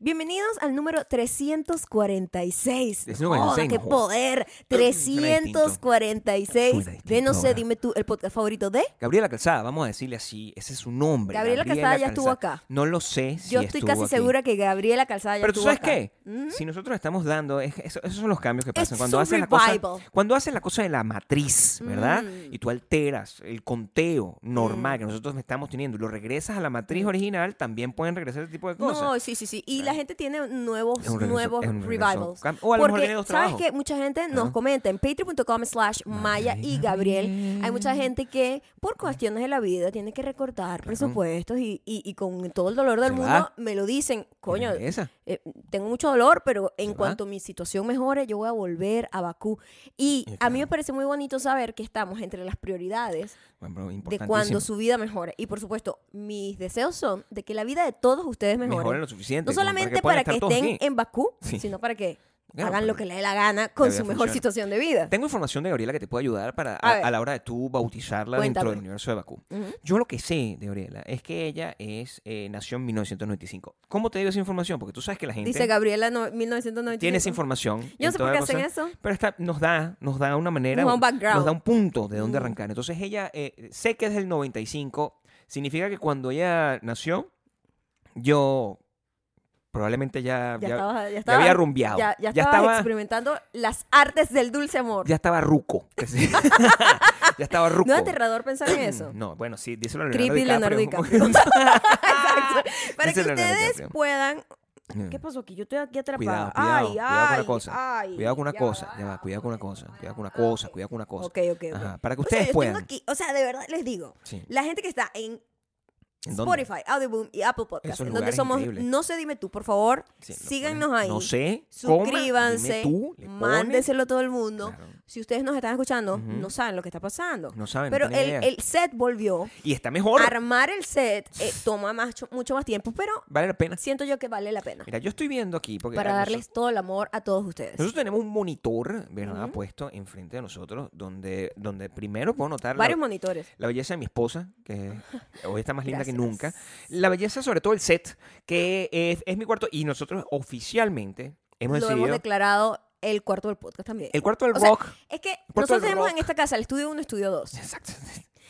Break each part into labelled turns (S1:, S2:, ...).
S1: Bienvenidos al número 346.
S2: 346,
S1: ¡Joda, Oh, qué
S2: ojo.
S1: poder!
S2: Suena
S1: 346
S2: distinto
S1: de No sé,
S2: ahora.
S1: dime tú, el podcast favorito de...
S2: Gabriela Calzada, vamos a decirle así, ese es su nombre.
S1: Gabriela Calzada ya estuvo acá.
S2: No lo sé. si
S1: Yo estoy
S2: estuvo
S1: casi
S2: aquí.
S1: segura que Gabriela Calzada ya
S2: Pero tú
S1: estuvo
S2: sabes
S1: acá.
S2: qué,
S1: Ujú.
S2: si nosotros estamos dando, es- eso- esos son los cambios que pasan
S1: Es
S2: cuando
S1: un
S2: haces la
S1: revival.
S2: cosa, cuando haces la cosa de la matriz, ¿verdad?
S1: Mm.
S2: Y tú alteras el conteo normal que nosotros estamos teniendo y lo regresas a la matriz original, también pueden regresar ese tipo de cosas.
S1: Mm. No, sí, sí, sí. Y la gente tiene nuevos,
S2: Es un regreso-
S1: nuevos
S2: es un regreso.
S1: revivals.
S2: Cam- o a lo mejor
S1: Porque,
S2: viene dos
S1: ¿sabes
S2: trabajos.
S1: que Mucha gente nos
S2: Ah.
S1: comenta en patreon.com slash Maya y Gabriel. Hay mucha gente que, por cuestiones de la vida, tiene que recortar presupuestos y, y- y con todo el dolor del
S2: Se
S1: mundo
S2: va.
S1: me lo dicen. Coño,
S2: Esa.
S1: eh, tengo mucho dolor, pero en
S2: Se va.
S1: cuanto mi situación mejore, yo voy a volver a Bakú. Y
S2: Ya,
S1: a mí me
S2: claro.
S1: parece muy bonito saber que estamos entre las prioridades
S2: Bueno,
S1: de
S2: importantísimo.
S1: cuando su vida mejore. Y por supuesto, mis deseos son de que la vida de todos ustedes mejore.
S2: Mejoren lo suficiente.
S1: No
S2: como
S1: solamente
S2: puedan
S1: para
S2: estar
S1: que
S2: todos
S1: estén
S2: aquí.
S1: en Bakú,
S2: Sí.
S1: sino para que
S2: Claro,
S1: hagan
S2: pero-
S1: lo que les dé la gana con
S2: La
S1: su
S2: vida
S1: mejor
S2: funciona.
S1: situación de vida.
S2: Tengo información de Gabriela que te puede ayudar para,
S1: A
S2: a,
S1: ver.
S2: a la hora de tú bautizarla
S1: Cuéntame.
S2: dentro del universo de Bakú.
S1: Ujú.
S2: Yo lo que sé de Gabriela es que ella es eh, nació en 1995. ¿Cómo te digo esa información? Porque tú sabes que la gente
S1: Dice Gabriela no, 1995.
S2: tiene esa información.
S1: Yo no
S2: en
S1: sé por
S2: toda
S1: qué
S2: la cosa,
S1: hacen eso.
S2: Pero está- nos, da, nos da una manera,
S1: Nos da un background.
S2: nos da un punto de dónde
S1: Mm.
S2: arrancar. Entonces ella, eh, sé que es del 95, significa que cuando ella nació, yo probablemente ya,
S1: Ya,
S2: ya-
S1: estaba, ya
S2: ya
S1: estaba,
S2: había rumbeado.
S1: ya- ya
S2: ya
S1: estaba
S2: estaba
S1: experimentando las artes del dulce amor.
S2: ya estaba ruco. que sí. ya estaba ruco. Mm,
S1: No es aterrador pensar en eso.
S2: No, bueno, sí, díselo a
S1: Creepy
S2: Leonardo
S1: DiCaprio.
S2: DiCaprio. Ah.
S1: Exacto. Para que
S2: Ese Leonardo
S1: ustedes
S2: DiCaprio.
S1: puedan. ¿Qué pasó aquí? Yo estoy aquí atrapada.
S2: Mm. Cuidado, cuidado,
S1: ay,
S2: cuidado con
S1: ay,
S2: una cosa.
S1: ay,
S2: cuidado con una
S1: ya
S2: cosa,
S1: va.
S2: ya va, cuidado con una cosa, cuidado con una
S1: Ah,
S2: cosa,
S1: ok.
S2: cuidado con una cosa.
S1: Ok, ok, ok.
S2: Ajá, para que
S1: Por eso
S2: ustedes
S1: yo
S2: puedan.
S1: Tengo aquí, o sea, de verdad les digo,
S2: Sí.
S1: la gente que está en
S2: ¿En dónde?
S1: Spotify, Audioboom y Apple Podcast,
S2: Esos
S1: en donde
S2: lugares
S1: somos
S2: increíbles.
S1: No sé, dime tú, por favor,
S2: Sí, lo
S1: síganos
S2: pones-
S1: ahí.
S2: No sé. coma,
S1: Suscríbanse,
S2: dime tú, le pones-
S1: mándenselo a todo el mundo.
S2: Claro.
S1: Si ustedes nos están escuchando,
S2: Ujú.
S1: no saben lo que está pasando.
S2: No saben, no
S1: Pero
S2: tienen
S1: el,
S2: idea.
S1: el set volvió.
S2: Y está mejor.
S1: Armar el set eh, toma más, mucho más tiempo, pero
S2: Vale la pena.
S1: siento yo que vale la pena.
S2: Mira, yo estoy viendo aquí porque
S1: para
S2: ah,
S1: darles todo el amor a todos ustedes.
S2: Nosotros tenemos un monitor, ¿verdad?
S1: Ujú.
S2: Puesto enfrente de nosotros, donde, donde primero puedo notar la-
S1: Varios monitores.
S2: La belleza de mi esposa, que hoy está más linda que
S1: Gracias.
S2: nunca. La belleza, sobre todo el set, que es, es mi cuarto. Y nosotros oficialmente hemos
S1: Lo hemos
S2: decidido.
S1: declarado el cuarto del podcast también.
S2: el cuarto del
S1: O sea,
S2: rock.
S1: Es que
S2: Puerto
S1: nosotros
S2: del
S1: tenemos en
S2: Rock.
S1: esta casa el estudio 1 y estudio 2.
S2: Exacto.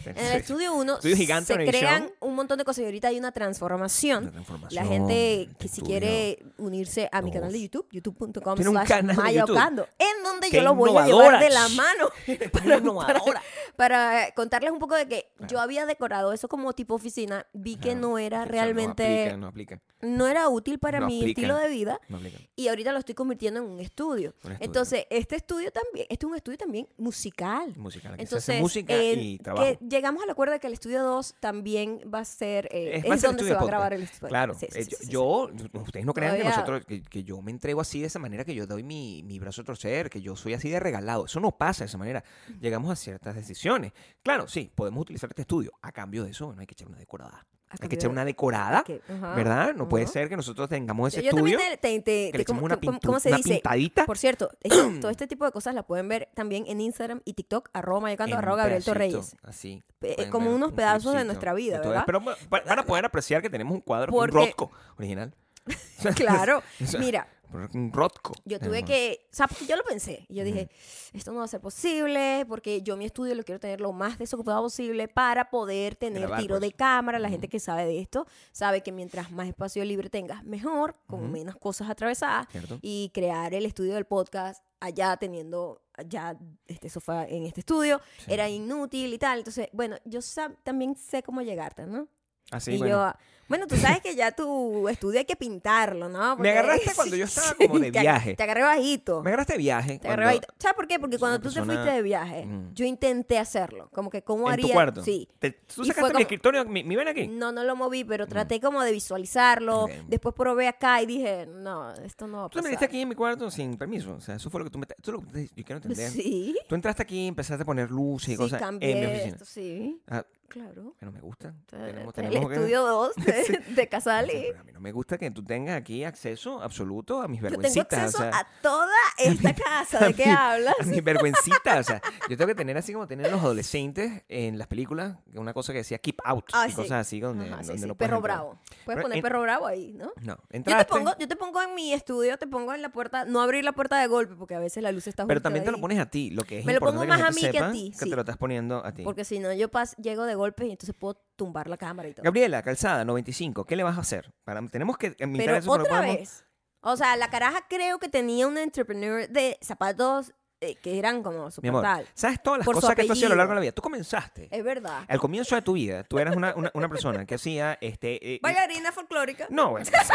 S1: En el estudio 1
S2: Estudio gigante,
S1: se
S2: una
S1: crean
S2: edición.
S1: un montón de cosas y ahorita hay una
S2: Una
S1: transformación. La
S2: transformación,
S1: gente
S2: el
S1: que si
S2: estudio.
S1: quiere unirse a mi
S2: Dos.
S1: canal de YouTube, youtube.com
S2: Tiene un
S1: slash
S2: canal de
S1: Maya
S2: YouTube.
S1: Ocando, en donde
S2: ¡Qué
S1: yo lo voy a llevar
S2: innovadora!
S1: de la mano para, para,
S2: innovadora!
S1: para, eh, contarles un poco de que yo
S2: Claro.
S1: había decorado eso como tipo oficina, vi que
S2: Claro.
S1: no era
S2: Eso
S1: realmente,
S2: No aplica,
S1: no era útil para
S2: No
S1: mi
S2: aplica.
S1: estilo de vida
S2: no aplica. No aplica.
S1: y ahorita lo estoy convirtiendo en un estudio.
S2: Un estudio.
S1: Entonces, este estudio también, este es un estudio también musical.
S2: Música. la que se hace
S1: Entonces,
S2: música
S1: eh,
S2: y
S1: que
S2: trabajo.
S1: llegamos al acuerdo de que el estudio 2 también va a ser, eh,
S2: Es
S1: es,
S2: más el
S1: donde
S2: estudio
S1: se va a
S2: podcast.
S1: grabar el estudio.
S2: Claro,
S1: Sí, sí,
S2: eh,
S1: sí,
S2: yo,
S1: sí, sí.
S2: yo- ustedes no crean que
S1: Todavía-
S2: nosotros, que, que yo me entrego así de esa manera, que yo doy mi, mi brazo a torcer, que yo soy así de regalado. Eso no pasa de esa manera. Llegamos a ciertas decisiones. Claro, sí, podemos utilizar este estudio. A cambio de eso, bueno, hay que echar una decorada.
S1: A
S2: Hay que
S1: cambio
S2: echar
S1: de-
S2: una decorada,
S1: que- ajá,
S2: ¿verdad? No puede
S1: ajá.
S2: ser que nosotros tengamos ese
S1: Yo
S2: estudio,
S1: también te, te- te-
S2: que
S1: te-
S2: le
S1: ¿cómo,
S2: echemos una,
S1: cómo-
S2: pintu-
S1: cómo se
S2: una
S1: dice?
S2: pintadita.
S1: Por cierto, es- todo este tipo de cosas las pueden ver también en Instagram y TikTok, arroba mayocando,
S2: en un
S1: arroba Gabriel
S2: pedacito,
S1: Torreyes.
S2: Así.
S1: Pe- eh,
S2: pueden
S1: como
S2: ver
S1: unos
S2: un
S1: pedazos de
S2: clipcito
S1: nuestra vida,
S2: de todo
S1: ¿verdad?
S2: eso. Pero pa- pa- van a poder apreciar que tenemos un cuadro,
S1: Porque-
S2: un rotco original.
S1: Claro,
S2: O sea,
S1: mira,
S2: Un rotco.
S1: yo tuve
S2: tenemos.
S1: que, o sea, porque yo lo pensé, y yo dije, esto no va a ser posible, porque yo mi estudio lo quiero tener lo más desocupado posible para poder tener
S2: Grabar,
S1: tiro
S2: pues.
S1: de cámara, la gente que sabe de esto sabe que mientras más espacio libre tengas, mejor, con
S2: Ujú.
S1: menos cosas atravesadas,
S2: ¿Cierto?
S1: y crear el estudio del podcast allá teniendo ya este sofá en este estudio,
S2: Sí.
S1: era inútil y tal, entonces, bueno, yo sab- también sé cómo llegarte, ¿no?
S2: Así,
S1: y
S2: Ah, bueno.
S1: yo, ah, bueno, tú sabes que ya tu estudio hay que pintarlo, ¿no?
S2: Me agarraste cuando yo estaba como de
S1: te ag-
S2: viaje.
S1: Te agarré bajito.
S2: Me agarraste de viaje.
S1: Te agarré
S2: cuando-
S1: bajito. ¿Sabes por qué? Porque
S2: soy
S1: cuando
S2: una
S1: tú te
S2: persona-
S1: fuiste de viaje,
S2: Mm.
S1: yo intenté hacerlo. Como que, ¿cómo
S2: en
S1: haría?
S2: tu cuarto.
S1: Sí.
S2: Te- tú
S1: Y
S2: sacaste
S1: fue
S2: mi
S1: como-
S2: escritorio, mi, mi ven aquí.
S1: No, no lo moví, pero
S2: Mm.
S1: traté como de visualizarlo.
S2: Ok.
S1: Después probé acá y dije, no, esto no va a
S2: Tú me
S1: pasar.
S2: diste aquí en mi cuarto sin permiso. O sea, eso fue lo que tú me. Tú lo, yo quiero entender.
S1: Sí.
S2: Tú entraste aquí y empezaste a poner luces y
S1: Sí,
S2: cosas en mi
S1: cambié
S2: oficina.
S1: esto, sí.
S2: Ah,
S1: Claro.
S2: bueno, me gusta.
S1: Está-
S2: Tenemos,
S1: está El
S2: tenemos que-
S1: estudio 2 de,
S2: Sí.
S1: de Casa
S2: Sí,
S1: Ali.
S2: pero a mí no no me gusta que tú tengas aquí acceso absoluto a mis
S1: Yo tengo
S2: vergüencitas.
S1: acceso
S2: o sea,
S1: a toda esta casa. ¿De
S2: a
S1: qué
S2: mi-
S1: hablas?
S2: A mis vergüencitas. O sea, yo tengo que tener así como tener los adolescentes en las películas, que una cosa que decía keep out
S1: Ah,
S2: y
S1: sí.
S2: cosas así donde,
S1: Ajá, sí,
S2: donde
S1: sí,
S2: no puedes
S1: perro
S2: entrar.
S1: bravo. Puedes
S2: Pero
S1: poner
S2: en-
S1: perro bravo ahí, ¿no?
S2: No,
S1: Yo te,
S2: entraste.
S1: pongo, ah, yo te pongo en mi estudio, te pongo en la puerta, no abrir la puerta de golpe porque a veces la luz está
S2: Pero
S1: justo
S2: también te lo
S1: ahí.
S2: pones a ti, lo que es
S1: Me lo pongo
S2: importante
S1: más
S2: que la
S1: a
S2: gente
S1: mí que a
S2: sepa
S1: ti,
S2: que
S1: sí.
S2: te lo estás poniendo a ti.
S1: Porque si no, yo pas- llego de golpe y entonces puedo tumbar la cámara y todo.
S2: Gabriela, calzada, 95, ¿qué le vas a hacer? Para, tenemos que invitar
S1: Pero
S2: eso, pero
S1: otra
S2: podemos-
S1: vez. O sea, la caraja creo que tenía un entrepreneur de zapatos eh, que eran como
S2: Mi
S1: super
S2: amor,
S1: tal.
S2: ¿sabes todas las
S1: Por su
S2: cosas que tú hacías a lo largo
S1: apellido.
S2: de la vida? Tú comenzaste.
S1: Es verdad.
S2: Al comienzo de tu vida, tú eras una, una- una persona que hacía este. eh,
S1: Bailarina folclórica.
S2: No, bueno, pues,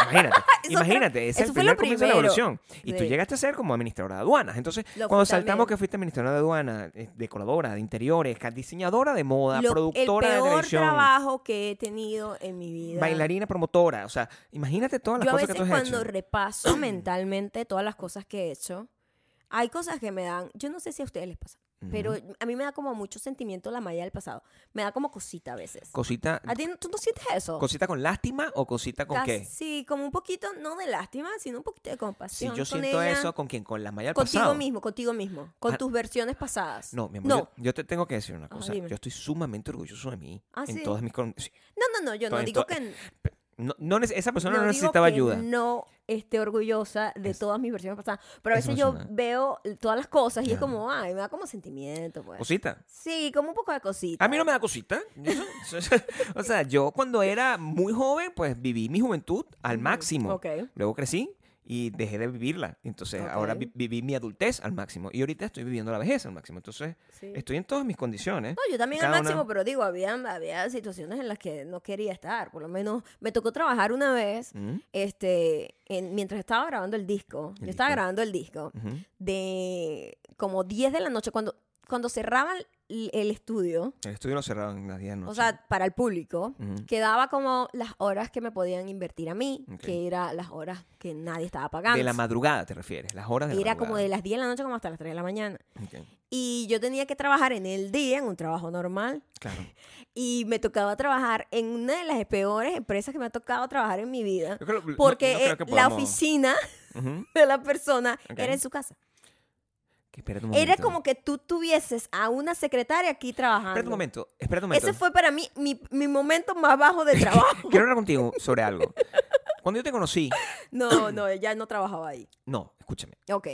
S1: Eso
S2: imagínate.
S1: fue-
S2: imagínate, es
S1: eso
S2: el
S1: fue lo
S2: primer comienzo de la
S1: primero.
S2: evolución. Y tú
S1: Sí.
S2: llegaste a ser como administradora de aduanas. Entonces,
S1: Lo
S2: cuando
S1: fui
S2: saltamos
S1: también.
S2: que fuiste administradora de aduanas, eh, decoradora de interiores, ca- diseñadora de moda,
S1: Lo-
S2: productora
S1: el
S2: de
S1: peor
S2: televisión,
S1: trabajo que he tenido en mi vida.
S2: bailarina, promotora. O sea, imagínate todas las
S1: Yo a
S2: cosas
S1: veces
S2: que tú has
S1: cuando
S2: hecho.
S1: repaso mentalmente todas las cosas que he hecho, hay cosas que me dan, yo no sé si a ustedes les pasa, pero a mí me da como mucho sentimiento la malla del pasado. Me da como cosita a veces.
S2: Cosita,
S1: ¿A ti no- tú no sientes eso?
S2: cosita con lástima o cosita con qué?
S1: Sí, como un poquito, no de lástima, sino un poquito de
S2: Si
S1: compasión.
S2: yo
S1: con
S2: siento
S1: ella,
S2: eso, ¿con quién? Con la malla del
S1: Contigo
S2: pasado.
S1: mismo, contigo mismo. Con
S2: Ah.
S1: tus versiones pasadas.
S2: No, mi amor,
S1: No,
S2: Yo, yo te tengo que decir una
S1: Ah,
S2: cosa.
S1: dime.
S2: yo estoy sumamente orgulloso de mí
S1: Ah,
S2: en
S1: sí.
S2: todas mis con- sí.
S1: no, no, no, yo no
S2: Entonces,
S1: digo
S2: to-
S1: que.
S2: No, no nece- esa persona
S1: no
S2: no,
S1: digo
S2: necesitaba
S1: que
S2: ayuda.
S1: No esté orgullosa de
S2: Es-
S1: todas mis versiones pasadas. Pero a
S2: eso
S1: veces
S2: me
S1: yo
S2: suena.
S1: veo todas las cosas y es
S2: Ajá.
S1: como, ay, me da como sentimiento, pues.
S2: Cosita.
S1: Sí, como un poco de cosita.
S2: A mí no me da cosita. Eso- o sea, yo cuando era muy joven, pues viví mi juventud al máximo.
S1: Ok.
S2: Luego crecí y dejé de vivirla. Entonces,
S1: Ok.
S2: ahora vi- viví mi adultez al máximo. Y ahorita estoy viviendo la vejez al máximo. Entonces,
S1: pues. Sí.
S2: estoy en todas mis condiciones.
S1: No, yo también al
S2: cada una-
S1: máximo, pero digo, había, había situaciones en las que no quería estar. Por lo menos me tocó trabajar una vez,
S2: Mm,
S1: este, en- mientras estaba grabando el disco.
S2: El
S1: yo estaba
S2: disco.
S1: grabando el disco
S2: ujú.
S1: de como 10 de la noche, cuando, cuando cerraban el el estudio,
S2: El estudio lo cerraron en las 10 de la
S1: o
S2: noche.
S1: sea, para el público,
S2: Ujú.
S1: quedaba como las horas que me podían invertir a mí,
S2: Ok.
S1: que era las horas que nadie estaba pagando.
S2: de la madrugada te refieres, las horas de la
S1: era como de
S2: madrugada.
S1: las 10 de la noche como hasta las 3 de la mañana.
S2: Ok,
S1: Y yo tenía que trabajar en el día, en un trabajo normal.
S2: Claro.
S1: Y me tocaba trabajar en una de las peores empresas que me ha tocado trabajar en mi vida.
S2: Yo creo- no-
S1: Porque
S2: no creo
S1: eh,
S2: que
S1: la
S2: podamos-
S1: oficina
S2: Ujú.
S1: de la persona
S2: Ok.
S1: era en su casa.
S2: Que espérate un
S1: Era
S2: momento.
S1: como que tú tuvieses a una secretaria aquí trabajando.
S2: Espérate un momento, espérate un momento.
S1: Ese fue para mí mi, mi momento más bajo de trabajo.
S2: Quiero hablar contigo sobre algo. Cuando yo te conocí,
S1: no, no, ella no trabajaba ahí.
S2: no, escúchame.
S1: Ok.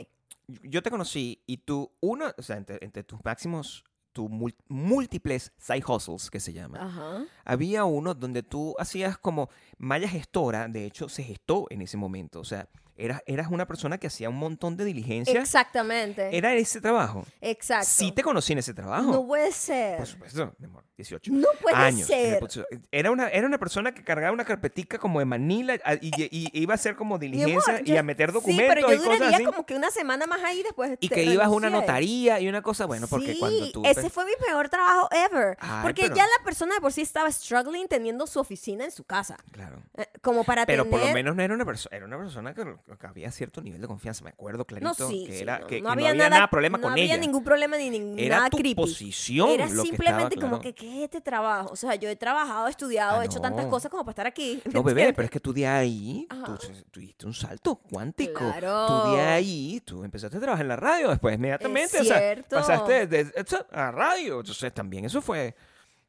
S2: Yo te conocí y tú, uno, o sea, entre, entre tus máximos, tus mul- múltiples side hustles, que se llama,
S1: Ajá.
S2: había uno donde tú hacías como malla gestora, de hecho, se gestó en ese momento. O sea, eras, eras una persona que hacía un montón de diligencias.
S1: Exactamente.
S2: Era ese trabajo.
S1: Exacto.
S2: Sí te conocí en ese trabajo.
S1: No puede ser.
S2: Por supuesto, mi amor, 18.
S1: no puede
S2: años. Eh, pues,
S1: ser.
S2: Era una, era una persona que cargaba una carpetica como de manila a- y, y- y iba a hacer como
S1: Mi amor,
S2: diligencia y
S1: yo-
S2: a meter
S1: Sí,
S2: documentos
S1: pero yo
S2: y cosas
S1: duraría
S2: así.
S1: como que una semana más ahí después.
S2: Y
S1: te
S2: que ibas a una
S1: renuncié.
S2: notaría y una cosa, bueno, porque
S1: sí,
S2: cuando tú...
S1: ese fue mi peor trabajo ever.
S2: Ay,
S1: porque
S2: pero-
S1: ya la persona de por sí estaba struggling teniendo su oficina en su casa.
S2: Claro.
S1: Eh, Como para
S2: Pero
S1: tener...
S2: por lo menos no era una persona, era una persona que, que había cierto nivel de confianza, me acuerdo
S1: No,
S2: clarito
S1: sí,
S2: que
S1: sí,
S2: era
S1: no,
S2: que, que
S1: no había nada,
S2: problema
S1: no
S2: con
S1: había
S2: ella.
S1: ningún problema ni ningún
S2: era
S1: nada
S2: tu
S1: creepy.
S2: posición
S1: Era
S2: lo que estaba,
S1: simplemente como
S2: claro.
S1: que, ¿qué es este trabajo? O sea, yo he trabajado, he estudiado,
S2: Ah,
S1: he hecho tantas
S2: no.
S1: cosas como para estar aquí. ¿me
S2: No, bebé,
S1: entiendes?
S2: pero es que tú de ahí, tú,
S1: Ajá.
S2: tú diste un salto cuántico. Tú
S1: Claro.
S2: de ahí, tú empezaste a trabajar en la radio después, inmediatamente. o sea,
S1: cierto.
S2: pasaste de, de- eso a radio. Entonces, también eso fue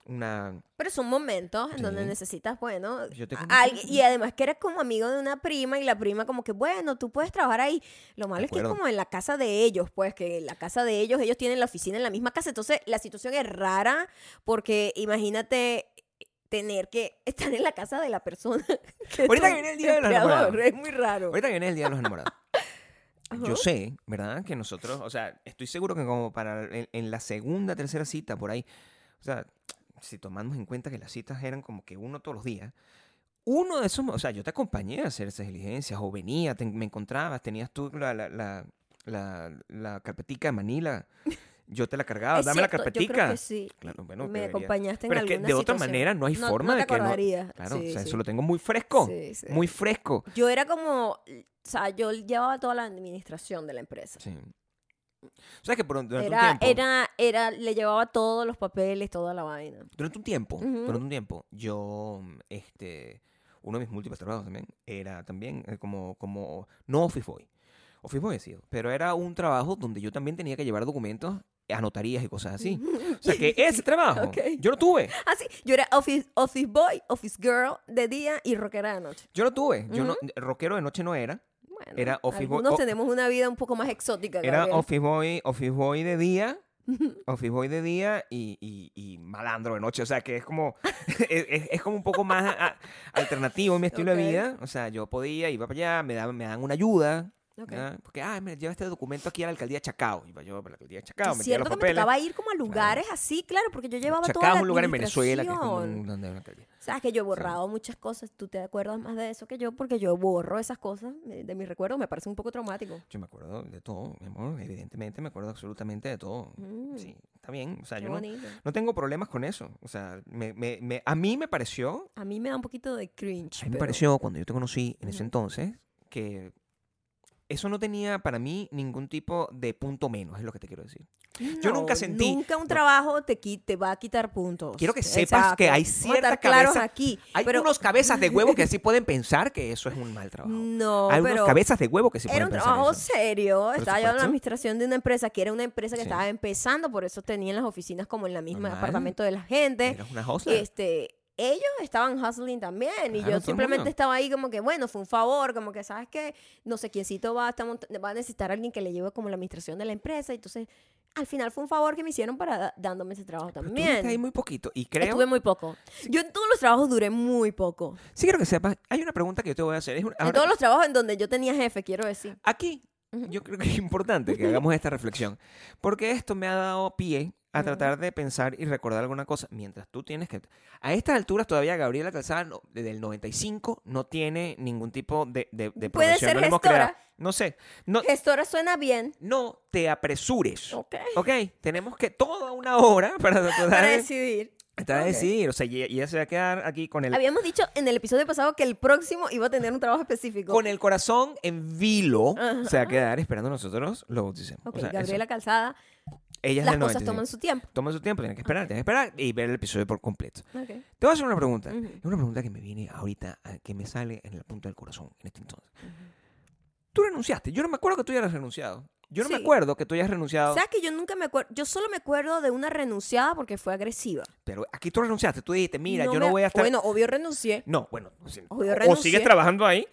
S2: una...
S1: Pero son momentos en donde
S2: Sí.
S1: necesitas, bueno,
S2: Yo te
S1: a-
S2: conozco.
S1: alguien- y además que eres como amigo de una prima y la prima como que, bueno, tú puedes trabajar ahí. Lo malo
S2: De
S1: es que es
S2: acuerdo.
S1: como en la casa de ellos, pues, que en la casa de ellos, ellos tienen la oficina en la misma casa, entonces la situación es rara porque imagínate tener que estar en la casa de la persona. Que
S2: Ahorita
S1: tú-
S2: que viene el Día de los
S1: empleador,
S2: Enamorados.
S1: Es muy raro.
S2: Ahorita viene el Día de los Enamorados.
S1: Ajá.
S2: Yo sé, ¿verdad? Que nosotros, o sea, estoy seguro que como para en, en la segunda, tercera cita, por ahí, o sea, si tomamos en cuenta que las citas eran como que uno todos los días, uno de esos, mo- o sea, yo te acompañé a hacer esas diligencias, o venía, te- me encontrabas, tenías tú la, la, la, la, la carpetica de Manila, yo te la cargaba,
S1: Es
S2: ah, dame la
S1: cierto, yo creo
S2: carpetica.
S1: que sí.
S2: Claro, bueno,
S1: Me
S2: debería.
S1: acompañaste en
S2: Pero es que
S1: alguna
S2: de otra
S1: situación.
S2: manera no hay
S1: No- no
S2: forma
S1: te
S2: de que no-
S1: acordarías.
S2: Claro,
S1: Sí,
S2: o sea,
S1: sí.
S2: eso lo tengo muy fresco,
S1: Sí, sí.
S2: muy fresco.
S1: Yo era como, o sea, yo llevaba toda la administración de la empresa.
S2: Sí. ¿Sabes que por un- durante
S1: Era,
S2: un tiempo?
S1: era, era, le llevaba todos los papeles, toda la vaina.
S2: Durante un tiempo,
S1: Ujú.
S2: durante un tiempo, yo, mm, este, uno de mis múltiples trabajos también era también eh, como, como, no office boy, office boy he sido, pero era un trabajo donde yo también tenía que llevar documentos, anotarías y cosas así. O sea que ese trabajo
S1: Ok.
S2: yo lo tuve.
S1: Así, Ah, yo era office, office boy, office girl de día y rockera de noche.
S2: Yo lo tuve. Yo no, rockero de noche no era.
S1: Bueno,
S2: Era office boy-
S1: algunos
S2: o-
S1: tenemos una vida un poco más exótica.
S2: Era
S1: Gabriel.
S2: office boy, office boy de día. Office boy de día y, y- y malandro de noche. O sea, que es como, es, es- es como un poco más a- alternativo mi estilo
S1: Ok.
S2: de vida. O sea, yo podía, iba para allá, me daban, me dan una ayuda.
S1: Ok.
S2: ¿verdad? Porque, ah, me lleva este documento aquí a la alcaldía de Chacao. Iba yo para la alcaldía de Chacao, metía
S1: Cierto
S2: los
S1: que me
S2: papeles.
S1: tocaba ir como a lugares así, claro, porque yo llevaba toda
S2: Chacao
S1: la
S2: es un lugar en Venezuela que es como
S1: administración.
S2: un- donde hay una alcaldía.
S1: Sabes que yo he borrado muchas cosas. ¿Tú te acuerdas más de eso que yo? Porque yo borro esas cosas eh, de de mi recuerdo. Me parece un poco traumático.
S2: Yo me acuerdo de todo, mi amor. Evidentemente me acuerdo absolutamente de todo.
S1: Mm.
S2: Sí, está bien. O sea,
S1: Qué
S2: yo no,
S1: bonito.
S2: No tengo problemas con eso. O sea, me- me- me- a mí me pareció,
S1: A mí me da un poquito de cringe.
S2: a mí me
S1: pero-
S2: pareció cuando yo te conocí en ese
S1: Ujú.
S2: entonces que eso no tenía para mí ningún tipo de punto menos, es lo que te quiero decir. yo nunca
S1: No,
S2: sentí-
S1: Nunca un
S2: no.
S1: trabajo te, qui- te va a quitar puntos.
S2: Quiero que sepas que hay
S1: Exacto. Vamos a
S2: cierta
S1: estar claros
S2: cabeza-
S1: aquí.
S2: Hay
S1: pero
S2: unos cabezas de huevo que sí pueden pensar que eso es un mal trabajo.
S1: No,
S2: Hay unos
S1: pero
S2: cabezas de huevo que sí
S1: era
S2: pueden
S1: un
S2: pensar
S1: trabajo
S2: eso.
S1: serio. Estaba yo en la
S2: supuesto.
S1: administración de una empresa que era una empresa que
S2: Sí.
S1: estaba empezando, por eso tenían las oficinas como en la misma
S2: Normal.
S1: apartamento de la gente.
S2: Eras una hustler.
S1: este ellos estaban hustling también y
S2: Claro, todo
S1: yo
S2: el
S1: simplemente
S2: mundo.
S1: estaba ahí como que bueno fue un favor como que sabes que no sé quiéncito va, está mont- va a necesitar a alguien que le lleve como la administración de la empresa entonces al final fue un favor que me hicieron para da- dándome ese trabajo
S2: Pero tú
S1: también
S2: estás ahí muy poquito. Y creo,
S1: estuve muy poco yo en todos los trabajos duré muy poco
S2: sí quiero que sepas, hay una pregunta que yo te voy a hacer. Es una-
S1: en
S2: ahora-
S1: todos los trabajos en donde yo tenía jefe quiero decir
S2: Aquí yo creo que es importante que hagamos esta reflexión, porque esto me ha dado pie a tratar de pensar y recordar alguna cosa, mientras tú tienes que... A estas alturas todavía Gabriela Calzada, no- desde el 95, no tiene ningún tipo de, de,
S1: Puede
S2: de profesión,
S1: ser
S2: no la hemos
S1: gestora.
S2: creado. No sé, no,
S1: gestora suena bien
S2: no te apresures,
S1: ok
S2: ¿ok? Tenemos que toda una hora para tratar
S1: para
S2: de,
S1: decidir
S2: tratar de
S1: ok.
S2: decidir, o sea, y y ella se va a quedar aquí con el,
S1: habíamos dicho en el episodio pasado que el próximo iba a tener un trabajo específico
S2: con el corazón en vilo, se va a quedar esperando nosotros lo bauticemos.
S1: Ok,
S2: O sea, eso.
S1: Gabriela Calzada
S2: Ella es
S1: las
S2: del
S1: cosas
S2: 95.
S1: toman su tiempo
S2: Toma su tiempo, tienes que esperar, tienes que esperar y ver el episodio por completo.
S1: Ok.
S2: Te voy a hacer una pregunta.
S1: Ujú.
S2: Es una pregunta que me viene ahorita, a- que me sale en la punta del corazón en este entonces. Tú renunciaste. Yo no me acuerdo que tú hayas renunciado. Yo no me
S1: Sí.
S2: acuerdo que tú hayas renunciado.
S1: ¿Sabes que yo nunca me acuerdo? Yo solo me acuerdo de una renunciada porque fue agresiva.
S2: Pero aquí tú renunciaste. Tú dijiste, mira, yo
S1: me
S2: no
S1: ac-
S2: voy a estar.
S1: Bueno, obvio renuncié.
S2: No, bueno. o si-
S1: Obvio,
S2: o, o
S1: renuncié.
S2: sigues trabajando ahí.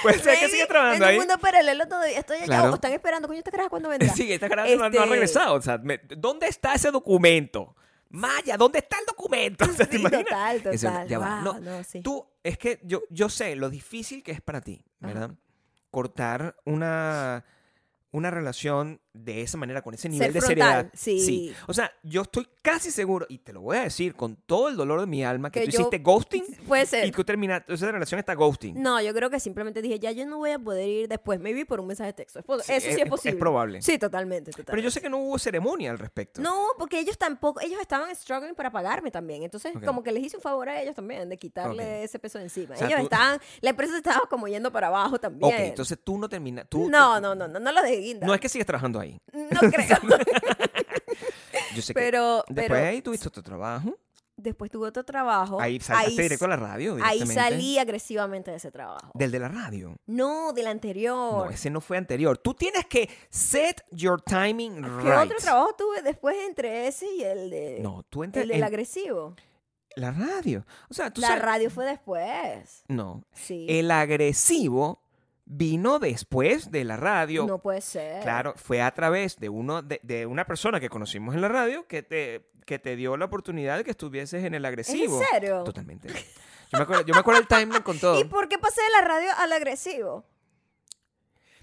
S2: Puede ser que
S1: Maybe
S2: sigues trabajando
S1: en
S2: ahí.
S1: un mundo paralelo todavía estoy allá
S2: Claro.
S1: o están esperando. Coño, esta caraja cuándo vendrá?
S2: Sí, esta cara no- no, ha
S1: Este-
S2: regresado. O sea, me- ¿dónde está ese documento? Maya, ¿dónde está el documento? O sea, ¿te
S1: Sí,
S2: imaginas?
S1: total,
S2: Eso,
S1: total.
S2: ya va,
S1: Wow,
S2: no,
S1: no, sí.
S2: Tú, es que yo, yo sé lo difícil que es para ti,
S1: Ajá.
S2: ¿verdad? Cortar una, una relación de esa manera, con ese nivel
S1: Ser
S2: de
S1: frontal,
S2: seriedad.
S1: sí.
S2: O sea, yo estoy casi seguro, y te lo voy a decir con todo el dolor de mi alma, que,
S1: Que
S2: tú
S1: yo-
S2: hiciste ghosting
S1: Puede
S2: y
S1: ser.
S2: tú terminaste, esa relación está ghosting.
S1: No, yo creo que simplemente dije, ya yo no voy a poder ir después. Maybe por un mensaje de texto. Es po-
S2: Sí,
S1: Eso sí
S2: es-
S1: es,
S2: es-
S1: posible.
S2: es probable.
S1: Sí, totalmente, totalmente.
S2: Pero yo sé que no hubo ceremonia al respecto.
S1: No, porque ellos tampoco, ellos estaban struggling para pagarme también. Entonces,
S2: Ok.
S1: como que les hice un favor a ellos también de quitarle
S2: Ok.
S1: ese peso de encima.
S2: O sea,
S1: ellos
S2: tú-
S1: estaban, la empresa estaba como yendo para abajo también.
S2: Ok, entonces tú no terminas. Tú,
S1: no, no, no, no, no lo de guinda.
S2: No es que sigues trabajando ahí.
S1: No creo.
S2: Yo sé
S1: pero,
S2: que después
S1: pero
S2: ahí tuviste otro trabajo.
S1: después tuve otro trabajo.
S2: Ahí saliste
S1: s-
S2: directo a la radio.
S1: ahí
S2: directamente.
S1: salí agresivamente de ese trabajo.
S2: Del de la radio.
S1: No, del anterior.
S2: No, ese no fue anterior. Tú tienes que set your timing
S1: ¿Qué
S2: right.
S1: otro trabajo tuve después entre ese y el de
S2: No, tú entras
S1: el del
S2: en
S1: agresivo?
S2: la radio. O sea, tú
S1: La
S2: sabes-
S1: radio fue después.
S2: No,
S1: Sí.
S2: el agresivo vino después de la radio.
S1: no puede ser.
S2: Claro, fue a través de uno de, de una persona que conocimos en la radio que te, que te dio la oportunidad de que estuvieses en el
S1: ¿Es en
S2: agresivo.
S1: serio?
S2: Totalmente. Yo me acuerdo, yo me acuerdo el timeline con todo.
S1: ¿Y por qué pasé de la radio al agresivo?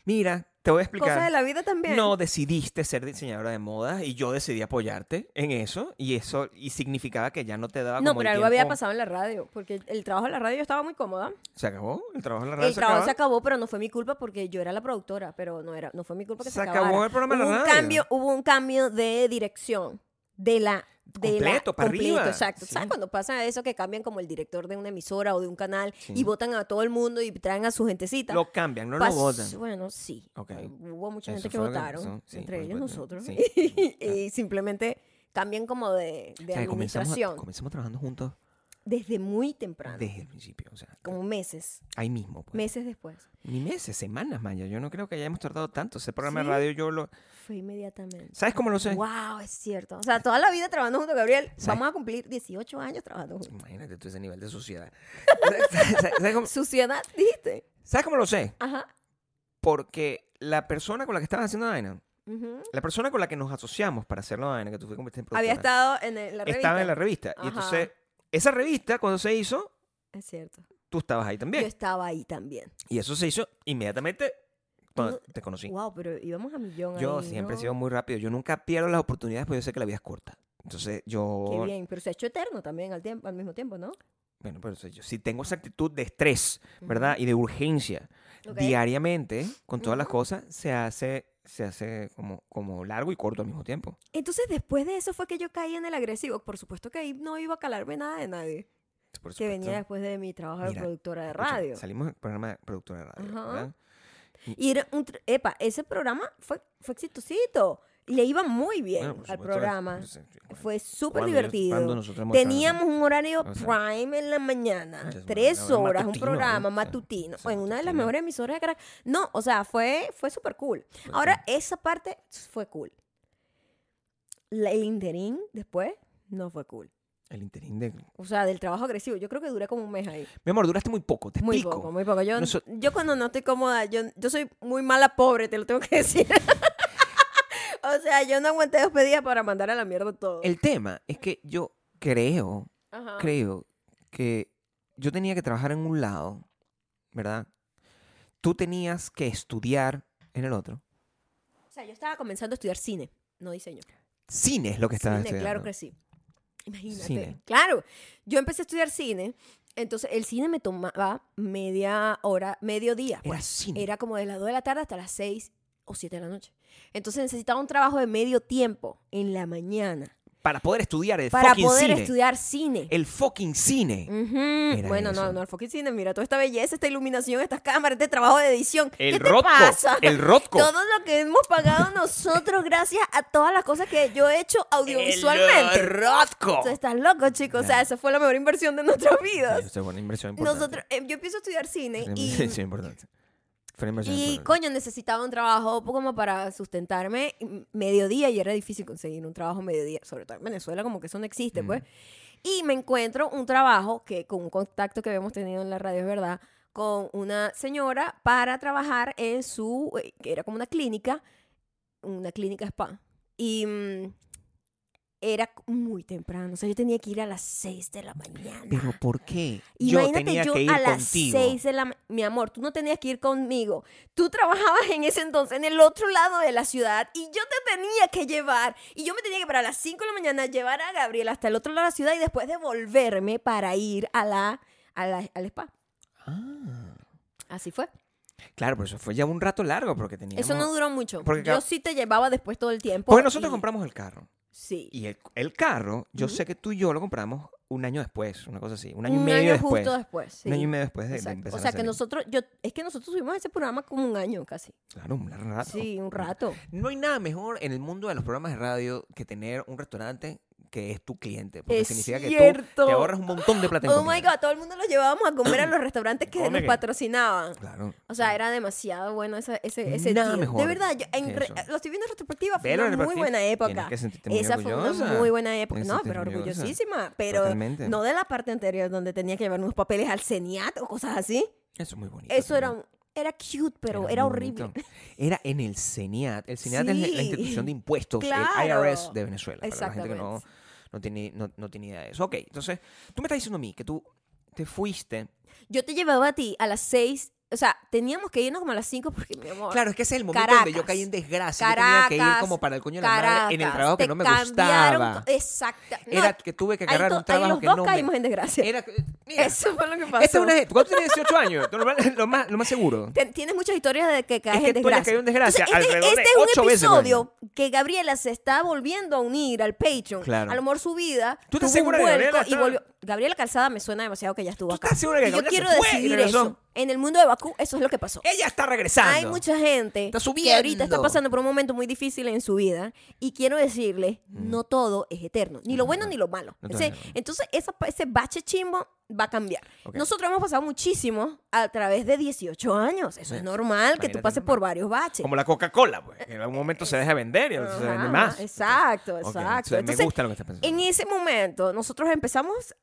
S2: Mira, te voy a explicar.
S1: Cosas de la vida también.
S2: No decidiste ser diseñadora de moda y yo decidí apoyarte en eso y eso y significaba que ya no te daba
S1: No,
S2: como el
S1: pero algo había
S2: tiempo.
S1: pasado en la radio, porque el trabajo en la radio yo estaba muy cómoda.
S2: Se acabó el trabajo en la radio.
S1: El
S2: se
S1: trabajo
S2: acabó?
S1: se acabó, pero no fue mi culpa porque yo era la productora, pero no era, no fue mi culpa que se,
S2: Se acabó
S1: acabara.
S2: el programa en la
S1: hubo un
S2: radio.
S1: cambio, hubo un cambio de dirección de la de
S2: Completo,
S1: la,
S2: para
S1: completo,
S2: arriba.
S1: exacto.
S2: Sí.
S1: ¿Sabes cuando pasa eso que cambian como el director de una emisora o de un canal
S2: Sí.
S1: y votan a todo el mundo y traen a su gentecita?
S2: Lo cambian, no
S1: Pas-
S2: lo votan.
S1: Bueno, sí.
S2: Ok.
S1: Hubo mucha
S2: Eso
S1: gente que
S2: fue lo que
S1: votaron,
S2: pasó. Sí,
S1: entre
S2: por
S1: ellos
S2: supuesto.
S1: nosotros,
S2: Sí.
S1: y simplemente cambian como de, de
S2: O sea, que comenzamos,
S1: administración.
S2: comenzamos trabajando juntos
S1: desde muy temprano,
S2: Desde el principio, o sea,
S1: como meses,
S2: ahí mismo. Pues.
S1: meses después.
S2: Ni meses, semanas, Maya. Yo no creo que hayamos tardado tanto. Ese programa
S1: ¿Sí?
S2: de radio yo lo...
S1: Fue inmediatamente.
S2: ¿Sabes cómo lo sé?
S1: Wow, es cierto. O sea, toda la vida trabajando junto a Gabriel.
S2: ¿Sabes?
S1: Vamos a cumplir 18 años trabajando juntos.
S2: Imagínate tú ese nivel de suciedad. ¿Sabes- sabes- ¿Sabes cómo,
S1: Suciedad, dijiste.
S2: sabes cómo lo sé?
S1: Ajá.
S2: Porque la persona con la que estabas haciendo la vaina,
S1: Ujú.
S2: la persona con la que nos asociamos para hacer la vaina, que tú fuiste convertida en
S1: Había
S2: productora,
S1: estado en el- la revista.
S2: estaba en la revista. Y
S1: Ajá.
S2: entonces, esa revista, cuando se hizo,
S1: Es cierto.
S2: tú estabas ahí
S1: Yo
S2: también.
S1: estaba ahí también.
S2: Y eso se hizo inmediatamente cuando te conocí.
S1: Wow, pero íbamos a millón
S2: Yo
S1: ahí,
S2: siempre he
S1: ¿no?
S2: sido muy rápido. Yo nunca pierdo las oportunidades porque yo sé que la vida es corta. Entonces
S1: Qué
S2: yo...
S1: bien, pero se ha hecho eterno también al, tiempo, al mismo tiempo, ¿no?
S2: Bueno, pero si yo sí tengo esa actitud de estrés, ¿verdad? Y de urgencia.
S1: Ok.
S2: Diariamente, con todas las
S1: Ujú.
S2: cosas, se hace, se hace como, como largo y corto al mismo tiempo.
S1: Entonces, después de eso fue que yo caí en el agresivo. Por supuesto que ahí no iba a calarme nada de nadie.
S2: Por
S1: Que venía
S2: supuesto,
S1: después de mi trabajo
S2: Mira,
S1: de productora de
S2: escucha,
S1: radio.
S2: Salimos del programa de productora de radio,
S1: Ajá.
S2: ¿verdad?
S1: Y era un... tr- Epa, ese programa fue, fue exitosito. Le iba muy bien
S2: Bueno, por
S1: al
S2: supuesto, es-
S1: programa.
S2: es- es- bueno,
S1: Fue súper
S2: cuando yo- cuando
S1: divertido.
S2: nosotros hemos estado en-
S1: Teníamos un horario
S2: o sea,
S1: prime en la mañana,
S2: muchas-
S1: tres
S2: bueno,
S1: horas, un
S2: matutino,
S1: programa
S2: ¿no? Sí,
S1: matutino,
S2: sí,
S1: en una de las
S2: matutino.
S1: mejores emisoras de Caracas. No, o sea, fue, fue súper cool. Ahora, esa parte fue cool. La- el interín después no fue cool.
S2: El interín de... Mi
S1: O sea, del trabajo agresivo, yo creo que duré como un mes ahí.
S2: amor, duraste muy poco, te
S1: Muy
S2: explico.
S1: poco, muy poco. Yo,
S2: Noso-
S1: yo cuando no estoy cómoda, yo, yo soy muy mala pobre, te lo tengo que decir. o sea, yo no aguanté dos pedidas para mandar a la mierda todo.
S2: El tema es que yo creo,
S1: Ajá.
S2: creo que yo tenía que trabajar en un lado, ¿verdad? Tú tenías que estudiar en el otro.
S1: O sea, yo estaba comenzando a estudiar cine, no diseño.
S2: Cine es lo que estabas
S1: Cine,
S2: estudiando.
S1: claro que sí. Imagínate.
S2: Cine.
S1: Claro. Yo empecé a estudiar cine, entonces el cine me tomaba media hora, mediodía.
S2: Era
S1: pues.
S2: cine.
S1: Era como de las 2 de la tarde hasta las 6 o 7 de la noche. Entonces necesitaba un trabajo de medio tiempo en la mañana
S2: Para poder estudiar el
S1: para
S2: fucking
S1: poder
S2: cine.
S1: estudiar Mm. cine.
S2: El fucking cine.
S1: Ujú.
S2: Era
S1: Bueno,
S2: eso.
S1: no, no, el fucking cine, mira toda esta belleza, esta iluminación, estas cámaras, este trabajo de edición. ¿Qué
S2: El
S1: te
S2: Rotco.
S1: pasa?
S2: El Rotco.
S1: Todo lo que hemos pagado nosotros gracias a todas las cosas que yo he hecho audiovisualmente.
S2: El Rotco.
S1: O sea, estás loco, chicos. O sea,
S2: Claro.
S1: esa fue la mejor inversión de nuestras vidas.
S2: Eso es una inversión importante.
S1: Nosotros, eh, yo empiezo a estudiar cine
S2: Fue una
S1: Este, y,
S2: inversión importante. Fue una inversión
S1: y
S2: importante.
S1: coño, necesitaba un trabajo como para sustentarme m- mediodía y era difícil conseguir un trabajo mediodía, sobre todo en Venezuela, como que eso no existe, pues. Y me encuentro un trabajo que con un contacto que habíamos tenido en la radio, es verdad, con una señora para trabajar en su, eh, que era como una clínica, una clínica spa. Y mm, era muy temprano, o sea, yo tenía que ir a las 6 de la mañana.
S2: Pero ¿por qué? yo
S1: Imagínate
S2: tenía
S1: yo
S2: que ir
S1: a las
S2: contigo.
S1: 6 de la ma- Mi amor, tú no tenías que ir conmigo. Tú trabajabas en ese entonces en el otro lado de la ciudad y yo te tenía que llevar. Y yo me tenía que para las 5 de la mañana llevar a Gabriel hasta el otro lado de la ciudad y después devolverme para ir a la, a la- al spa.
S2: Ah.
S1: Así fue.
S2: Claro, pero eso fue ya un rato largo porque teníamos...
S1: Eso no duró mucho.
S2: Porque
S1: yo
S2: ca-
S1: sí te llevaba después todo el tiempo.
S2: Porque nosotros
S1: y-
S2: compramos el carro.
S1: Sí.
S2: Y el, el carro, yo
S1: Ujú.
S2: sé que tú y yo lo compramos un año después, una cosa así. Un año y
S1: Un
S2: medio
S1: año
S2: después.
S1: justo después. sí.
S2: Un año y medio después de, de
S1: Exacto.
S2: empezar
S1: O sea,
S2: a
S1: que
S2: salir.
S1: nosotros, yo, es que nosotros subimos ese programa como un año casi.
S2: Claro, un largo rato.
S1: Sí, un rato.
S2: No hay nada mejor en el mundo de los programas de radio que tener un restaurante que es tu cliente. Porque
S1: Es
S2: significa que tú
S1: cierto.
S2: te ahorras un montón de plata en
S1: Oh my
S2: comida.
S1: god, todo el mundo los llevábamos a comer a los restaurantes que
S2: Come
S1: nos
S2: que-
S1: patrocinaban.
S2: Claro.
S1: O sea, era demasiado bueno ese, ese, ese
S2: Nada
S1: deal.
S2: mejor
S1: De verdad, yo en
S2: que
S1: re- eh,
S2: eso.
S1: lo estoy viendo en retrospectiva, fue
S2: Velo en
S1: una muy
S2: retrospectiva.
S1: buena época.
S2: Tienes que sentirte muy
S1: Esa fue una
S2: orgullosa.
S1: muy buena época.
S2: Tienes que
S1: No,
S2: sentirte
S1: pero
S2: orgullosa.
S1: orgullosísima. Pero
S2: Totalmente.
S1: no de la parte anterior donde tenía que llevar unos papeles al CENIAT o cosas así.
S2: Eso es muy bonito.
S1: Eso era,
S2: también.
S1: un- era cute, pero era,
S2: muy
S1: horrible.
S2: bonito. Era en el CENIAT. El CENIAT es la- la
S1: Sí.
S2: institución de impuestos,
S1: Claro.
S2: el IRS de Venezuela. Para la gente que no,
S1: Exactamente.
S2: no, tiene, no, no tiene idea de eso. Ok, entonces, tú me estás diciendo a mí que tú te fuiste.
S1: Yo te llevaba a ti a las 6. O sea, teníamos que irnos como a las 5 porque, mi amor.
S2: Claro, es que ese es el momento donde yo
S1: Caracas.
S2: caí en desgracia.
S1: Caracas.
S2: yo tenía que ir como para el coño de la madre en el
S1: Caracas,
S2: trabajo que
S1: te
S2: no me
S1: cambiaron
S2: gustaba.
S1: to- Exacta. no,
S2: Era que tuve que
S1: ahí
S2: agarrar
S1: to-
S2: un trabajo
S1: ahí los
S2: que
S1: dos
S2: no
S1: caímos
S2: me...
S1: en desgracia.
S2: Era... que- Mira,
S1: Eso fue lo que pasó.
S2: esta es una... ¿Cuándo tienes 18 años? Lo más, lo más, lo más seguro.
S1: Te- Tienes muchas historias de que caes
S2: Es que
S1: en
S2: tú
S1: desgracia.
S2: hayas caído en desgracia
S1: Entonces, este,
S2: alrededor de
S1: este es un
S2: ocho veces,
S1: episodio que Gabriela se está volviendo a unir al Patreon.
S2: Claro.
S1: A lo mejor su vida
S2: ¿Tú estás
S1: tuvo un
S2: segura de que
S1: vuelco
S2: Gabriela
S1: y
S2: está-
S1: volvió. Gabriela Calzada me suena demasiado que ya estuvo
S2: ¿Tú
S1: acá.
S2: estás segura que
S1: Y yo
S2: Gabriela se
S1: quiero
S2: fue y
S1: decidir
S2: regresó?
S1: eso. En el mundo de Bakú, eso es lo que pasó.
S2: Ella está regresando.
S1: Hay mucha gente
S2: Está
S1: que ahorita está
S2: subiendo.
S1: pasando por un momento muy difícil en su vida y quiero decirle, no todo es eterno, ni lo
S2: Mm. No,
S1: bueno
S2: no,
S1: ni lo malo.
S2: no todo
S1: entonces,
S2: es eterno.
S1: entonces esa pa- ese bache chimbo va a cambiar.
S2: Ok.
S1: Nosotros hemos pasado muchísimo a través de 18 años. Eso es
S2: Sí.
S1: normal que
S2: Imagínate
S1: tú pases
S2: nomás.
S1: por varios baches.
S2: Como la Coca-Cola, pues. que En algún momento se deja vender y ahora se vende
S1: Ajá,
S2: más.
S1: Exacto,
S2: Ok,
S1: exacto.
S2: entonces,
S1: Entonces,
S2: me gusta lo que estás pensando.
S1: en ese momento, nosotros empezamos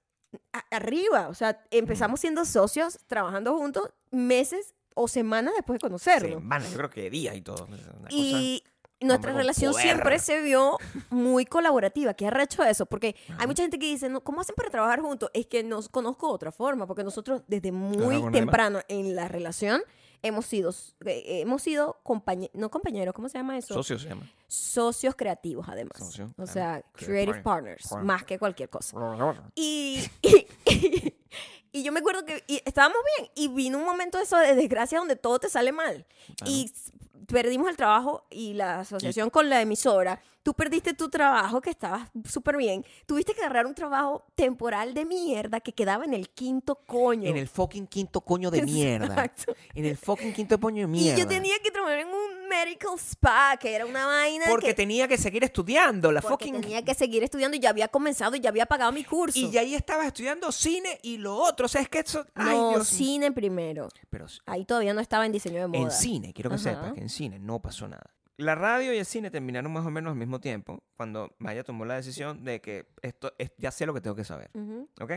S1: a- arriba, o sea, empezamos
S2: Mm.
S1: siendo socios, trabajando juntos meses o semanas después de conocerlo.
S2: Semanas, yo creo que días y todo. pues, Una
S1: Y nuestra
S2: con
S1: relación
S2: poder.
S1: siempre se vio muy colaborativa. Qué arrecho eso, porque hay mucha gente que dice, no, ¿cómo hacen para trabajar juntos? Es que nos conozco de otra forma, porque nosotros desde muy
S2: con nadie más.
S1: temprano en la relación hemos sido, eh, hemos sido compañeros, no compañeros, ¿cómo se llama eso?
S2: cosa. Socio se llama.
S1: Socios creativos, además.
S2: Socio,
S1: o
S2: claro.
S1: sea,
S2: Creative
S1: creative
S2: partner-
S1: partners,
S2: partner.
S1: más que cualquier cosa.
S2: Claro,
S1: Y, y, y yo me acuerdo que y estábamos bien y vino un momento eso de desgracia donde todo te sale mal. Y s- perdimos el trabajo y la asociación con la emisora. Tú perdiste tu trabajo que estabas súper bien. Tuviste que agarrar un trabajo temporal de mierda que quedaba en el quinto coño.
S2: En el fucking quinto coño de mierda.
S1: Exacto.
S2: En el fucking quinto coño de mierda.
S1: Y yo tenía que trabajar en un medical spa, que era una vaina
S2: Porque
S1: que
S2: tenía que seguir estudiando la
S1: porque
S2: fucking...
S1: tenía que seguir estudiando y ya había comenzado y ya había pagado mi curso.
S2: Y ya ahí estabas estudiando cine y lo otro. O sea, es que eso... Ay,
S1: no,
S2: Dios mío.
S1: cine primero.
S2: Pero
S1: Ahí todavía no estaba en diseño de moda.
S2: en cine, quiero que
S1: Ajá.
S2: sepas que en cine no pasó nada. La radio y el cine terminaron más o menos al mismo tiempo cuando Maya tomó la decisión de que esto es- ya sé lo que tengo que saber.
S1: Ujú.
S2: ¿Ok?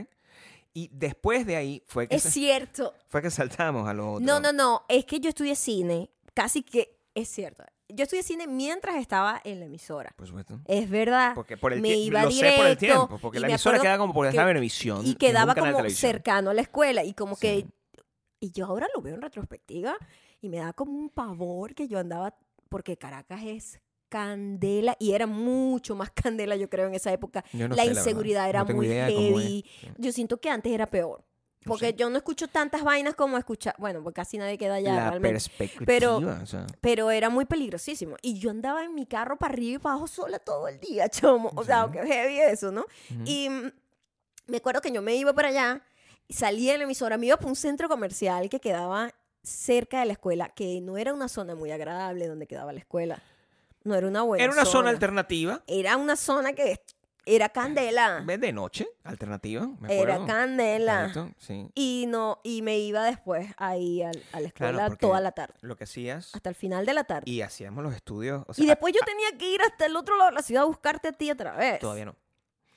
S2: Y después de ahí fue que,
S1: Es
S2: se-
S1: cierto.
S2: fue que saltamos a lo otro.
S1: No, no, no. Es que yo estudié cine. Casi que es cierto. Yo estudié cine mientras estaba en la emisora.
S2: Por supuesto.
S1: Es verdad.
S2: Porque por el
S1: me
S2: tie-
S1: iba
S2: lo
S1: directo.
S2: sé por el tiempo, porque
S1: y
S2: la
S1: me
S2: emisora
S1: acuerdo
S2: quedaba como por
S1: que-
S2: dejar televisión
S1: Y quedaba
S2: ningún canal de
S1: como
S2: televisión.
S1: cercano a la escuela. Y como que.
S2: Sí.
S1: Y yo ahora lo veo en retrospectiva y me da como un pavor que yo andaba. Porque Caracas es candela y era mucho más candela, yo creo, en esa época.
S2: Yo no
S1: la
S2: sé, verdad.
S1: inseguridad era
S2: No tengo
S1: muy
S2: idea de cómo es.
S1: heavy.
S2: Sí.
S1: Yo siento que antes era peor.
S2: No
S1: Porque
S2: sé.
S1: yo no escucho tantas vainas como escuchar. Bueno, pues casi nadie queda allá
S2: la
S1: realmente.
S2: perspectiva.
S1: Pero-
S2: o sea,
S1: Pero era muy peligrosísimo. Y yo andaba en mi carro para arriba y para abajo sola todo el día, chomo. O sea,
S2: Sí.
S1: qué heavy eso, ¿no?
S2: ujú.
S1: Y mm, me acuerdo que yo me iba para allá, salía de la emisora, me iba para un centro comercial que quedaba cerca de la escuela, que no era una zona muy agradable donde quedaba la escuela. No era una buena
S2: Era una zona alternativa.
S1: Era una zona que era candela.
S2: De noche, alternativa. Me
S1: Ah. Era
S2: acuerdo.
S1: candela.
S2: Correcto, Sí.
S1: Y no, y me iba después ahí al- a la escuela
S2: Claro, porque-
S1: toda la tarde,
S2: Lo que hacías
S1: hasta el final de la tarde.
S2: y hacíamos los estudios. O sea,
S1: Ah. Y
S2: ah,
S1: después yo
S2: ah,
S1: tenía que ir hasta el otro lado de la ciudad a buscarte a ti otra vez.
S2: Todavía no.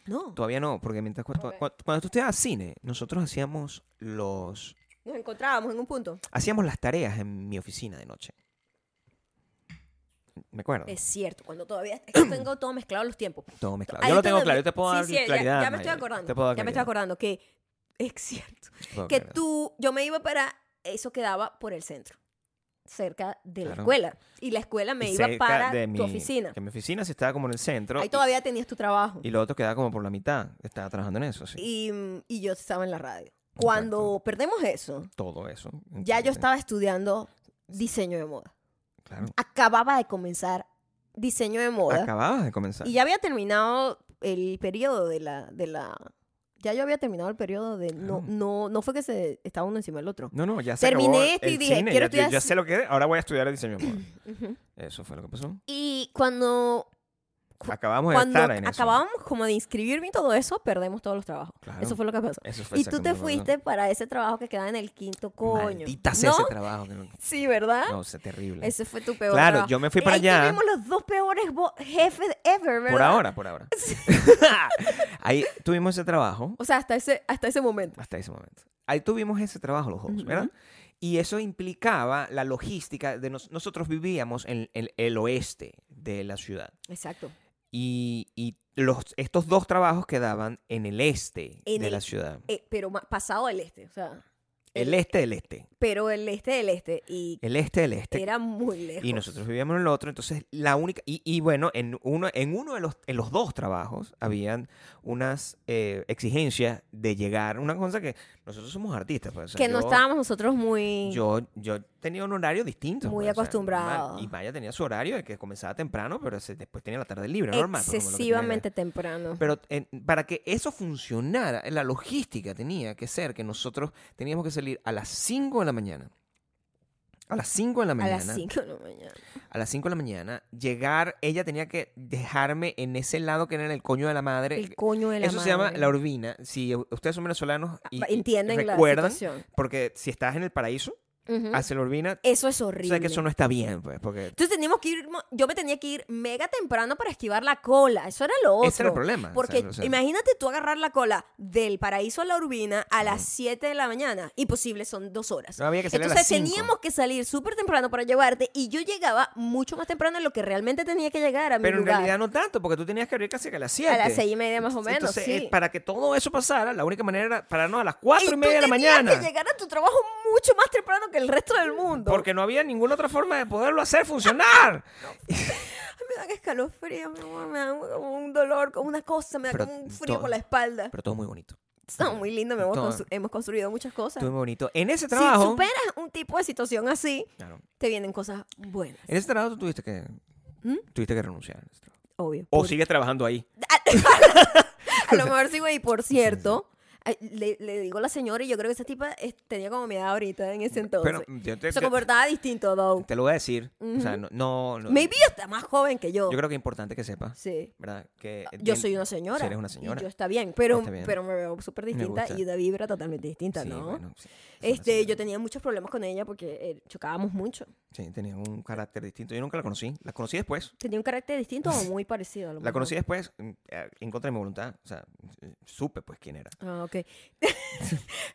S1: No,
S2: Todavía no, porque mientras cu- cu-
S1: Ok.
S2: cuando, cuando tú estudiabas cine, nosotros hacíamos los
S1: nos encontrábamos en un punto.
S2: hacíamos las tareas en mi oficina de noche. Me acuerdo.
S1: Es cierto, cuando todavía es que tengo todo mezclado los tiempos.
S2: Todo mezclado.
S1: Ahí
S2: Yo lo
S1: te
S2: tengo
S1: doy-
S2: claro, yo te puedo
S1: Sí,
S2: dar
S1: sí, ya-
S2: claridad.
S1: Ya, me estoy
S2: Maya,
S1: acordando.
S2: te puedo dar
S1: ya me estoy
S2: claridad,
S1: acordando que es cierto.
S2: te puedo dar
S1: Que
S2: claridad.
S1: tú, yo me iba para, eso quedaba por el centro, cerca de la
S2: Claro.
S1: escuela. Y la escuela me
S2: Y
S1: iba
S2: cerca
S1: para
S2: de
S1: tu
S2: mi-
S1: oficina.
S2: Que mi oficina sí estaba como en el centro.
S1: Ahí
S2: y-
S1: todavía tenías tu trabajo.
S2: Y lo otro quedaba como por la mitad. Estaba trabajando en eso, sí.
S1: y, mm, y yo estaba en la radio. Cuando
S2: Exacto.
S1: perdemos eso,
S2: Todo eso.
S1: ya yo
S2: incluye-
S1: estaba estudiando diseño de moda.
S2: Claro.
S1: Acababa de comenzar diseño de moda.
S2: Acababas de comenzar.
S1: Y ya había terminado el periodo de la, de la... Ya yo había terminado el periodo de... No,
S2: Claro.
S1: no, no fue que se estaba uno encima del otro.
S2: No, no, ya se
S1: Terminé
S2: acabó
S1: esto y
S2: el
S1: dije,
S2: cine,
S1: quiero
S2: ya, yo-
S1: estudiar
S2: ya
S1: ci-
S2: sé lo que es, ahora voy a estudiar el diseño de moda.
S1: Ujú.
S2: Eso fue lo que pasó.
S1: Y cuando, Cu-
S2: Acabamos de
S1: cuando
S2: estar en eso.
S1: acabábamos como de inscribirme y todo eso, perdemos todos los trabajos.
S2: Claro.
S1: Eso fue lo que pasó.
S2: Eso fue
S1: Y tú te
S2: exactamente lo que pasó.
S1: fuiste para ese trabajo que quedaba en el quinto coño.
S2: Maldita sea
S1: ¿No?
S2: ese trabajo. que no-
S1: Sí, ¿verdad?
S2: No, es terrible.
S1: Ese fue tu peor
S2: Claro,
S1: trabajo.
S2: yo me fui para
S1: Ahí
S2: allá.
S1: tenemos los dos peores bo- jefes ever, ¿verdad?
S2: por ahora, por ahora. Ahí tuvimos ese trabajo
S1: O sea, hasta ese, hasta ese momento.
S2: hasta ese momento. Ahí tuvimos ese trabajo los dos, ¿verdad? Y eso implicaba la logística de nos- nosotros vivíamos en, en el oeste de la ciudad.
S1: Exacto.
S2: Y, y los, estos dos trabajos quedaban en el este
S1: En
S2: de
S1: el-
S2: la ciudad.
S1: Eh, pero ma- pasado del este, o sea.
S2: El este del este.
S1: Pero el este del este. Y
S2: El este del este.
S1: era muy lejos.
S2: Y nosotros vivíamos en el otro, entonces la única, y, y bueno, en uno, en uno de los, en los dos trabajos habían unas eh, exigencias de llegar, una cosa que nosotros somos artistas. pues, o sea,
S1: Que no
S2: yo-
S1: estábamos nosotros muy.
S2: Yo, yo tenía un horario distinto.
S1: Muy
S2: pues, o sea,
S1: acostumbrado.
S2: normal. y Maya tenía su horario de que comenzaba temprano, pero se- después tenía la tarde libre, normal. pues, como lo que tiene Maya.
S1: Excesivamente temprano.
S2: Pero eh, para que eso funcionara, la logística tenía que ser que nosotros teníamos que salir a las 5 de la mañana. A las 5 de la
S1: a
S2: mañana.
S1: las 5 de la mañana.
S2: a las 5 de la mañana. Llegar, ella tenía que dejarme en ese lado que era en el coño de la madre.
S1: El coño de la Ah,
S2: eso se llama la urbina. Si u- ustedes son venezolanos y, y
S1: Entienden la
S2: recuerdan,
S1: situación. porque
S2: porque si estás en el paraíso, hace la urbina,
S1: Eso es
S2: o
S1: horrible.
S2: sea que eso no está bien, pues, porque
S1: Entonces teníamos que ir, yo me tenía que ir mega temprano para esquivar la cola. Eso era lo otro.
S2: ese era el problema. o sea,
S1: Porque
S2: o sea,
S1: imagínate tú agarrar la cola del paraíso a la urbina a las
S2: Ujú.
S1: 7 de la mañana. Imposible, son dos horas.
S2: no había que salir a
S1: Entonces
S2: las 5.
S1: teníamos que salir súper temprano para llevarte y yo llegaba mucho más temprano de lo que realmente tenía que llegar a mi
S2: Pero en
S1: lugar.
S2: realidad no tanto, porque tú tenías que abrir casi que a las 7.
S1: a las seis y media más o menos,
S2: Entonces,
S1: sí.
S2: eh, para que todo eso pasara, la única manera era pararnos a las 4 y, media de la
S1: tú tenías
S2: mañana.
S1: que llegar a tu trabajo mucho más temprano que el resto del mundo.
S2: Porque no había ninguna otra forma de poderlo hacer funcionar.
S1: Ay, me dan escalofrío, mi amor, me da como un dolor, como una cosa, me da
S2: Pero
S1: como un frío
S2: todo-
S1: por la espalda.
S2: Pero todo muy bonito.
S1: Está muy lindo, mi amor,
S2: todo-
S1: constru- hemos construido muchas cosas.
S2: Todo muy bonito. En ese
S1: Si
S2: trabajo.
S1: superas un tipo de situación así,
S2: Claro.
S1: te vienen cosas buenas,
S2: En ese trabajo tú tuviste que.
S1: ¿Mm?
S2: Tuviste que renunciar. en ese trabajo.
S1: obvio.
S2: O
S1: Por-
S2: sigues trabajando ahí.
S1: A lo mejor sí, güey. Y por cierto, ay, le, le digo a la señora, y yo creo que esa tipa eh, tenía como mi edad ahorita en ese entonces.
S2: Pero yo te,
S1: Se
S2: te-
S1: comportaba distinto, though.
S2: te lo voy a decir. O sea,
S1: Ujú.
S2: no. no, no-
S1: Maybe está más joven que yo.
S2: Yo creo que es importante que sepas.
S1: Sí.
S2: ¿Verdad? Que
S1: Ah, Yo
S2: tien-
S1: soy una señora.
S2: si eres una
S1: y
S2: señora.
S1: yo está bien, pero,
S2: Está bien.
S1: pero me veo súper distinta
S2: gusta.
S1: y una vibra totalmente distinta,
S2: Sí,
S1: ¿no?
S2: bueno, sí, es una
S1: este,
S2: señora.
S1: yo tenía muchos problemas con ella porque eh, chocábamos mucho.
S2: Sí, tenía un carácter distinto. Yo nunca la conocí. La conocí después.
S1: Tenía un carácter distinto o muy parecido a lo
S2: La
S1: mejor.
S2: conocí después mm, eh, en contra de mi voluntad. O sea, eh, supe pues quién era.
S1: Ah, ok.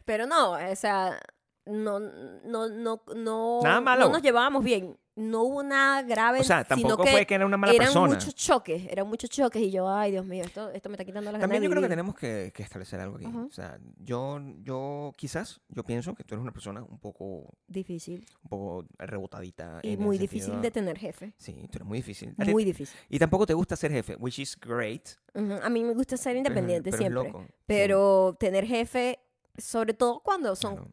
S1: pero no, o sea, no, no, no, no,
S2: Nada malo.
S1: no nos llevábamos bien. No hubo nada grave,
S2: O sea,
S1: Pues, sino
S2: tampoco
S1: que
S2: fue que era una mala
S1: eran
S2: persona.
S1: muchos choques, eran muchos choques y yo, ay Dios mío, esto, esto me está quitando las
S2: También yo
S1: ganas de
S2: creo que
S1: vivir".
S2: tenemos que, que establecer algo aquí.
S1: Ajá.
S2: O sea, yo, yo quizás, yo pienso que tú eres una persona un poco,
S1: Difícil
S2: un poco rebotadita.
S1: y
S2: en el
S1: muy
S2: sentido-
S1: difícil de tener jefe.
S2: Sí, tú eres muy difícil. A ti-
S1: Muy difícil.
S2: Y tampoco te gusta ser jefe, which is great.
S1: Ujú, A mí me gusta ser
S2: pero-
S1: independiente
S2: pero es
S1: siempre.
S2: loco, sí,
S1: Pero tener jefe, sobre todo cuando son
S2: claro.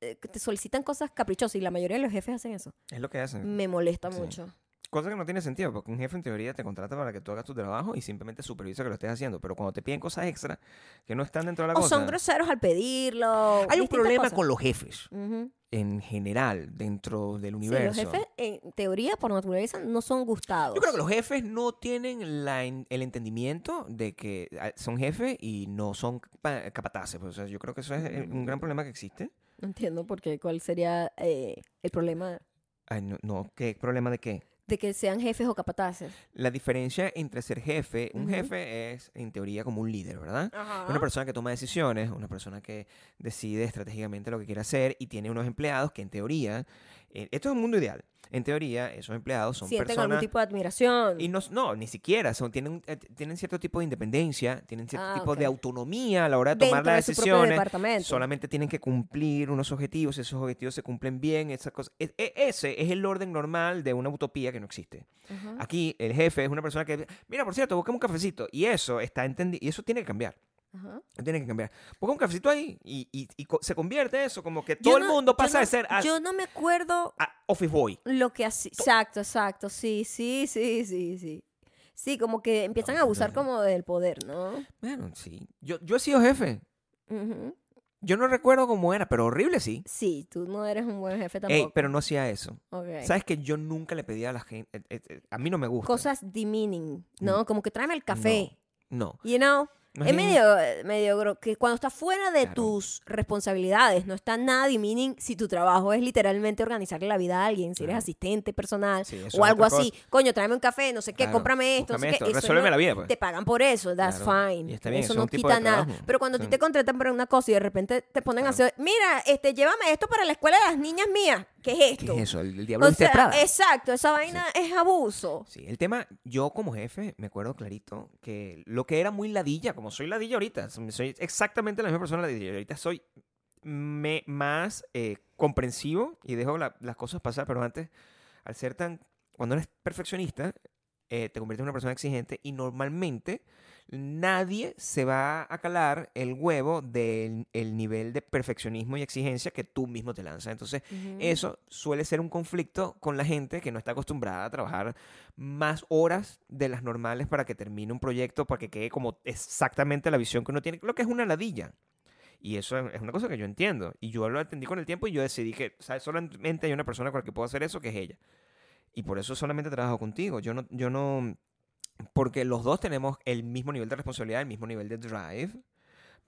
S1: eh, que te solicitan cosas caprichosas y la mayoría de los jefes hacen eso.
S2: Es lo que hacen.
S1: Me molesta
S2: Mm. Sí.
S1: mucho.
S2: Cosa que no tiene sentido, porque un jefe en teoría te contrata para que tú hagas tu trabajo y simplemente supervisa que lo estés haciendo. Pero cuando te piden cosas extra que no están dentro de la
S1: O
S2: cosa.
S1: son groseros al pedirlo.
S2: hay un
S1: distintas
S2: problema
S1: cosas.
S2: con los jefes
S1: Ujú.
S2: en general dentro del
S1: Sí,
S2: universo.
S1: los jefes, en teoría, por naturaleza, no son gustados.
S2: Yo creo que los jefes no tienen la en- el entendimiento de que ah, son jefes y no son capa- capataces. Pues, o sea, yo creo que eso es eh, un gran problema que existe.
S1: No entiendo por qué, cuál sería eh, el problema
S2: Ay, no, no, ¿qué problema de qué?
S1: de que sean jefes o capataces.
S2: La diferencia entre ser jefe, un
S1: Ujú.
S2: jefe es en teoría como un líder, ¿verdad?
S1: Ajá.
S2: Una persona que toma decisiones, una persona que decide estratégicamente lo que quiere hacer y tiene unos empleados que en teoría, eh, esto es un mundo ideal, en teoría esos empleados son
S1: Sienten algún
S2: personas
S1: tipo de admiración.
S2: Y no, no, ni siquiera. Son, tienen, eh, tienen cierto tipo de independencia, tienen cierto
S1: Ah,
S2: tipo
S1: ok.
S2: de autonomía a la hora de
S1: dentro
S2: tomar las
S1: de su propio
S2: decisiones.
S1: departamento.
S2: Solamente tienen que cumplir unos objetivos, esos objetivos se cumplen bien, esas cosas. E- e- ese es el orden normal de una utopía que no existe.
S1: Ajá.
S2: Aquí el jefe es una persona que, mira, por cierto, busca un cafecito. Y eso está entendido, y eso tiene que cambiar.
S1: Ajá.
S2: Tiene que cambiar. Busca un cafecito ahí y, y- y co- se convierte eso, como que
S1: Yo
S2: todo el
S1: no-
S2: mundo
S1: yo
S2: pasa
S1: no-
S2: de ser a-
S1: Yo no me acuerdo
S2: a office boy.
S1: Lo que así. Exacto, exacto. Sí, sí, sí, sí, sí. Sí, como que empiezan a abusar como del poder, ¿no?
S2: Bueno, sí. Yo, yo he sido jefe.
S1: Ujú.
S2: Yo no recuerdo cómo era, pero horrible sí.
S1: Sí, tú no eres un buen jefe
S2: Ey,
S1: tampoco.
S2: pero no hacía eso.
S1: Ok.
S2: ¿Sabes que yo nunca le pedía a la gente? eh, eh, eh, a mí no me gusta.
S1: Cosas demeaning, ¿no? Como que tráeme el café.
S2: Mm. No.
S1: You know?
S2: no
S1: es
S2: ni-
S1: medio, eh, medio gro- que cuando estás fuera de
S2: Claro.
S1: tus responsabilidades, no está nada demeaning si tu trabajo es literalmente organizarle la vida a alguien, si eres
S2: Claro.
S1: asistente personal
S2: Sí, eso es
S1: o algo
S2: otra
S1: así. Coño, tráeme un café, no sé qué,
S2: Claro.
S1: cómprame esto, no sé
S2: Búscame
S1: qué.
S2: esto,
S1: Eso es
S2: resuélveme
S1: lo-
S2: la vida, pues.
S1: Te pagan por eso, that's
S2: Claro.
S1: fine.
S2: Y está bien,
S1: eso
S2: eso es
S1: no
S2: un tipo
S1: quita
S2: de
S1: nada.
S2: trabajo.
S1: Pero cuando a ti
S2: Sí.
S1: te contratan para una cosa y de repente te ponen a hacer, mira, este, llévame esto para la escuela de las niñas mías. ¿Qué es
S2: ¿Qué
S1: esto?
S2: es eso? ¿El, el diablo
S1: O
S2: viste
S1: sea,
S2: a Prada?
S1: exacto, esa vaina es abuso.
S2: Sí, el tema, yo como jefe, me acuerdo clarito que lo que era muy ladilla, como soy ladilla ahorita, soy soy exactamente la misma persona ladilla. Ahorita soy me, más eh, comprensivo y dejo la- las cosas pasar, pero antes, al ser tan. Cuando eres perfeccionista, eh, te conviertes en una persona exigente y normalmente nadie se va a calar el huevo del el nivel de perfeccionismo y exigencia que tú mismo te lanzas. Entonces,
S1: Ujú.
S2: eso suele ser un conflicto con la gente que no está acostumbrada a trabajar más horas de las normales para que termine un proyecto, para que quede como exactamente la visión que uno tiene, lo que es una ladilla. Y eso es es una cosa que yo entiendo. Y yo lo entendí con el tiempo y yo decidí que ¿sabes? solamente hay una persona con la que puedo hacer eso, que es ella. Y por eso solamente trabajo contigo. Yo no, yo no, porque los dos tenemos el mismo nivel de responsabilidad, el mismo nivel de drive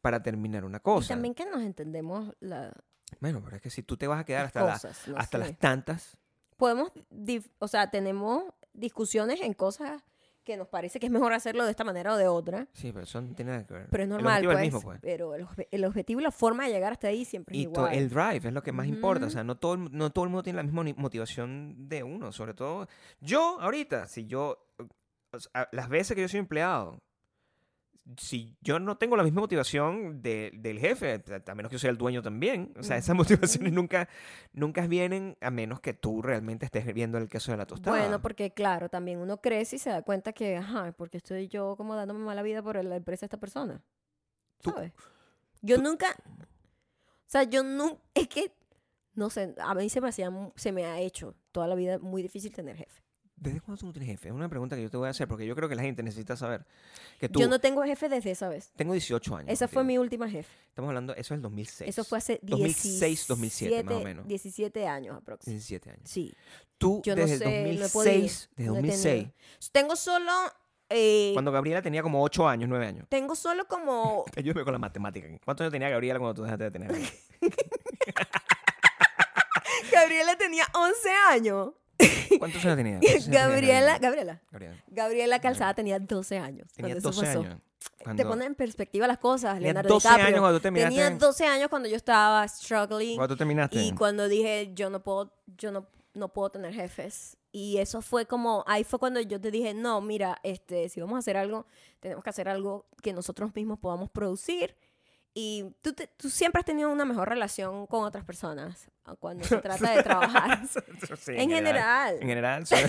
S2: para terminar una
S1: Y
S2: cosa.
S1: también que nos entendemos la-
S2: Bueno, pero es que si tú te vas a quedar
S1: las
S2: hasta, la-
S1: cosas. no
S2: hasta
S1: sé.
S2: las tantas,
S1: Podemos, dif- o sea, tenemos discusiones en cosas que nos parece que es mejor hacerlo de esta manera o de otra.
S2: Sí, pero eso no tiene nada que ver.
S1: Pero es
S2: El
S1: normal,
S2: objetivo
S1: pues,
S2: es el mismo, pues.
S1: Pero el, obje- el objetivo y la forma de llegar hasta ahí siempre es
S2: Y to-
S1: igual.
S2: el drive es lo que más importa. O
S1: Ujú.
S2: sea, no todo, el, mu- no todo el mundo tiene la misma ni- motivación de uno. Sobre todo, yo ahorita, si yo, o sea, las veces que yo soy empleado, si yo no tengo la misma motivación de- del jefe, a a menos que yo sea el dueño también, o sea, esas motivaciones nunca, nunca vienen a menos que tú realmente estés viendo el queso de la tostada.
S1: Bueno, porque claro, también uno crece y se da cuenta que, ajá, porque estoy yo como dándome mala vida por la empresa de esta persona.
S2: Tú-
S1: ¿Sabes? Yo nunca. O sea, yo nunca. Es que. No sé, a mí se me, hacía, mu- se me ha hecho toda la vida muy difícil tener jefe.
S2: ¿Desde cuándo tú no tienes jefe? Es una pregunta que yo te voy a hacer porque yo creo que la gente necesita saber que tú...
S1: Yo no tengo jefe desde esa vez.
S2: Tengo 18 años.
S1: Esa fue
S2: contigo.
S1: mi última jefe.
S2: Estamos hablando, eso es el 2006.
S1: Eso fue hace
S2: 2006, 2007, más o
S1: 17
S2: menos.
S1: 17 años aproximadamente.
S2: 17 años.
S1: Sí.
S2: Tú
S1: Yo no
S2: desde
S1: sé, no
S2: el
S1: he
S2: 2006,
S1: podido, no
S2: desde
S1: he
S2: 2006,
S1: tenido. Tengo solo. eh,
S2: cuando Gabriela tenía como 8 años, 9 años.
S1: Tengo solo como
S2: Ayúdame con la matemática. ¿Cuántos años tenía Gabriela cuando tú dejaste de tener?
S1: Gabriela tenía 11 años.
S2: ¿Cuántos años tenía? ¿Cuántos años tenía
S1: Gabriela, Gabriela.
S2: Gabriela
S1: Gabriela Calzada tenía 12 años.
S2: tenía
S1: cuando eso
S2: 12
S1: pasó.
S2: años.
S1: Te
S2: cuando-
S1: pone en perspectiva las cosas,
S2: Tenía
S1: Leonardo
S2: 12
S1: DiCaprio.
S2: años cuando tú terminaste.
S1: Tenía 12 años cuando yo estaba struggling
S2: cuando tú terminaste.
S1: y cuando dije, yo no puedo, yo no, no puedo tener jefes. Y eso fue como, ahí fue cuando yo te dije, no, mira, este, si vamos a hacer algo, tenemos que hacer algo que nosotros mismos podamos producir. Y tú, te- tú siempre has tenido una mejor relación con otras personas ah, cuando se trata de trabajar.
S2: Sí,
S1: en general.
S2: En general, soy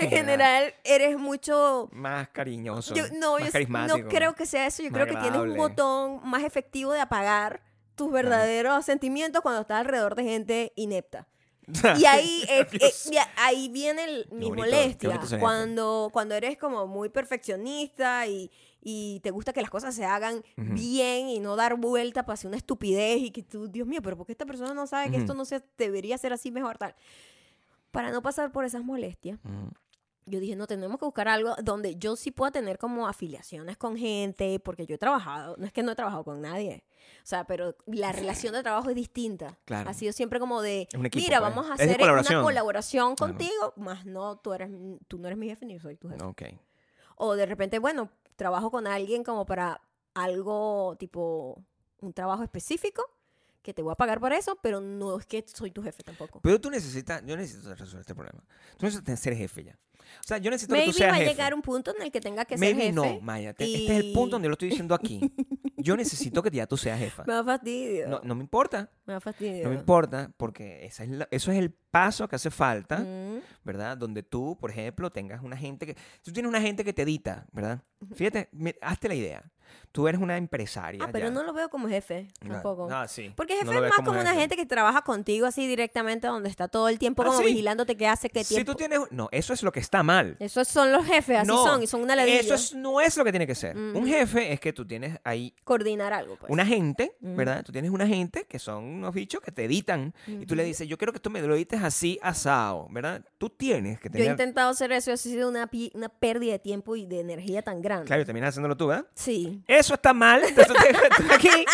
S1: en general eres mucho
S2: más cariñoso.
S1: yo, no,
S2: más
S1: yo s-
S2: carismático.
S1: no creo que sea eso yo
S2: más
S1: creo que tienes un
S2: agradable.
S1: botón más efectivo de apagar tus verdaderos sentimientos cuando estás alrededor de gente inepta y ahí eh, es- es- y a- ahí viene el- mi
S2: bonito, qué
S1: molestia
S2: bonito ser jefe.
S1: cuando cuando eres como muy perfeccionista y y te gusta que las cosas se hagan bien y no dar vuelta para hacer una estupidez y que tú, Dios mío, pero ¿por qué esta persona no sabe que
S2: Ujú.
S1: esto no se debería ser así mejor tal? Para no pasar por esas molestias,
S2: Mm.
S1: yo dije, no, tenemos que buscar algo donde yo sí pueda tener como afiliaciones con gente, porque yo he trabajado, no es que no he trabajado con nadie, o sea, pero la relación de trabajo es distinta.
S2: Claro.
S1: Ha sido siempre como de,
S2: Es un equipo,
S1: mira,
S2: pues.
S1: vamos a
S2: Es de
S1: hacer
S2: colaboración.
S1: una colaboración
S2: Claro.
S1: contigo, más no, tú, eres, tú no eres mi jefe ni yo soy tu jefe.
S2: Ok.
S1: O de repente, bueno, trabajo con alguien como para algo tipo, un trabajo específico, que te voy a pagar por eso, pero no es que soy tu jefe tampoco.
S2: Pero tú necesitas, yo necesito resolver este problema. Tú necesitas ser jefe ya. O sea, yo necesito que
S1: Maybe
S2: tú seas
S1: va a
S2: jefe.
S1: llegar un punto en el que tenga que
S2: Maybe
S1: ser jefe.
S2: no, Maya. te- Este es el punto donde yo lo estoy diciendo aquí. Yo necesito que ya tú seas jefa.
S1: Me da fastidio.
S2: No, no me importa,
S1: Me da fastidio.
S2: no me importa, porque esa es la- eso es el paso que hace falta,
S1: Mm.
S2: ¿verdad? Donde tú, por ejemplo, tengas una gente que... Tú tienes una gente que te edita, ¿verdad? Fíjate, mi- hazte la idea. Tú eres una empresaria.
S1: Ah, pero
S2: ya.
S1: no lo veo como jefe
S2: No,
S1: tampoco.
S2: no, sí.
S1: Porque
S2: No
S1: jefe
S2: lo
S1: es
S2: ves
S1: más como, una
S2: jefe.
S1: gente que trabaja contigo así directamente, donde está todo el tiempo
S2: Ah,
S1: como
S2: sí.
S1: vigilándote qué hace, qué
S2: Si
S1: tiempo.
S2: tú tienes... No, eso es lo que está mal.
S1: Esos son los jefes, así
S2: No,
S1: son, y son una ladilla.
S2: Eso es- no es lo que tiene que ser. Un
S1: Ujú.
S2: jefe es que tú tienes ahí
S1: Coordinar algo, pues.
S2: una gente, ¿verdad?
S1: Ujú.
S2: Tú tienes una gente que son unos bichos que te editan y tú le
S1: Ujú.
S2: dices, yo quiero que esto me lo edites así, asado, ¿verdad? Tú tienes que
S1: Yo he
S2: tener...
S1: intentado hacer eso y ha sido una, pi- una pérdida de tiempo y de energía tan grande.
S2: Claro, y terminas haciéndolo tú, ¿verdad?
S1: Sí.
S2: Eso está mal. entonces estoy, estoy aquí.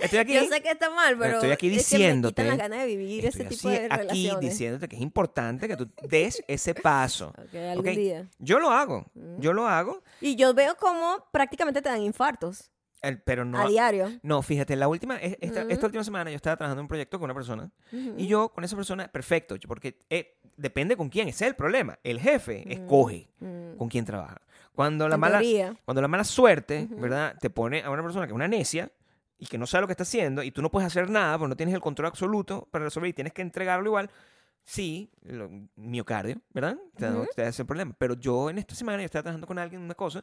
S2: Estoy aquí.
S1: Yo sé que está mal, pero
S2: estoy aquí
S1: es que me quitan
S2: diciéndote,
S1: las ganas de vivir
S2: estoy
S1: ese tipo
S2: así-
S1: de
S2: aquí
S1: relaciones.
S2: diciéndote que es importante que tú des ese paso.
S1: Ok, algún
S2: Ok.
S1: día.
S2: Yo lo hago,
S1: Mm.
S2: yo lo hago,
S1: Y yo veo como prácticamente te dan infartos
S2: el- pero no...
S1: a Mm. diario.
S2: No, fíjate, la última, es- esta,
S1: Ujú.
S2: esta última semana yo estaba trabajando en un proyecto con una persona
S1: Ujú.
S2: Y yo con esa persona, perfecto, yo- porque eh, depende con quién, ese es el problema. El jefe escoge
S1: Mm.
S2: con quién trabaja. Cuando la,
S1: En
S2: mala,
S1: teoría.
S2: cuando la mala suerte, ¿verdad? Te pone a una persona que es una necia y pues que no sabe lo que está haciendo y tú no puedes hacer nada porque no tienes el control absoluto para resolver y tienes que entregarlo igual. sí, lo- miocardio, ¿verdad? Te, da-
S1: Ujú.
S2: te hace el problema. Pero yo en esta semana yo estaba trabajando con alguien una cosa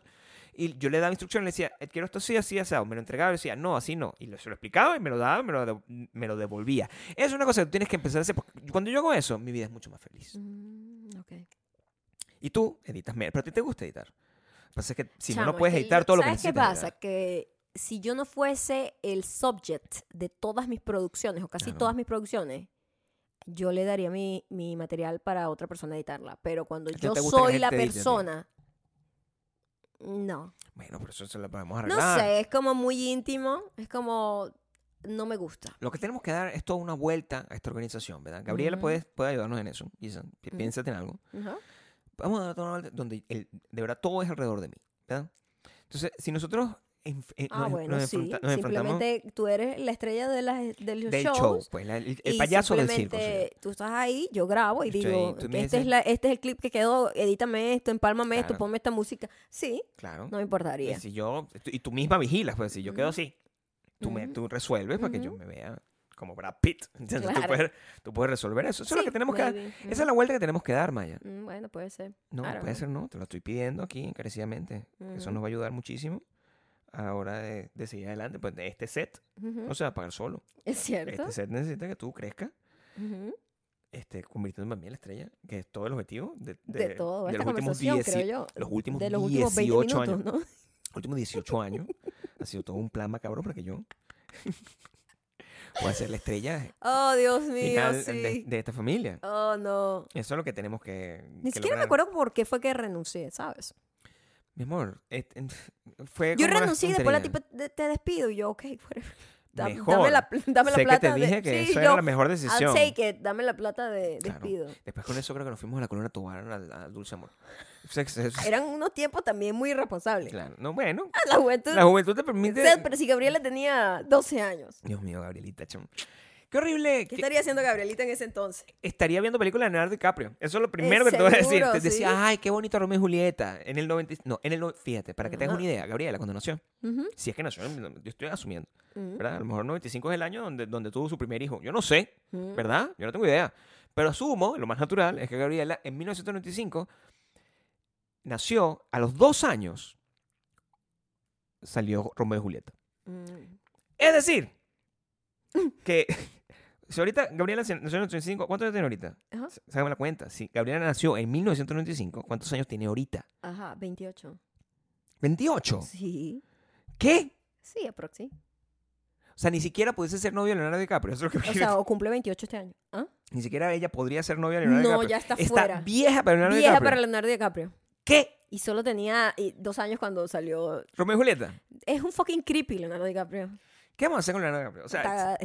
S2: y yo le daba instrucciones, le decía, "Eh, quiero esto así, así, asado. Me lo entregaba y decía, no, así no. Y lo- se lo explicaba y me lo daba y me lo, de- me lo devolvía. Es una cosa que tú tienes que empezar a hacer. Porque cuando yo hago eso, mi vida es mucho más feliz.
S1: Mm, ok.
S2: Y tú editas menos. Pero a ti te gusta editar. Lo que pasa es que si no,
S1: Chamo,
S2: no
S1: es
S2: puedes
S1: que
S2: editar
S1: yo-
S2: todo lo que
S1: ¿Sabes qué
S2: necesitas
S1: pasa?
S2: editar.
S1: Que si yo no fuese el subject de todas mis producciones, o casi
S2: Claro.
S1: todas mis producciones, yo le daría mi, mi material para otra persona editarla. Pero cuando
S2: ¿A ti no
S1: yo
S2: te gusta que la
S1: soy la
S2: gente edite a ti?
S1: persona, no.
S2: Bueno, pero eso se lo podemos
S1: No
S2: arreglar.
S1: sé, es como muy íntimo, es como no me gusta.
S2: Lo que tenemos que dar es toda una vuelta a esta organización, ¿verdad? Gabriela
S1: Ujú. Mm.
S2: puede, puede ayudarnos en eso. Jason. Pi- Piénsate en algo.
S1: Ajá.
S2: vamos a dar toda una vuelta donde el- de verdad todo es alrededor de mí. ¿verdad? Entonces, si nosotros enf- eh,
S1: Ah,
S2: nos,
S1: bueno,
S2: nos
S1: sí.
S2: enfrenta- nos enfrentamos
S1: Simplemente tú eres la estrella de, las, de los
S2: del
S1: shows.
S2: show, pues, la- el, el
S1: y
S2: payaso del circo.
S1: simplemente
S2: soy yo.
S1: Tú estás ahí, yo grabo y
S2: Yo estoy ahí,
S1: digo,
S2: tú me
S1: que este,
S2: dices-
S1: es la- este es el clip que quedó, edítame esto, empálmame esto,
S2: Claro. Pues
S1: ponme esta música. Sí,
S2: Claro.
S1: no me
S2: y,
S1: importaría.
S2: si yo, y tú misma vigilas, pues si yo quedo
S1: Ujú.
S2: así, tú, me,
S1: Ujú.
S2: tú resuelves para que yo
S1: Ujú.
S2: me vea como Brad Pitt. Entonces, tú,
S1: Claro.
S2: puedes, tú puedes resolver eso. Eso es lo que tenemos que dar. Esa es la vuelta que tenemos que dar, Maya.
S1: Mm, bueno, puede ser.
S2: No,
S1: I don't
S2: puede
S1: know.
S2: ser, no. Te lo estoy pidiendo aquí encarecidamente. Eso
S1: Ujú.
S2: nos va a ayudar muchísimo a la hora de, de seguir adelante. Pues de este set
S1: Ujú.
S2: no se va a pagar solo.
S1: Es cierto.
S2: Este set necesita que tú crezcas,
S1: Ujú.
S2: este, convirtiéndome a mí en la estrella, que es todo el objetivo de,
S1: De,
S2: de-
S1: todo,
S2: de
S1: esta
S2: los últimos
S1: conversación,
S2: 10
S1: creo yo.
S2: los últimos
S1: de los últimos 20
S2: 18
S1: minutos,
S2: años.
S1: ¿no?
S2: últimos 18 años. ha sido todo un plan macabro para que yo pueda ser la estrella
S1: Oh, Dios mío,
S2: final
S1: sí.
S2: de, de esta familia.
S1: Oh, no.
S2: Eso es lo que tenemos que.
S1: Ni
S2: que
S1: siquiera me
S2: lograr.
S1: acuerdo por qué fue que renuncié, ¿sabes?
S2: Mi amor, et- en- fue.
S1: Yo
S2: como una
S1: renuncié y después la
S2: tontería.
S1: tipa te, te despido. Y yo, ok, whatever. Da- Dame
S2: Mejor.
S1: la, pl- dame la
S2: sé
S1: plata.
S2: que te dije
S1: de...
S2: que
S1: sí,
S2: eso
S1: yo,
S2: era la mejor
S1: I'll
S2: decisión.
S1: take it. Dame la plata de
S2: Claro.
S1: despido.
S2: Después con eso creo que nos fuimos a la colonia Tobar, al al Dulce Amor. O sea, que-
S1: Eran unos tiempos también muy irresponsables.
S2: claro. No, bueno,
S1: La juventud.
S2: la juventud te
S1: o
S2: permite.
S1: sea, pero si Gabriela tenía 12 años,
S2: Dios mío, Gabrielita, chum. Qué horrible.
S1: ¿qué
S2: que
S1: estaría haciendo Gabrielita en ese entonces?
S2: estaría viendo películas de Leonardo DiCaprio. Eso es lo primero que te voy a decir.
S1: seguro,
S2: Te decía,
S1: sí.
S2: ay, qué bonito Romeo y Julieta. En el 90. y- No, en el. no- Fíjate, para que te hagas una
S1: Ajá.
S2: idea, Gabriela, cuando nació.
S1: Ujú,
S2: Si es que nació, en- yo estoy asumiendo.
S1: ujú,
S2: ¿Verdad? A lo mejor 95 es el año donde, donde tuvo su primer hijo. Yo no sé,
S1: ujú.
S2: ¿verdad? Yo no tengo idea. Pero asumo, lo más natural, es que Gabriela en 1995 nació a los dos años. Salió Romeo y Julieta.
S1: Mm.
S2: Es decir, que si ahorita Gabriela nació en 1995, ¿cuántos años tiene ahorita?
S1: Ajá.
S2: S- Sácame la cuenta. Si Gabriela nació en 1995, ¿cuántos años tiene ahorita?
S1: Ajá, 28.
S2: ¿28?
S1: Sí,
S2: ¿Qué?
S1: sí, aproxi.
S2: O sea, ni siquiera pudiese ser novia de Leonardo DiCaprio. Eso es lo que
S1: O sea, o cumple 28 este año. ¿Ah?
S2: Ni siquiera ella podría ser novia de Leonardo
S1: No,
S2: DiCaprio.
S1: ya está
S2: Está
S1: fuera.
S2: vieja para Leonardo
S1: Vieja
S2: DiCaprio.
S1: para Leonardo DiCaprio.
S2: ¿Qué?
S1: Y solo tenía eh, dos años cuando salió.
S2: Romeo y Julieta.
S1: Es un fucking creepy Leonardo DiCaprio.
S2: ¿Qué vamos a hacer con Leonardo DiCaprio? O sea,
S1: está,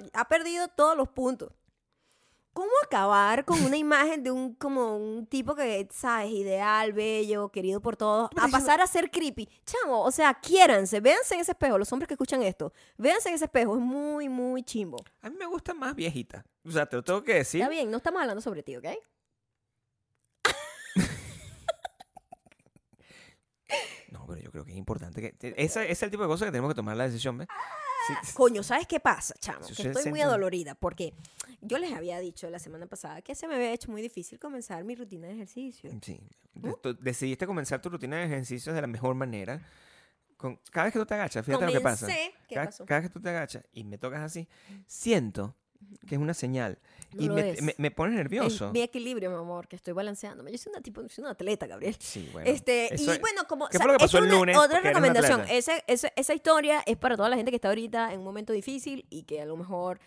S1: está- ha perdido todos los puntos. ¿Cómo acabar con una imagen de un como un tipo que sabes ideal, bello, querido por todos,
S2: me
S1: a
S2: estás
S1: pasar a ser creepy? Chamo, o sea, quiéranse, véanse en ese espejo, los hombres que escuchan esto, véanse en ese espejo, es muy, muy chimbo.
S2: a mí me gusta más viejita. O sea, te lo tengo que decir.
S1: Está bien, no estamos hablando sobre ti, ¿ok?
S2: No, pero yo creo que es importante que... Ese ese es el tipo de cosas que tenemos que tomar la decisión, ¿ves? Sí, sí,
S1: Coño, ¿sabes qué pasa, chamo?
S2: Sí,
S1: Que
S2: sí,
S1: estoy muy
S2: siéntame.
S1: adolorida porque yo les había dicho la semana pasada que se me había hecho muy difícil comenzar mi rutina de ejercicio.
S2: Sí. De- tú Decidiste comenzar tu rutina de ejercicios de la mejor manera. Con, cada vez que tú te agachas, fíjate lo que pasa.
S1: Comencé- ¿Qué
S2: cada,
S1: pasó?
S2: cada vez que tú te agachas y me tocas así, siento que es una señal.
S1: No
S2: y
S1: lo
S2: me,
S1: es.
S2: me- me pones
S1: Es
S2: nervioso.
S1: mi equilibrio, mi amor, que estoy balanceándome. Yo soy una tipo, soy una atleta, Gabriel.
S2: Sí, bueno.
S1: este,
S2: eso
S1: y
S2: es-
S1: bueno, como
S2: ¿Qué fue lo que pasó
S1: es
S2: el
S1: una-
S2: lunes?
S1: otra
S2: Porque eres una
S1: recomendación.
S2: atleta.
S1: Ese, ese- esa historia es para toda la gente que está ahorita en un momento difícil y que a lo mejor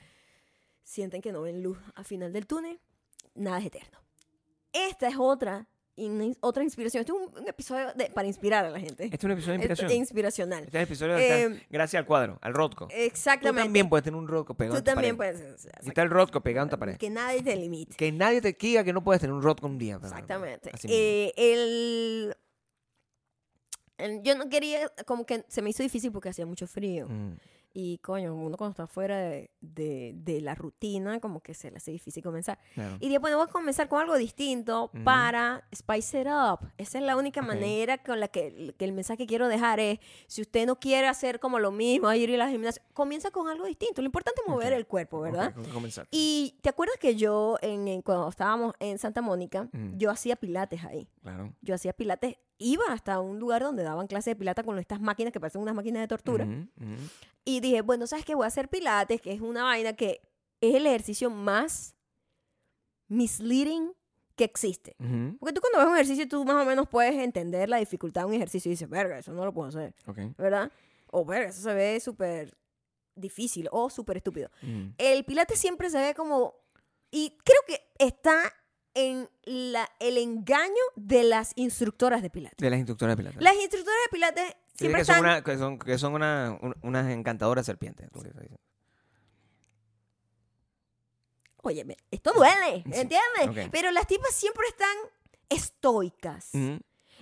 S1: sienten que no ven luz al final del túnel. Nada es eterno. Esta es otra, in- otra inspiración. Este es un, un episodio de- para inspirar a la gente.
S2: Este es un episodio de inspiración.
S1: Es- inspiracional.
S2: Este es el episodio de
S1: Em,
S2: Gracias al cuadro, al Rotko. Tú
S1: Exactamente.
S2: también puedes tener un Rotko pegado
S1: Tú
S2: en tu
S1: también
S2: pared.
S1: puedes.
S2: Y está el Rotko pegado en tu pared.
S1: Que nadie te limite.
S2: Que nadie te diga que no puedes tener un Rotko un día. pero-
S1: Exactamente.
S2: así mismo.
S1: Eh, el, el- Yo no quería, como que se me hizo difícil porque hacía mucho frío.
S2: Mm.
S1: Y coño, uno cuando está fuera de, de- de la rutina, como que se le hace difícil comenzar.
S2: Claro.
S1: Y después voy a comenzar con algo distinto
S2: Mm. Ujú.
S1: para spice it up. Esa es la única
S2: Ok.
S1: manera con la que, que el mensaje que quiero dejar es, si usted no quiere hacer como lo mismo, ir a la gimnasia, comienza con algo distinto. Lo importante es mover
S2: Ok.
S1: el cuerpo, ¿verdad?
S2: Ok, ¿con qué comenzar?
S1: Y te acuerdas que yo, en, en- cuando estábamos en Santa Mónica,
S2: Mm.
S1: yo hacía pilates ahí.
S2: Claro.
S1: Yo hacía pilates, iba hasta un lugar donde daban clases de pilates con estas máquinas que parecen unas máquinas de tortura.
S2: Ujú, ujú.
S1: Y dije, bueno, ¿sabes qué? Voy a hacer pilates, que es una vaina que es el ejercicio más misleading que existe.
S2: Ujú,
S1: Porque tú cuando ves un ejercicio, tú más o menos puedes entender la dificultad de un ejercicio y dices, verga, eso no lo puedo hacer,
S2: ok.
S1: ¿verdad? O verga, eso se ve súper difícil o súper estúpido.
S2: Ujú.
S1: El pilates siempre se ve como... Y creo que está en la, el engaño de las instructoras de pilates.
S2: De las instructoras de pilates.
S1: Las instructoras de pilates
S2: Dice
S1: siempre
S2: que son,
S1: están...
S2: una, que son, que son una, un- unas encantadoras serpientes. lo que está diciendo.
S1: Óyeme, esto duele,
S2: Sí,
S1: ¿entiendes?
S2: ok. Mm.
S1: Pero las tipas siempre están estoicas
S2: Ujú.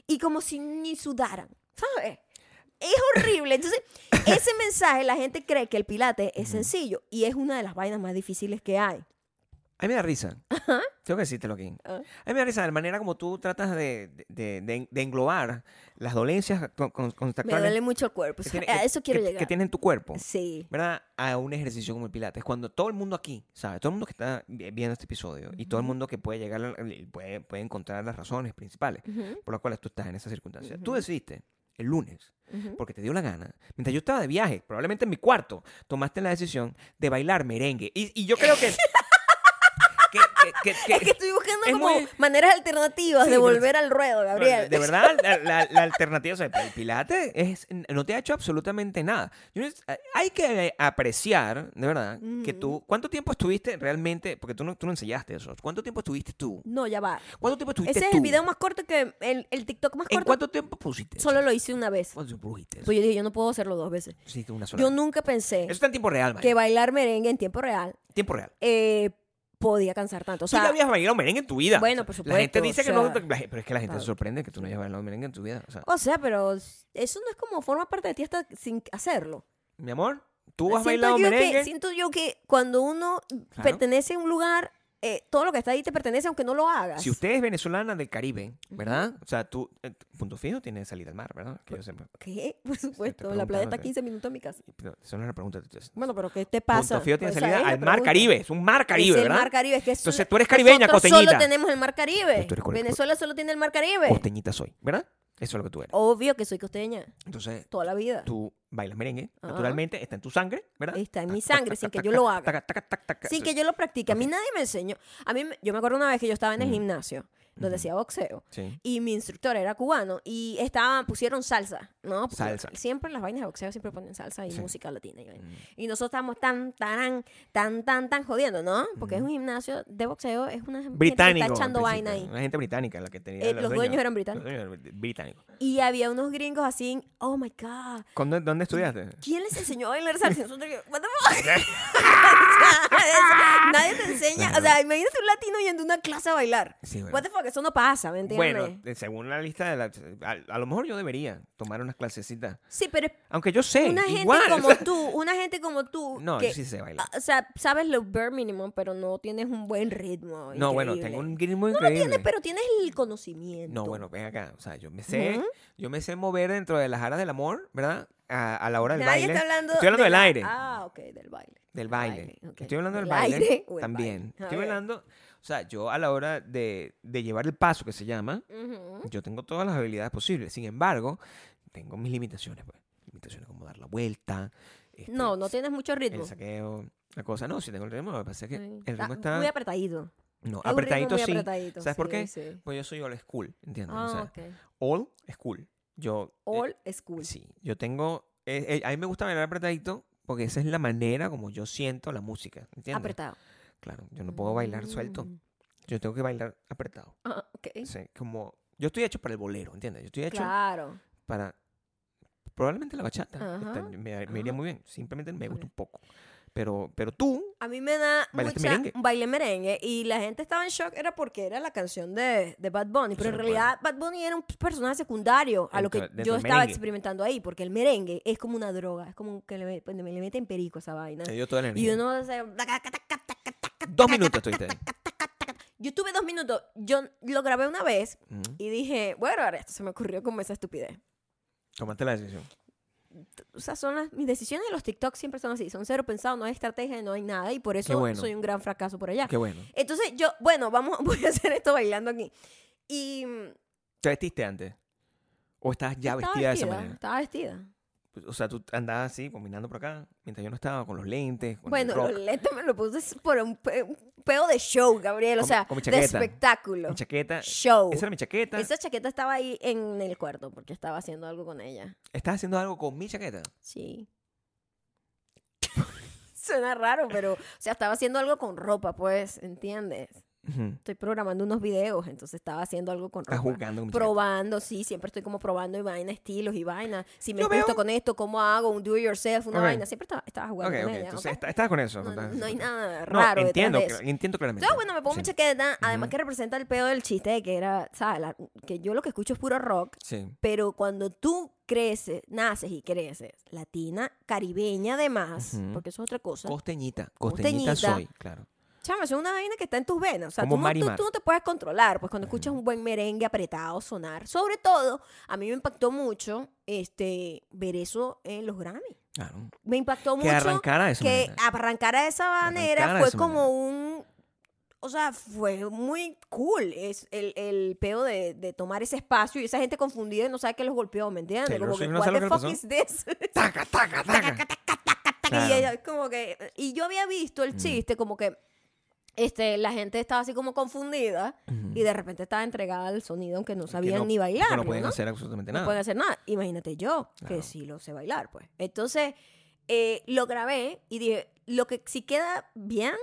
S1: y como si ni sudaran, ¿sabes? Es horrible. Entonces, ese mensaje, la gente cree que el pilate es
S2: Ujú.
S1: sencillo y es una de las vainas más difíciles que hay.
S2: A mí me da risa. Tengo que decírtelo aquí.
S1: Ah.
S2: A mí me da risa la manera como tú tratas de, de- de- de englobar las dolencias con, con-
S1: Me
S2: contractuales
S1: duele mucho el cuerpo.
S2: que tiene-
S1: a
S2: que-
S1: eso quiero
S2: que-
S1: llegar.
S2: que tiene en tu cuerpo.
S1: Sí.
S2: ¿verdad? A un ejercicio como el Pilates. Cuando todo el mundo aquí, ¿sabes? Todo el mundo que está vi- viendo este episodio y todo el mundo que puede llegar, a- le- puede, puede encontrar las razones principales
S1: Ujú,
S2: por las cuales tú estás en esa circunstancia. Tú
S1: Ujú.
S2: decidiste el lunes,
S1: ujú.
S2: porque te dio la gana, mientras yo estaba de viaje, probablemente en mi cuarto, tomaste la decisión de bailar merengue. Y, y yo creo que... que- que- que- que-
S1: Es que estoy buscando
S2: es
S1: como
S2: muy-
S1: maneras alternativas
S2: Sí,
S1: de
S2: pero-
S1: volver al ruedo,
S2: no,
S1: Gabriel.
S2: De verdad, la, la- la alternativa, o sea, el pilates es, no te ha hecho absolutamente nada. Yo no- eh, hay que apreciar, de verdad, que
S1: Mm.
S2: tú, ¿cuánto tiempo estuviste realmente? Porque tú no, tú no enseñaste eso. ¿Cuánto tiempo estuviste tú?
S1: No, ya va.
S2: ¿Cuánto tiempo estuviste
S1: Ese es
S2: tú?
S1: el video más corto que... El, el TikTok más
S2: ¿En
S1: corto.
S2: cuánto tiempo pusiste? eso?
S1: Solo lo hice una vez.
S2: ¿Cuánto tiempo pusiste? eso?
S1: Pues yo dije, yo no puedo hacerlo dos veces.
S2: Hiciste una sola
S1: Yo
S2: vez.
S1: nunca pensé
S2: Eso está en tiempo real, man.
S1: que bailar merengue en tiempo real
S2: Tiempo real.
S1: eh, podía cansar tanto. O
S2: tú ya
S1: sea,
S2: habías bailado merengue en tu vida.
S1: Bueno, por
S2: La
S1: supuesto,
S2: gente
S1: o
S2: dice que
S1: sea,
S2: no, la gen- pero es que la gente
S1: claro.
S2: se sorprende que tú no hayas bailado merengue en tu vida. O sea,
S1: o sea, pero eso no es como forma parte de ti hasta sin hacerlo.
S2: mi amor, tú has
S1: siento,
S2: bailado
S1: yo
S2: merengue.
S1: que, siento yo que cuando uno
S2: Claro.
S1: pertenece a un lugar, eh, todo lo que está ahí te pertenece aunque no lo hagas.
S2: Si usted es venezolana del Caribe, ¿verdad? O sea, tú, eh, punto fijo, tiene salida al mar, ¿verdad? Que yo sepa.
S1: ¿Qué? Por supuesto, la
S2: preguntaron,
S1: playa está
S2: ¿eh?
S1: 15 minutos de mi casa.
S2: Pero Eso no es la pregunta. entonces.
S1: Bueno, pero ¿qué te pasa?
S2: Punto fijo tiene
S1: Esa
S2: salida
S1: es la
S2: al mar
S1: pregunta.
S2: Caribe. Es un mar Caribe,
S1: Es el
S2: ¿verdad?
S1: mar Caribe, es que es
S2: Entonces,
S1: una-
S2: tú eres caribeña,
S1: nosotros solo
S2: costeñita.
S1: tenemos el mar Caribe.
S2: Tú eres co-
S1: Venezuela solo tiene el mar Caribe.
S2: Costeñita soy, ¿verdad? Eso es lo que tú eres.
S1: Obvio que soy costeña,
S2: Entonces,
S1: toda la vida.
S2: tú bailas merengue,
S1: Ajá.
S2: naturalmente, está en tu sangre, ¿verdad?
S1: Ah. Está en mi
S2: Tac, tac,
S1: sangre,
S2: tac,
S1: sin que
S2: tac,
S1: yo
S2: tac,
S1: lo haga.
S2: tac, tac, tac, tac,
S1: sin
S2: eso
S1: que
S2: es-
S1: yo lo practique. A mí
S2: Ok.
S1: nadie me enseñó. A mí, me- yo me acuerdo una vez que yo estaba en el
S2: Ujú.
S1: gimnasio donde
S2: Ujú.
S1: hacía boxeo
S2: Sí.
S1: y mi instructor era cubano y estaban pusieron salsa, ¿no? Porque
S2: Salsa.
S1: Siempre en las vainas de boxeo siempre ponen salsa y
S2: Sí.
S1: música latina y vaina.
S2: Mm.
S1: Y nosotros estábamos tan, tan, tan, tan, tan jodiendo, ¿no? Porque es
S2: Ujú.
S1: un gimnasio de boxeo, es una gente que
S2: Británico.
S1: está echando
S2: en
S1: vaina
S2: principio.
S1: ahí.
S2: Una gente británica la que tenía.
S1: Eh, los dueños eran
S2: Los
S1: británicos.
S2: dueños eran br- británicos.
S1: Y había unos gringos así, oh my God,
S2: ¿Cuándo- ¿Dónde estudiaste?
S1: ¿quién les enseñó a bailar salsa? Nosotros, what the fuck? O sea, Nadie te enseña, o sea, imagínate un latino yendo a una clase a bailar.
S2: Sí, bueno.
S1: What the fuck, eso no pasa, ¿me entiendes?
S2: Bueno, eh, según la lista de la, a, a lo mejor yo debería tomar unas clasecitas.
S1: sí, pero es
S2: Aunque yo sé,
S1: una gente
S2: igual, o
S1: como
S2: sea,
S1: tú, una gente como tú,
S2: No,
S1: que,
S2: yo sí sé bailar.
S1: ah, o sea, sabes lo bare minimum, pero no tienes un buen ritmo.
S2: No, bueno,
S1: increíble.
S2: tengo un ritmo
S1: No lo
S2: increíble.
S1: tienes, pero tienes el conocimiento.
S2: No, bueno, ven acá, o sea, yo me sé,
S1: Ujú.
S2: yo me sé mover dentro de las aras del amor, ¿verdad? A, a la hora del
S1: Nadie
S2: baile.
S1: está hablando
S2: Estoy hablando
S1: de
S2: del
S1: la-
S2: aire.
S1: Ah, ok, del baile.
S2: Del
S1: Del
S2: baile.
S1: baile, ok.
S2: Estoy hablando del
S1: Del
S2: baile,
S1: aire o el
S2: también.
S1: baile. A
S2: Estoy
S1: ver.
S2: hablando, o sea, yo a la hora de, de llevar el paso que se llama,
S1: Ujú.
S2: yo tengo todas las habilidades posibles. Sin embargo, tengo mis limitaciones, pues. Limitaciones como dar la vuelta. este,
S1: No, no tienes mucho ritmo.
S2: el saqueo, la cosa. No, si tengo el ritmo, lo que pasa es que
S1: Sí. Ah,
S2: el ritmo está
S1: muy apretadito.
S2: no,
S1: Es un ritmo
S2: apretadito
S1: muy
S2: sí.
S1: apretadito,
S2: ¿Sabes por
S1: sí,
S2: qué?
S1: sí.
S2: Pues yo soy old school, ¿entiendes?
S1: Ah,
S2: o sea, eh,
S1: ok.
S2: old school. Yo eh,
S1: All school.
S2: sí, yo tengo eh, eh, a mí me gusta bailar apretadito porque esa es la manera como yo siento la música, ¿entiendes?
S1: Apretado.
S2: Claro, yo no puedo bailar suelto.
S1: Mm.
S2: Yo tengo que bailar apretado.
S1: Ah, ok.
S2: Sí, como yo estoy hecho para el bolero, ¿entiendes? Yo estoy hecho
S1: Claro.
S2: para probablemente la bachata.
S1: Ajá,
S2: está- me, me
S1: ajá.
S2: iría muy bien, simplemente me gusta
S1: Ok.
S2: un poco. Pero, pero tú,
S1: A mí me da
S2: ¿Bailaste
S1: mucha
S2: merengue?
S1: baile merengue y la gente estaba en shock era porque era la canción de, de Bad Bunny, pero en realidad Bad Bunny era un personaje secundario a lo que
S2: Dentro- dentro
S1: yo
S2: del
S1: estaba
S2: merengue.
S1: experimentando ahí, porque el merengue es como una droga, es como que le, me- me le meten perico a esa vaina.
S2: te dio toda la
S1: Y
S2: energía.
S1: uno hace-
S2: Dos minutos estuviste ahí.
S1: Yo tuve dos minutos, yo lo grabé una vez
S2: Ujú.
S1: y dije, bueno, ahora esto se me ocurrió como esa estupidez.
S2: Tomaste la decisión.
S1: O sea, son las, mis decisiones de los TikTok siempre son así, son cero pensado, no hay estrategia, no hay nada y por eso
S2: bueno.
S1: soy un gran fracaso por allá.
S2: Qué bueno.
S1: Entonces yo, bueno, vamos, voy a hacer esto bailando aquí. Y mm,
S2: ¿Te vestiste antes? ¿O estabas ya
S1: estaba
S2: vestida, de esa
S1: vestida,
S2: manera? Pues,
S1: Estaba vestida.
S2: O sea, tú andabas así, combinando por acá, mientras yo no estaba, con los lentes, con
S1: Bueno,
S2: el rock,
S1: los lentes me lo puse por un, pe- un peo de show, Gabriel, o
S2: Con-
S1: sea,
S2: con mi
S1: de
S2: chaqueta.
S1: espectáculo.
S2: mi chaqueta.
S1: Show.
S2: Esa era mi chaqueta.
S1: Esa chaqueta estaba ahí en el cuarto porque estaba haciendo algo con ella.
S2: ¿Estás haciendo algo con mi chaqueta?
S1: Sí. Suena raro, pero, o sea, estaba haciendo algo con ropa, pues, ¿entiendes?
S2: Ujú.
S1: Estoy programando unos videos, entonces estaba haciendo algo con
S2: Estás
S1: ropa.
S2: jugando con mi chaqueta.
S1: probando, sí, siempre estoy como probando y vaina, estilos y vaina. Si me
S2: Yo veo-
S1: gusta con esto, ¿cómo hago? Un do it yourself, una
S2: Ok.
S1: vaina. Siempre estaba, estaba jugando
S2: Ok,
S1: con
S2: ok.
S1: ella,
S2: Entonces,
S1: ¿ok?
S2: está- estabas con
S1: No,
S2: eso.
S1: no,
S2: entonces-
S1: no hay nada
S2: No,
S1: raro
S2: entiendo,
S1: detrás de
S2: cla-
S1: eso.
S2: entiendo claramente.
S1: Entonces, bueno, me pongo mi
S2: Sí,
S1: chaqueta, además
S2: Ujú.
S1: que representa el pedo del chiste de que era, ¿sabes? La- que yo lo que escucho es puro rock,
S2: Sí.
S1: pero cuando tú creces, naces y creces, latina, caribeña además,
S2: Ujú.
S1: porque eso es otra cosa.
S2: Costeñita,
S1: Costeñita.
S2: costeñita, soy, claro.
S1: Chama, eso es una vaina que está en tus venas. O sea,
S2: Como
S1: tú no,
S2: Mari
S1: tú-
S2: Mar.
S1: tú no te puedes controlar. Pues cuando escuchas un buen merengue apretado sonar. Sobre todo, a mí me impactó mucho este, ver eso en los Grammy.
S2: Claro.
S1: Me impactó
S2: Que
S1: mucho
S2: arrancara de esa
S1: que
S2: manera.
S1: arrancara de esa manera
S2: Arrancara de
S1: fue
S2: esa
S1: como un... O sea, fue muy cool es el, el peo de, de tomar ese espacio y esa gente confundida y no sabe qué los golpeó, ¿me entiendes?
S2: Taylor
S1: como que,
S2: Swift no
S1: what
S2: sabe
S1: the
S2: lo que
S1: fuck
S2: le
S1: is this?
S2: ¡Taca, taca, taca!
S1: Y,
S2: Claro. Mm.
S1: ella como que, y yo había visto el chiste como que este, la gente estaba así como confundida y de repente estaba entregada al sonido aunque no sabían ni bailar.
S2: Mm. No
S1: No
S2: pueden hacer absolutamente
S1: No
S2: nada.
S1: pueden hacer nada. Imagínate yo, que
S2: Claro.
S1: sí lo sé bailar, pues. Entonces, eh, lo grabé y dije, lo que si queda bien,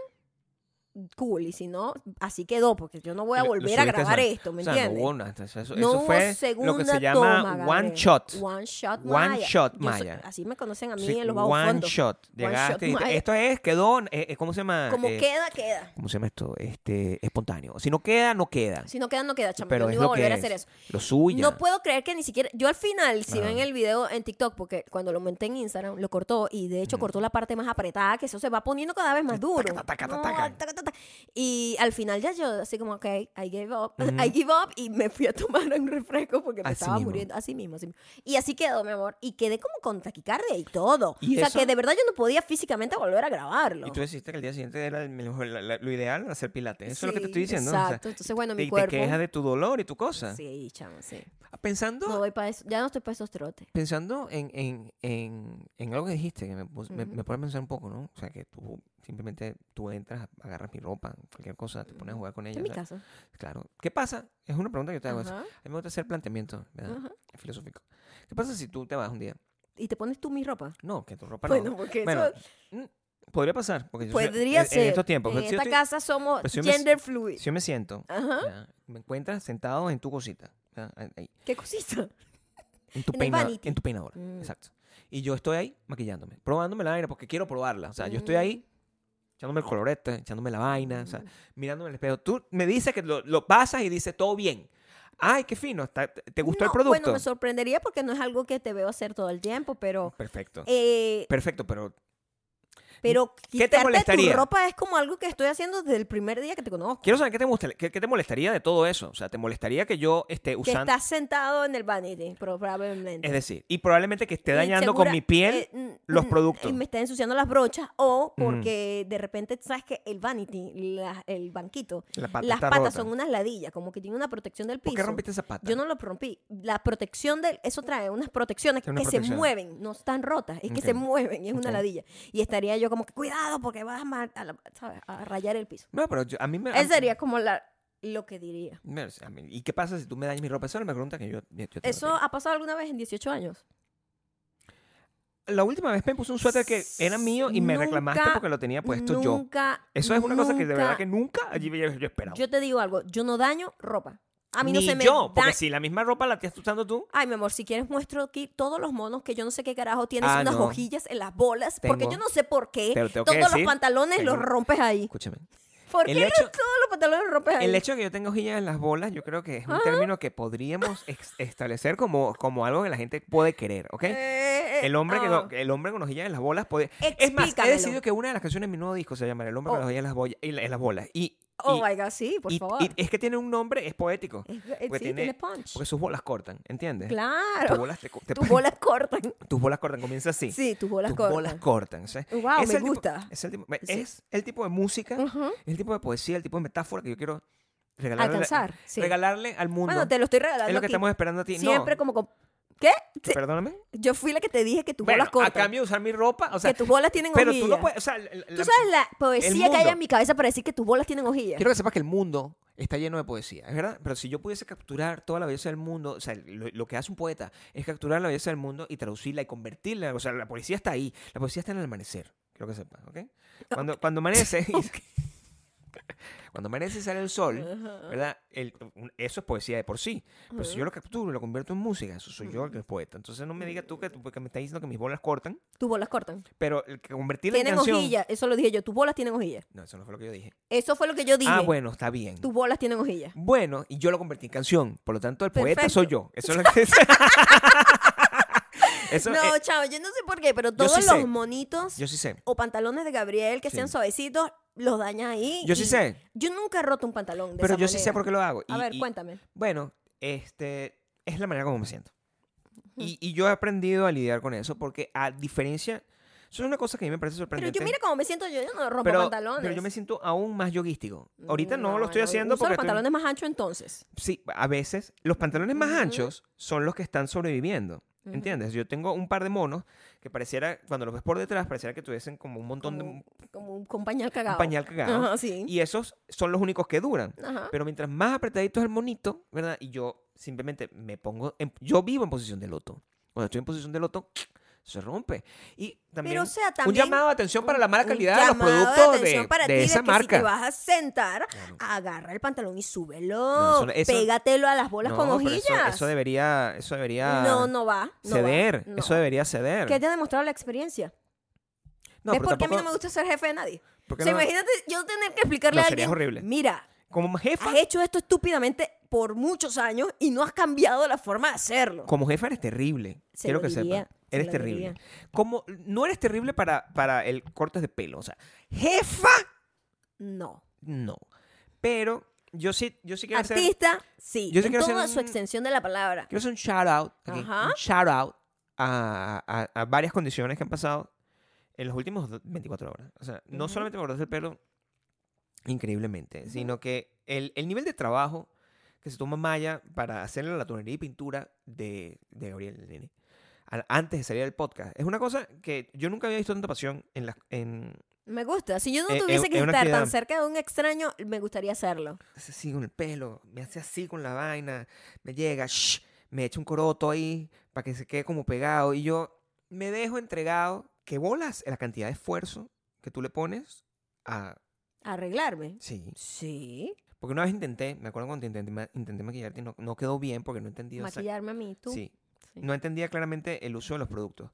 S1: cool. Y si no, así quedó, porque yo no voy a
S2: Lo- lo
S1: volver a
S2: subiste
S1: grabar
S2: eso.
S1: esto, ¿me
S2: O sea,
S1: entiendes?
S2: No hubo nada. Eso, eso
S1: No hubo
S2: fue lo que
S1: segunda
S2: se llama
S1: toma,
S2: one
S1: Gabriel.
S2: shot.
S1: One shot
S2: One
S1: Maya.
S2: shot
S1: Yo
S2: Maya.
S1: so- así me conocen a mí
S2: Sí,
S1: en los bajos
S2: one
S1: fondos.
S2: shot. Llegaste y dijiste,
S1: Maya.
S2: esto es, quedó, eh, eh, ¿cómo se llama?
S1: Como
S2: Eh,
S1: queda, queda.
S2: ¿Cómo se llama esto? Este, espontáneo. Si no queda, no queda.
S1: Si no queda, no queda, chamo.
S2: pero
S1: yo
S2: es
S1: no iba a
S2: lo que
S1: volver a
S2: es.
S1: hacer eso.
S2: Lo suyo.
S1: No puedo creer que ni siquiera. Yo al final, si
S2: Ajá.
S1: ven el video en TikTok, porque cuando lo monté en Instagram, lo cortó y de hecho cortó la parte más apretada, que eso se va poniendo cada vez más duro.
S2: taca, taca,
S1: No,
S2: taca.
S1: taca, taca. Y al final ya yo, así como, ok, I gave up,
S2: Ujú.
S1: I give up, y me fui a tomar un refresco porque me
S2: Así
S1: estaba
S2: mismo.
S1: muriendo. Así mismo, así mismo. Y así quedó, mi amor. Y quedé como con taquicardia y todo.
S2: ¿Y
S1: o sea,
S2: eso?
S1: que de verdad yo no podía físicamente volver a grabarlo.
S2: Y tú deciste que el día siguiente era el mejor- la- la- lo ideal hacer pilates. Eso es lo que te
S1: Sí,
S2: estoy diciendo. o sea,
S1: Exacto. Entonces, bueno, mi
S2: te, te
S1: cuerpo.
S2: quejas de tu dolor y tu cosa. Ah,
S1: Sí, chamo, sí.
S2: Pensando,
S1: No voy para eso. Ya no estoy para esos trotes.
S2: pensando en, en, en, en algo que dijiste, que me, pus- me,
S1: Ujú.
S2: me pone a pensar un poco, ¿no? O sea, que tú simplemente tú entras, agarras mi ropa, cualquier cosa, te pones a jugar con
S1: Esta
S2: ella.
S1: es mi
S2: ¿sabes?
S1: casa.
S2: Claro. ¿Qué pasa? Es una pregunta que yo te hago. es-
S1: Ajá,
S2: A mí me gusta hacer planteamiento ¿verdad?
S1: ajá.
S2: filosófico. ¿Qué pasa si tú te vas un día?
S1: Y te pones tú mi ropa.
S2: No, que tu ropa no.
S1: bueno, porque
S2: Bueno,
S1: eso
S2: mm, podría pasar. Porque yo soy-
S1: podría
S2: en-
S1: ser.
S2: En estos tiempos. pues,
S1: En
S2: si yo
S1: esta
S2: estoy-
S1: casa somos
S2: pero si yo me-
S1: gender fluid.
S2: Si yo me siento,
S1: Ajá.
S2: ya, me encuentras sentado en tu cosita, ya, ahí, ahí,
S1: ¿Qué cosita?
S2: en, tu
S1: En el
S2: peina-
S1: vanity.
S2: en tu peinadora,
S1: Mm.
S2: exacto. Y yo estoy ahí maquillándome, probándome la vaina porque quiero probarla. O sea, yo estoy ahí
S1: Mm.
S2: echándome el colorete, echándome la vaina, o sea, mirándome el espejo. Tú me dices que lo, lo pasas y dices todo bien. Ay, qué fino, está- ¿te gustó el
S1: No,
S2: producto?
S1: Bueno, me sorprendería porque no es algo que te veo hacer todo el tiempo, pero.
S2: Perfecto.
S1: eh,
S2: Perfecto, pero
S1: pero
S2: te
S1: quitarte
S2: molestaría?
S1: tu ropa es como algo que estoy haciendo desde el primer día que te conozco.
S2: quiero saber qué te, gusta- qué- qué te molestaría de todo eso. O sea, ¿te molestaría que yo esté
S1: Que
S2: usando...?
S1: estás sentado en el vanity, probablemente.
S2: Es decir, y probablemente que esté
S1: Y
S2: dañando
S1: segura-
S2: con mi piel
S1: eh, mm,
S2: los
S1: mm,
S2: productos.
S1: Y me está ensuciando las brochas o
S2: Ujú.
S1: porque de repente, ¿sabes que El vanity, la- el banquito,
S2: La pata
S1: las
S2: está
S1: patas
S2: rota.
S1: son unas ladillas, como que tiene una protección del piso.
S2: ¿Por qué rompiste esa pata?
S1: Yo no lo rompí. La protección del... Eso trae unas protecciones
S2: Tiene una
S1: que se
S2: protección.
S1: mueven, no están rotas, es que se
S2: Ok.
S1: mueven y es una
S2: Ok.
S1: ladilla. Y estaría yo como que, cuidado porque vas a, mar- a la- ¿sabes? a rayar el piso.
S2: No, pero yo- a mí me... a-
S1: Esa sería como la, lo que diría.
S2: Mira, o sea, a mí- ¿Y qué pasa si tú me dañas mi ropa? Eso es una pregunta que yo, yo tengo
S1: ¿Eso ha pasado alguna vez en 18 años?
S2: La última vez me puse un suéter que era mío y me reclamaste
S1: Nunca-
S2: porque lo tenía puesto pues, yo.
S1: nunca,
S2: Eso es una cosa que de
S1: nunca-
S2: verdad que nunca allí yo, yo esperaba.
S1: Yo te digo algo, yo no daño ropa. A mí
S2: Ni
S1: no se me
S2: yo,
S1: da-
S2: porque si la misma ropa la estás usando tú,
S1: Ay, mi amor, si quieres muestro aquí todos los monos que yo no sé qué carajo tienes
S2: Ah,
S1: unas
S2: no.
S1: hojillas en las bolas, porque
S2: Tengo-
S1: yo no sé por qué
S2: Pero tengo
S1: todos
S2: que
S1: los
S2: decir-
S1: pantalones los
S2: tengo-
S1: rompes ahí.
S2: escúchame.
S1: ¿Por
S2: el
S1: qué
S2: hecho-
S1: los- todos los pantalones los rompes ahí?
S2: El hecho de que yo tenga hojillas en las bolas, yo creo que es
S1: Ah.
S2: un término que podríamos ex- establecer como, como algo que la gente puede querer, ¿ok?
S1: Eh, eh,
S2: El hombre, que,
S1: ah.
S2: no- el hombre con hojillas en las bolas puede... Es más, he
S1: Explícamelo.
S2: decidido que una de las canciones de mi nuevo disco se llama El hombre con
S1: Oh.
S2: las hojillas en las, bolla- en la- en las bolas. Y,
S1: Oh
S2: y-
S1: my God, sí, por
S2: y-
S1: favor.
S2: y es que tiene un nombre, es poético.
S1: Es- es-
S2: porque
S1: sí,
S2: tiene-
S1: tiene punch.
S2: Porque sus bolas cortan, ¿entiendes? Tus
S1: Claro.
S2: bolas, te co- te-
S1: Tus bolas cortan.
S2: tus bolas cortan, comienza así.
S1: Sí, tus bolas
S2: tus
S1: cortan.
S2: bolas cortan. o sea,
S1: Guau, me
S2: el tipo-
S1: gusta.
S2: es, el tipo, me-
S1: Sí.
S2: es el tipo de música,
S1: Ujú.
S2: es el tipo de poesía, el tipo de metáfora que yo quiero regalarle,
S1: Alcanzar, sí.
S2: regalarle al mundo.
S1: Bueno, te lo estoy regalando.
S2: es lo que
S1: aquí.
S2: estamos esperando a ti.
S1: Siempre
S2: no,
S1: como. con- ¿Qué? Sí,
S2: perdóname.
S1: Yo fui la que te dije que tus
S2: Bueno,
S1: bolas cortan.
S2: a cambio de usar mi ropa, o sea,
S1: que tus bolas tienen
S2: pero
S1: hojillas.
S2: tú no puedes, o sea, la- la-
S1: Tú sabes la poesía que hay
S2: mundo.
S1: en mi cabeza para decir que tus bolas tienen hojillas.
S2: quiero que sepas que el mundo está lleno de poesía, es verdad, pero si yo pudiese capturar toda la belleza del mundo, o sea, lo, lo que hace un poeta es capturar la belleza del mundo y traducirla y convertirla, en algo. o sea, la poesía está ahí, la poesía está en el amanecer, quiero que sepas, ¿ok? Cuando, cuando amanece, y- cuando amanece y sale el sol,
S1: Ajá.
S2: ¿verdad? El- un- eso es poesía de por sí. Pero si yo lo capturo y lo convierto en música, eso soy yo el que es poeta. Entonces no me digas tú que tú- porque me estás diciendo que mis bolas cortan,
S1: Tus bolas cortan.
S2: pero el que convertirla en
S1: Tienen
S2: canción.
S1: hojillas. Eso lo dije yo. Tus bolas tienen hojillas.
S2: No, eso no fue lo que yo dije.
S1: Eso fue lo que yo dije.
S2: Ah, bueno, está bien.
S1: Tus bolas tienen hojillas.
S2: Bueno, y yo lo convertí en canción. Por lo tanto, el poeta
S1: Perfecto.
S2: soy yo. Eso es lo que Eso,
S1: no,
S2: eh,
S1: chao. Yo no sé por qué, pero todos
S2: sí
S1: los
S2: sé.
S1: monitos
S2: yo sí sé.
S1: o pantalones de Gabriel que
S2: Sí.
S1: sean suavecitos los dañas ahí.
S2: Yo sí
S1: y-
S2: sé.
S1: Yo nunca he roto un pantalón de
S2: Pero
S1: esa
S2: yo sí sé
S1: manera.
S2: por qué lo hago.
S1: A
S2: Y-
S1: ver,
S2: y-
S1: cuéntame.
S2: Bueno, este es la manera como me siento. Y, y yo he aprendido a lidiar con eso porque a diferencia, eso es una cosa que a mí me parece
S1: Pero
S2: sorprendente.
S1: yo mira cómo me siento yo, yo no rompo
S2: pero-
S1: pantalones. Mm,
S2: pero yo me siento aún más yoguístico. Ahorita no, lo estoy
S1: no,
S2: haciendo
S1: uso
S2: porque
S1: los
S2: estoy-
S1: pantalones más anchos entonces.
S2: sí, a veces los pantalones más
S1: Ujú.
S2: anchos son los que están sobreviviendo.
S1: Ujú.
S2: ¿Entiendes? Yo tengo un par de monos que pareciera, cuando los ves por detrás, pareciera que tuviesen como un montón de
S1: Como,
S2: un
S1: como un, con un pañal cagado.
S2: pañal cagado.
S1: Ajá, Ah. sí.
S2: Y esos son los únicos que duran.
S1: Ajá.
S2: Pero mientras más apretadito es el monito, ¿verdad? Y yo simplemente me pongo. en- yo vivo en posición de loto. Cuando estoy en posición de loto, se rompe. Y también.
S1: Pero, o sea,
S2: un
S1: también
S2: llamado de atención para la mala
S1: un
S2: calidad de los
S1: llamado
S2: productos de,
S1: atención para
S2: de
S1: ti
S2: esa
S1: que Si
S2: marca.
S1: te vas a sentar,
S2: Claro.
S1: agarra el pantalón y súbelo.
S2: No, eso no- eso-
S1: Pégatelo a las bolas con
S2: No, pero
S1: hojillas.
S2: eso, eso debería. Eso debería.
S1: no, no va. No va,
S2: Ceder.
S1: no.
S2: Eso debería ceder.
S1: ¿Qué te ha demostrado la experiencia?
S2: No,
S1: ¿Ves
S2: pero
S1: por qué a mí no
S2: tampoco-
S1: me gusta ser jefe de nadie? O
S2: ¿por qué
S1: sea,
S2: no?
S1: imagínate yo tener que explicarle
S2: No,
S1: a
S2: sería
S1: alguien,
S2: horrible.
S1: mira,
S2: Como jefa.
S1: has hecho esto estúpidamente por muchos años y no has cambiado la forma de hacerlo.
S2: Como jefa eres terrible.
S1: Se
S2: quiero
S1: lo
S2: que
S1: diría,
S2: sepas.
S1: se
S2: Eres
S1: lo
S2: terrible.
S1: diría.
S2: Como no eres terrible para, para el cortes de pelo. O sea, jefa,
S1: No.
S2: no. Pero yo sí, yo sí quiero hacer.
S1: Artista, sí.
S2: Yo sí
S1: en
S2: quiero hacer
S1: toda su
S2: un-
S1: extensión de la palabra.
S2: Quiero hacer un shout out. aquí,
S1: Ajá.
S2: Un shout out a, a- a varias condiciones que han pasado en los últimos do- 24 horas. O sea, no
S1: Ujú.
S2: solamente me cortaste el pelo increíblemente, sino que el, el nivel de trabajo que se toma Maya para hacerle la tonería y pintura de, de Gabriel Nene al- antes de salir del podcast. Es una cosa que yo nunca había visto tanta pasión en las... En,
S1: Me gusta. Si yo no
S2: Eh, eh,
S1: tuviese que
S2: es una
S1: estar tan
S2: actividad.
S1: cerca de un extraño, me gustaría hacerlo.
S2: hace así con el pelo, me hace así con la vaina, me llega, shh, me echa un coroto ahí para que se quede como pegado y yo me dejo entregado. ¿Qué bolas la cantidad de esfuerzo que tú le pones a...
S1: Arreglarme.
S2: Sí.
S1: Sí.
S2: Porque una vez intenté, me acuerdo cuando intenté, ma- intenté maquillarte y no, no quedó bien porque no entendía... esa-
S1: Maquillarme a mí, tú.
S2: Sí.
S1: Sí.
S2: No entendía claramente el uso de los productos.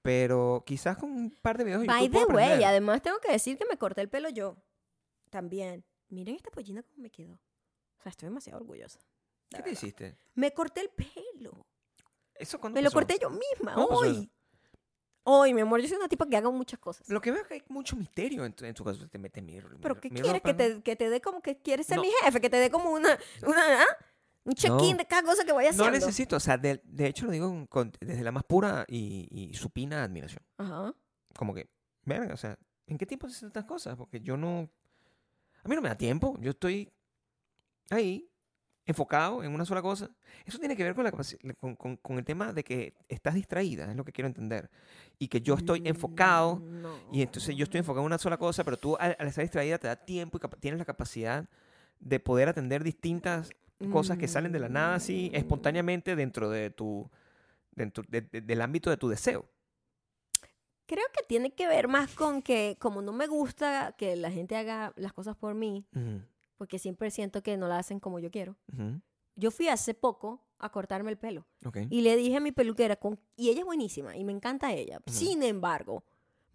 S2: Pero quizás con un par de videos... de
S1: By
S2: YouTube puedo
S1: the way,
S2: aprender.
S1: además tengo que decir que me corté el pelo yo. También. Miren esta pollina cómo me quedó. O sea, estoy demasiado orgullosa. la
S2: ¿Qué te
S1: verdad.
S2: hiciste?
S1: Me corté el pelo.
S2: ¿Eso cuándo
S1: Me lo
S2: pasó?
S1: corté yo misma,
S2: ¿Cómo pasó
S1: hoy. Hoy, mi amor, yo soy una tipa que hago muchas cosas.
S2: Lo que veo es que hay mucho misterio en tu, en tu caso. Te metes mi,
S1: ¿Pero
S2: mi-
S1: qué
S2: mi
S1: quieres?
S2: ropa,
S1: Que
S2: ¿no?
S1: te, que te dé como que quieres ser
S2: No.
S1: mi jefe, que te dé como una, una ¿ah? un check-in
S2: No.
S1: de cada cosa que voy haciendo.
S2: No necesito, o sea, de, de hecho lo digo con- con- desde la más pura y, y supina admiración.
S1: Ajá.
S2: Como que, verga, o sea, ¿en qué tiempo se hacen estas cosas? Porque yo no. A mí no me da tiempo, yo estoy ahí, enfocado en una sola cosa. Eso tiene que ver con, la, capaci- la- con, con- con el tema de que estás distraída, es lo que quiero entender. Y que yo estoy enfocado,
S1: No.
S2: y entonces yo estoy enfocado en una sola cosa, pero tú al, al estar distraída te da tiempo y capa- tienes la capacidad de poder atender distintas cosas que salen de la nada así
S1: Mm.
S2: espontáneamente dentro de tu dentro de- de- del ámbito de tu deseo
S1: Creo que tiene que ver más con que como no me gusta que la gente haga las cosas por mí, porque siempre siento que no la hacen como yo quiero.
S2: Ujú,
S1: Yo fui hace poco a cortarme el pelo
S2: Ok.
S1: y le dije a mi peluquera, con... y ella es buenísima y me encanta ella. Sin embargo,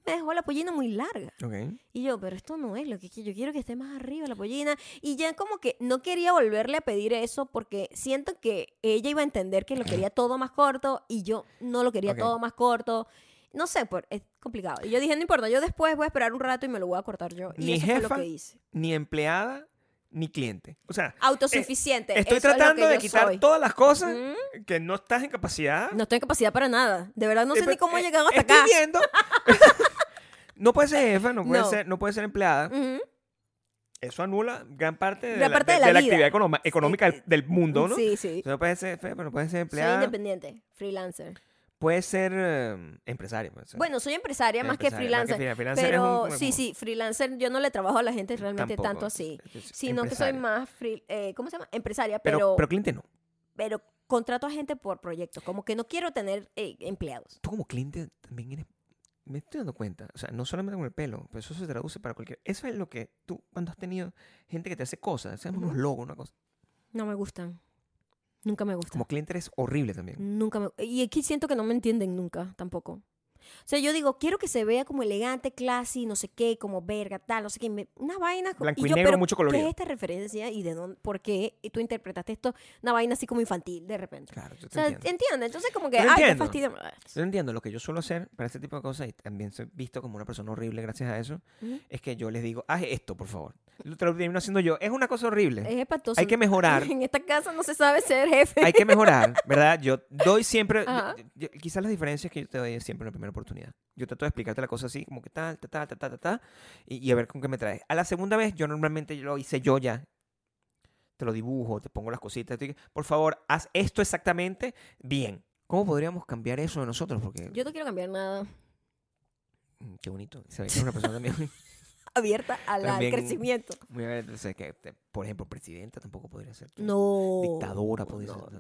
S1: me dejó la pollina muy larga.
S2: Ok.
S1: Y yo, pero esto no es lo que quiero, yo quiero que esté más arriba la pollina. Y ya como que no quería volverle a pedir eso porque siento que ella iba a entender que lo quería todo más corto y yo no lo quería
S2: Ok.
S1: todo más corto. No sé, por, es complicado. Y yo dije, no importa, yo después voy a esperar un rato y me lo voy a cortar yo. Y
S2: Mi
S1: eso fue lo
S2: jefa- Eh,
S1: que hice.
S2: Ni empleada ni cliente. O sea,
S1: Autosuficiente.
S2: estoy
S1: eso es lo
S2: tratando
S1: que
S2: de
S1: yo
S2: quitar
S1: soy. Mm,
S2: todas las cosas que no estás en capacidad.
S1: No estoy en capacidad para nada. De verdad no
S2: Eh,
S1: sé ni
S2: pero,
S1: cómo he
S2: eh,
S1: llegado hasta
S2: estoy
S1: acá.
S2: viendo. no puede ser jefa, no puede,
S1: No.
S2: Ser, no puede ser empleada.
S1: Ujú.
S2: Eso anula gran parte de
S1: Gran
S2: la,
S1: parte de
S2: de-
S1: la
S2: de la
S1: vida.
S2: actividad economa- económica del- del mundo, ¿no?
S1: Sí, sí.
S2: O sea, no puede ser jefa, no puede ser
S1: Soy
S2: empleada.
S1: independiente, freelancer.
S2: Puede ser eh, empresario. pues, o sea,
S1: Bueno, soy empresaria, más, que
S2: empresaria, más que
S1: freelancer,
S2: freelancer. Freelancer es
S1: Pero
S2: un- como-
S1: sí, sí, freelancer, yo no le trabajo a la gente realmente
S2: Tampoco,
S1: tanto así.
S2: es- es
S1: Sino que soy
S2: empresario.
S1: más, free- eh, ¿cómo se llama? Empresaria,
S2: Pero,
S1: pero,
S2: pero,
S1: pero,
S2: cliente no.
S1: contrato a gente por proyectos. Como que no quiero tener eh, empleados.
S2: Tú como cliente también eres... Me estoy dando cuenta. O sea, no solamente con el pelo, pero eso se traduce para cualquier... Eso es lo que tú, cuando has tenido gente que te hace cosas, sean unos
S1: Ujú.
S2: logos, una cosa.
S1: No me gustan. Nunca me gustan.
S2: Como cliente eres horrible también.
S1: Nunca me... Y aquí siento que no me entienden nunca, tampoco. O sea, yo digo, quiero que se vea como elegante, classy, no sé qué, como verga, tal, no sé qué. me- Una vaina... co-
S2: Blanco y
S1: yo,
S2: negro,
S1: pero,
S2: mucho
S1: ¿Qué
S2: colorido.
S1: es esta referencia y de dónde, por qué tú interpretaste esto? Una vaina así como infantil, de repente.
S2: Claro, yo
S1: O
S2: te
S1: sea,
S2: entiendo.
S1: entiende. Entonces, como que,
S2: Yo lo
S1: ay, qué
S2: entiendo.
S1: fastidio.
S2: Yo entiendo lo que yo suelo hacer para este tipo de cosas y también soy visto como una persona horrible gracias a eso.
S1: Ujú.
S2: Es que yo les digo, haz esto, por favor. Lo tra- termino haciendo yo. Es una cosa horrible.
S1: Es espantoso.
S2: Hay que mejorar.
S1: En esta casa no se sabe ser jefe.
S2: Hay que mejorar, ¿verdad? Yo doy siempre.
S1: Ajá.
S2: yo- yo- quizás las diferencias que yo te doy es siempre en la primera oportunidad. Yo trato de explicarte la cosa así, como que tal, ta, ta, ta, ta, ta, ta, y, y a ver con qué me traes. A la segunda vez, yo normalmente lo hice yo ya. Te lo dibujo, te pongo las cositas. te digo, por favor, haz esto exactamente bien. ¿Cómo podríamos cambiar eso de nosotros? Porque.
S1: Yo no quiero cambiar nada.
S2: Mm, Qué bonito. Se ve que es una persona también.
S1: Abierta a la- al
S2: También-
S1: crecimiento.
S2: Muy bien, o sea, que, te- por ejemplo, presidenta tampoco podría ser. tú.
S1: No.
S2: Dictadora podría
S1: no,
S2: ser.
S1: no,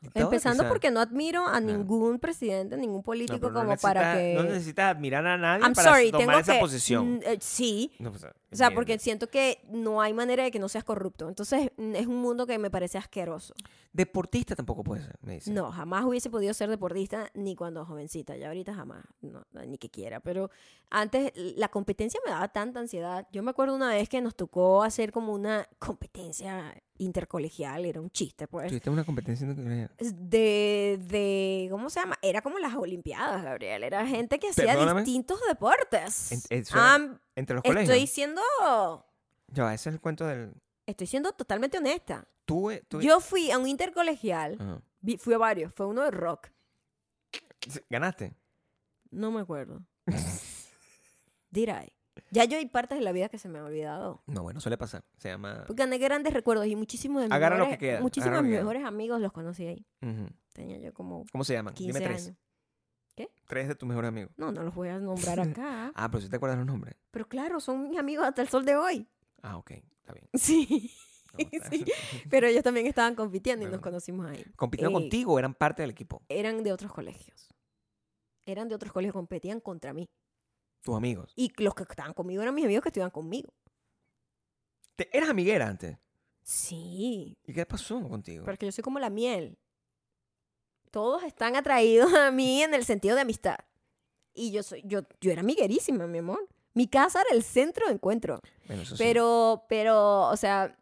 S2: Dictadora
S1: Empezando
S2: quizá.
S1: porque no admiro a
S2: Claro.
S1: ningún presidente, ningún
S2: No,
S1: político
S2: pero no
S1: como para que...
S2: necesita- No necesitas admirar a nadie
S1: I'm
S2: para
S1: sorry,
S2: tomar
S1: tengo
S2: esa
S1: que...
S2: posición.
S1: Mm, eh, sí.
S2: No, pues, ah,
S1: O sea,
S2: entiendo.
S1: porque siento que no hay manera de que no seas corrupto. Entonces, mm, es un mundo que me parece asqueroso.
S2: Deportista tampoco puede ser, me dice.
S1: No, jamás hubiese podido ser deportista ni cuando jovencita, ya ahorita jamás, no, no, ni que quiera, pero antes l- la competencia me daba tanta ansiedad. Yo me acuerdo una vez que nos tocó hacer como una competencia intercolegial, era un chiste, pues.
S2: Tuviste una competencia en-
S1: De, de, ¿cómo se llama? Era como las Olimpiadas, Gabriel. Era gente que hacía
S2: Perdóname.
S1: distintos deportes.
S2: En- eh, eso era-
S1: Ah,
S2: entre los
S1: estoy
S2: colegios.
S1: siendo,
S2: Ya, va, ese es el cuento del.
S1: estoy siendo totalmente honesta.
S2: Tú, eh, tú-
S1: Yo fui a un intercolegial,
S2: Ajá.
S1: vi- fui a varios, fue uno de rock.
S2: Sí, Ganaste.
S1: No me acuerdo. Did I? Ya yo hay partes de la vida que se me han olvidado.
S2: No, bueno, suele pasar. Se llama.
S1: Porque gané grandes recuerdos y muchísimos de mis
S2: Agarra lo
S1: mejores-
S2: que queda,
S1: Muchísimos de
S2: agarra lo
S1: mis
S2: que queda.
S1: mejores amigos los conocí ahí.
S2: Ujú.
S1: Tenía yo como
S2: ¿Cómo se llaman?
S1: 15
S2: Dime tres.
S1: años.
S2: Tres de tus mejores amigos.
S1: No, no los voy a nombrar acá.
S2: Ah, pero si te acuerdas los nombres.
S1: Pero claro, son mis amigos hasta el sol de hoy.
S2: Ah, ok, está bien.
S1: Sí.
S2: No, está-
S1: Sí. Pero ellos también estaban compitiendo y
S2: Bueno.
S1: nos conocimos ahí.
S2: ¿Compitieron
S1: Eh,
S2: contigo o eran parte del equipo?
S1: Eran de otros colegios. Eran de otros colegios, competían contra mí.
S2: Tus amigos.
S1: Y los que estaban conmigo eran mis amigos que estaban conmigo.
S2: Te- eras amiguera antes.
S1: Sí,
S2: ¿Y qué pasó contigo?
S1: Porque yo soy como la miel. Todos están atraídos a mí en el sentido de amistad. Y yo soy, yo, yo era miguerísima, mi amor. Mi casa era el centro de encuentro.
S2: Bueno, eso sí.
S1: Pero, pero, o sea,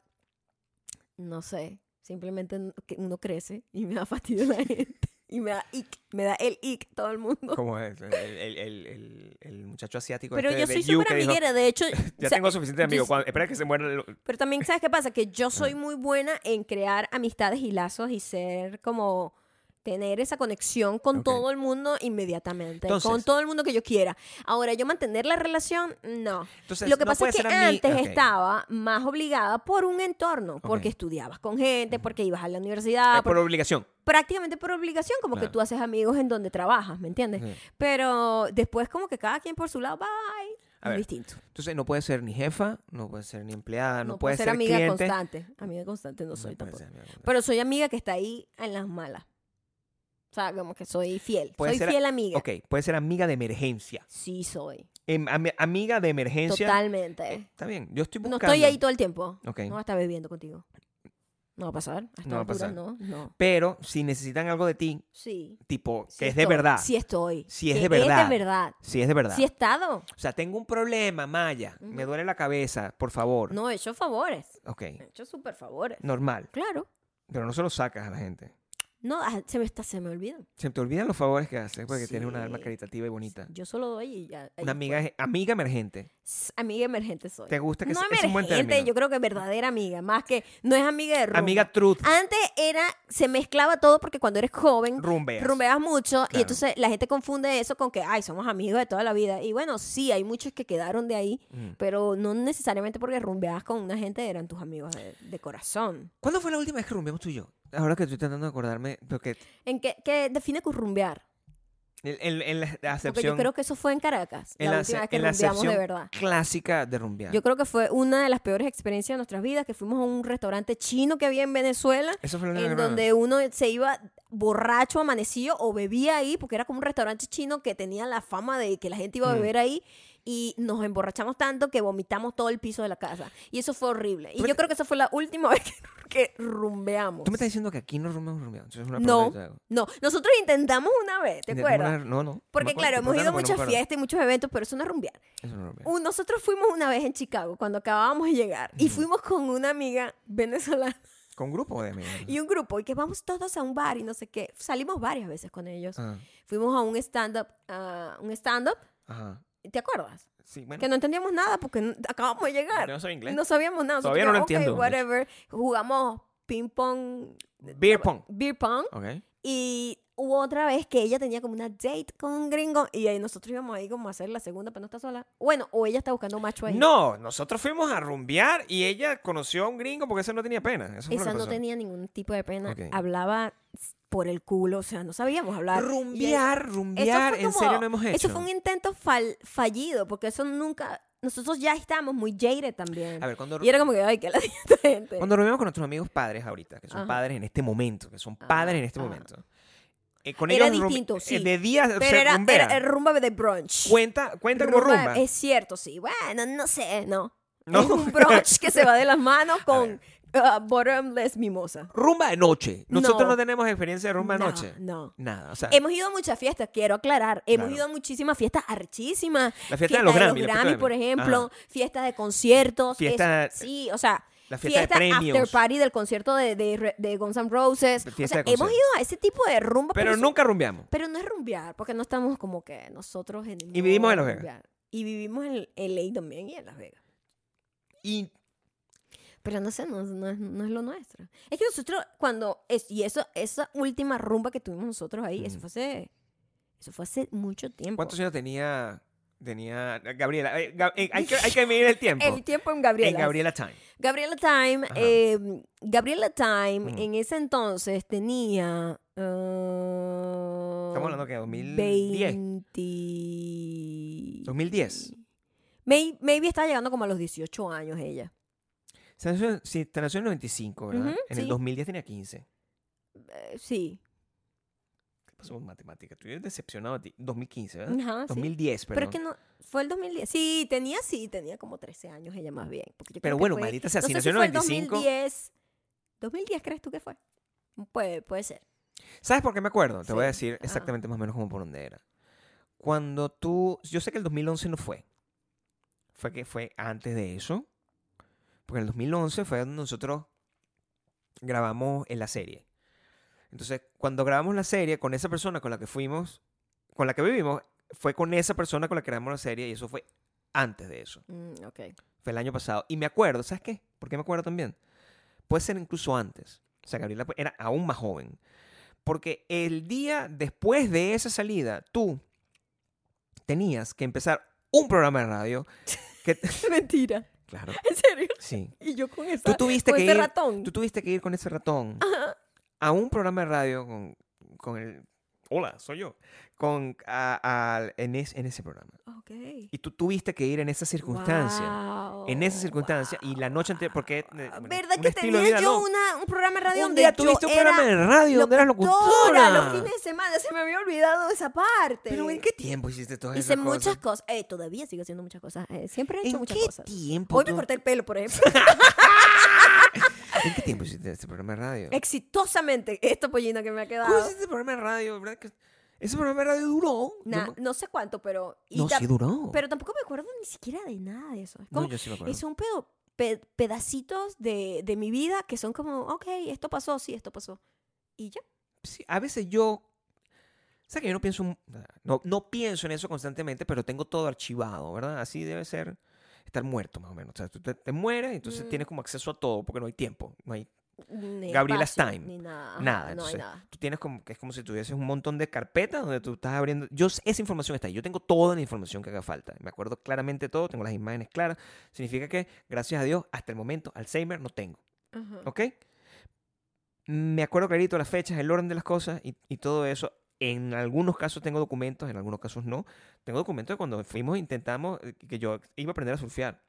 S1: no sé. Simplemente n- que uno crece y me da fastidio la gente. Y me da ick, me da el ick todo el mundo.
S2: Como el, el, el- el- el- el muchacho asiático.
S1: Pero
S2: este
S1: yo
S2: de
S1: soy
S2: You
S1: súper
S2: que dijo,
S1: amiguera, de hecho.
S2: Ya
S1: o sea, eh,
S2: tengo suficiente
S1: yo
S2: amigos.
S1: sí-
S2: cuando- Espera que se muera. el-
S1: Pero también, ¿sabes qué pasa? Que yo soy muy buena en crear amistades y lazos y ser como tener esa conexión con
S2: Ok.
S1: todo el mundo inmediatamente,
S2: Entonces-
S1: con todo el mundo que yo quiera. Ahora, yo mantener la relación, no.
S2: Entonces,
S1: Lo que
S2: no
S1: pasa
S2: puede
S1: es que
S2: ser ami-
S1: antes
S2: ok.
S1: estaba más obligada por un entorno, porque
S2: Ok.
S1: estudiabas con gente, porque ibas a la
S2: Ah,
S1: universidad,
S2: por
S1: por-
S2: obligación.
S1: prácticamente por obligación, como que
S2: Claro.
S1: tú haces amigos en donde trabajas, ¿me entiendes?
S2: Sí.
S1: Pero después como que cada quien por su lado, bye,
S2: A
S1: es
S2: ver,
S1: distinto.
S2: Entonces no puede ser ni jefa, no puede ser ni empleada, ah, no,
S1: puedo
S2: puede ser,
S1: amiga
S2: cliente.
S1: constante. Amiga constante no
S2: No
S1: soy
S2: puede
S1: tampoco.
S2: ser amiga constante.
S1: Pero soy amiga que está ahí en las malas. O sea, como que soy fiel.
S2: Puede
S1: soy
S2: ser-
S1: fiel amiga.
S2: Ok, puede ser amiga de emergencia.
S1: Sí, soy.
S2: Em, ami- amiga de emergencia.
S1: Totalmente.
S2: Eh, está bien, yo estoy
S1: no
S2: buscando.
S1: estoy ahí todo el tiempo.
S2: Ok.
S1: No va a estar bebiendo contigo. No va a pasar. A estas
S2: No va a
S1: alturas,
S2: pasar.
S1: No, no.
S2: Pero si necesitan algo de ti,
S1: Sí.
S2: tipo, que
S1: sí
S2: es de
S1: estoy.
S2: verdad.
S1: Sí estoy.
S2: Si es
S1: Que
S2: de verdad.
S1: Es de verdad.
S2: Si es de verdad.
S1: Si he estado.
S2: O sea, tengo un problema, Maya. Me duele la cabeza, por favor.
S1: No, he hecho favores.
S2: Ok,
S1: He hecho súper favores.
S2: normal.
S1: Claro.
S2: Pero no se lo sacas a la gente.
S1: No, ah, se me está, se me olvida.
S2: Se te olvidan los favores que haces porque tienes una
S1: Sí.
S2: alma caritativa y bonita.
S1: Yo solo doy y ya. ahí
S2: Una amiga, amiga emergente.
S1: S- Amiga emergente soy.
S2: ¿Te gusta que
S1: no
S2: se-
S1: emergente,
S2: es un buen término?
S1: yo creo que verdadera amiga, más que no es amiga de rumba.
S2: Amiga truth,
S1: Antes era se mezclaba todo porque cuando eres joven
S2: rumbeas.
S1: rumbeas mucho y
S2: Claro.
S1: entonces la gente confunde eso con que ay, somos amigos de toda la vida y bueno, sí, hay muchos que quedaron de ahí,
S2: Mm.
S1: pero no necesariamente porque rumbeabas con una gente eran tus amigos de, de corazón.
S2: ¿Cuándo fue la última vez que rumbeamos tú y yo? Ahora que estoy tratando de acordarme, porque
S1: ¿En qué, qué define con rumbear?
S2: en, en- en la- la
S1: Porque yo
S2: acepción,
S1: creo que eso fue en Caracas,
S2: en
S1: la,
S2: la
S1: última
S2: ace-
S1: vez que
S2: en la
S1: rumbeamos de
S2: acepción-
S1: verdad.
S2: clásica de rumbear.
S1: Yo creo que fue una de las peores experiencias de nuestras vidas, que fuimos a un restaurante chino que había en Venezuela
S2: Eso fue la última
S1: en
S2: vez.
S1: donde uno se iba borracho, amanecido o bebía ahí, porque era como un restaurante chino que tenía la fama de que la gente iba a
S2: Mm.
S1: beber ahí y nos emborrachamos tanto que vomitamos todo el piso de la casa. Y eso fue horrible.
S2: Tú
S1: Y
S2: me
S1: yo
S2: te-
S1: creo que esa fue la última vez que, que rumbeamos.
S2: Tú me estás diciendo que aquí no rumbeamos rumbeamos. Entonces es una
S1: No,
S2: pregunta que te hago.
S1: No, nosotros intentamos una vez, ¿te
S2: Intentamos
S1: acuerdas?
S2: una- No, no. no me
S1: Porque
S2: acuerdo,
S1: claro,
S2: te
S1: hemos ido a
S2: preguntaron, pero
S1: muchas
S2: no me acuerdo.
S1: fiestas y muchos eventos, pero eso no es rumbear.
S2: Eso no es rumbear.
S1: Un- Nosotros fuimos una vez en Chicago cuando acabábamos de llegar
S2: Mm.
S1: y fuimos con una amiga venezolana
S2: Con grupo de amigos.
S1: y un grupo y que vamos todos a un bar y no sé qué. Salimos varias veces con ellos.
S2: Ah,
S1: Fuimos a un stand-up, a un stand-up,
S2: ajá.
S1: ¿te acuerdas?
S2: Sí, bueno.
S1: Que no entendíamos nada porque n- acabamos de llegar.
S2: Yo no soy inglés.
S1: No sabíamos nada.
S2: Todavía no lo
S1: Nosotros,
S2: entiendo,
S1: "Ok,
S2: de hecho".
S1: whatever. Jugamos ping pong,
S2: Beer pong.
S1: beer pong
S2: Ok.
S1: y hubo otra vez que ella tenía como una date con un gringo y ahí nosotros íbamos ahí como a hacer la segunda, pero no está sola. Bueno, o ella está buscando un macho ahí.
S2: No, nosotros fuimos a rumbear y ella conoció a un gringo porque ese no tenía pena. Eso fue lo
S1: Esa
S2: que
S1: no
S2: pasó.
S1: tenía ningún tipo de pena.
S2: Ok.
S1: Hablaba s- por el culo, o sea, no sabíamos hablar. Y ahí-
S2: Rumbear,
S1: Eso
S2: rumbear,
S1: fue
S2: en
S1: como-
S2: serio no hemos hecho.
S1: Eso fue un intento fal- fallido, porque eso nunca. Nosotros ya estábamos muy jaded también.
S2: A ver, cuando,
S1: y era como que, ay, que la esta gente.
S2: cuando rompemos con nuestros amigos padres ahorita, que son
S1: Ajá.
S2: padres en este momento, que son
S1: Ajá,
S2: padres en este
S1: ajá.
S2: momento. Eh, con
S1: Era
S2: ellos rum-
S1: distinto,
S2: eh,
S1: sí.
S2: De día
S1: Pero
S2: se
S1: era,
S2: rumbea.
S1: era- era rumba de brunch.
S2: Cuenta, cuenta como rumba.
S1: Es cierto, sí. Bueno, no sé, no.
S2: No.
S1: Es un brunch que se va de las manos con
S2: ver.
S1: uh, bottomless mimosa.
S2: Rumba de noche. Nosotros no,
S1: No.
S2: tenemos experiencia de rumba
S1: No,
S2: de noche.
S1: no.
S2: Nada. O sea,
S1: Hemos ido a muchas fiestas, quiero aclarar. Hemos
S2: Claro.
S1: ido a muchísimas fiestas archísimas.
S2: La fiesta de los Grammy, la fiesta de los
S1: por
S2: Grammy.
S1: ejemplo. Fiestas de conciertos.
S2: Fiesta-
S1: es- sí, o sea,
S2: la fiesta de premios.
S1: after party del concierto de, de, re- de Guns N' Roses.
S2: La
S1: O
S2: fiesta
S1: sea,
S2: de
S1: hemos
S2: concierto.
S1: ido a ese tipo de rumba.
S2: pero
S1: eso-
S2: nunca rumbeamos.
S1: Pero no es rumbear, porque no estamos como que nosotros en el
S2: Y vivimos
S1: modo
S2: en Las
S1: de
S2: Vegas.
S1: rumbear. Y vivimos en en LA también y en Las Vegas.
S2: Y
S1: Pero no sé, no, no es, no es lo nuestro. Es que nosotros, cuando. Es, y eso, esa última rumba que tuvimos nosotros ahí, eso
S2: Ujú.
S1: fue hace. Eso fue hace mucho tiempo.
S2: ¿cuántos años tenía, tenía Gabriela? Eh, Gab- eh, hay, que, hay que medir el tiempo.
S1: El tiempo en Gabriela.
S2: En Gabriela Time.
S1: Gabriela Time.
S2: Ajá. Mm.
S1: eh, Gabriela Time
S2: Ujú.
S1: en ese entonces tenía. eh,
S2: Estamos hablando que 2010. 2010.
S1: Maybe, maybe estaba llegando como a los 18 años ella.
S2: Se nació, sí, te nació en el 95, ¿verdad?
S1: Ujú,
S2: en el
S1: sí.
S2: 2010 tenía 15.
S1: Eh, sí.
S2: ¿Qué pasó con matemática? Estoy decepcionado a ti. 2015, ¿verdad?
S1: Ajá, sí.
S2: 2010,
S1: Pero
S2: ¿Eh? perdón.
S1: es que no. Fue el 2010. Sí, tenía, sí, tenía como 13 años ella más bien. porque yo creo
S2: Pero
S1: que
S2: bueno,
S1: fue-
S2: maldita sea,
S1: no
S2: si
S1: sé
S2: nació en
S1: fue
S2: el 95.
S1: 2010. ¿2010 crees tú que fue? Mm, Puede, puede ser.
S2: ¿Sabes por qué me acuerdo? Te voy a
S1: Sí,
S2: decir
S1: ajá.
S2: exactamente más o menos como por dónde era. Cuando tú. Yo sé que el 2011 no fue. Fue que fue antes de eso. Porque en el 2011 fue donde nosotros grabamos en la serie. Entonces, cuando grabamos la serie con esa persona con la que fuimos, con la que vivimos, fue con esa persona con la que grabamos la serie y eso fue antes de eso.
S1: Mm, ok.
S2: Fue el año pasado. Y me acuerdo, ¿sabes qué? ¿Por qué me acuerdo también? Puede ser incluso antes. O sea, Gabriela pues, era aún más joven. Porque el día después de esa salida, tú tenías que empezar un programa de radio que...
S1: Mentira.
S2: claro,
S1: En serio.
S2: sí.
S1: Y yo con esa.
S2: Tú tuviste,
S1: con
S2: que
S1: ese
S2: ir,
S1: ratón.
S2: tú tuviste que ir con ese ratón a un programa de radio con, con el... Hola, soy yo. Con, a- al- en, es- en ese programa.
S1: Ok.
S2: Y tú tuviste que ir en esa circunstancia. en esa circunstancia y la noche anterior, porque... eh, bueno,
S1: Ah, ¿Verdad
S2: un
S1: que
S2: estilo de
S1: tenía
S2: vida,
S1: yo
S2: ¿no?
S1: una- un programa de radio
S2: un
S1: donde
S2: día
S1: yo
S2: tuviste un
S1: era
S2: programa de radio donde eras
S1: locutora,
S2: locutora.
S1: Los fines de semana se me había olvidado esa parte.
S2: Pero ¿en qué tiempo hiciste todas
S1: Hice
S2: esas cosas?
S1: muchas cosas. Eh, todavía sigo haciendo muchas cosas. Eh, siempre he hecho
S2: ¿En
S1: muchas
S2: qué
S1: cosas.
S2: tiempo?
S1: Hoy
S2: tú-
S1: me corté el pelo, por ejemplo.
S2: ¿En qué tiempo hiciste este programa de radio?
S1: Exitosamente, esta pollina que me ha quedado.
S2: ¿Cómo hiciste este programa de radio? ¿Verdad que ese programa de radio duró?
S1: Na-
S2: Yo me-
S1: no sé cuánto, pero. y
S2: no,
S1: ta-
S2: sí duró.
S1: Pero tampoco me acuerdo ni siquiera de nada de eso. Es
S2: no,
S1: como,
S2: yo sí me acuerdo.
S1: son pedo- pe- pedacitos de, de mi vida que son como, ok, esto pasó, sí, esto pasó. Y ya.
S2: Sí, a veces yo... ¿Sabes que yo no pienso, un- no, no pienso en eso constantemente, pero tengo todo archivado, ¿verdad? Así debe ser estar muerto, más o menos. O sea, tú te, te mueres y entonces
S1: Mm.
S2: tienes como acceso a todo porque no hay tiempo. No hay,
S1: Ni
S2: Gabriela
S1: espacio,
S2: Stein.
S1: Ni nada.
S2: Nada,
S1: Ajá, No hay
S2: entonces,
S1: nada.
S2: tú tienes como que es como si tuvieses un montón de carpetas donde tú estás abriendo. Yo s- esa información está ahí. Yo tengo toda la información que haga falta. Me acuerdo claramente todo. Tengo las imágenes claras. Significa que gracias a Dios hasta el momento Alzheimer no tengo,
S1: Ajá.
S2: ¿ok? Me acuerdo clarito las fechas, el orden de las cosas y, y todo eso. En algunos casos tengo documentos, en algunos casos no. Tengo documentos de cuando fuimos intentamos eh, que yo iba a aprender a surfear.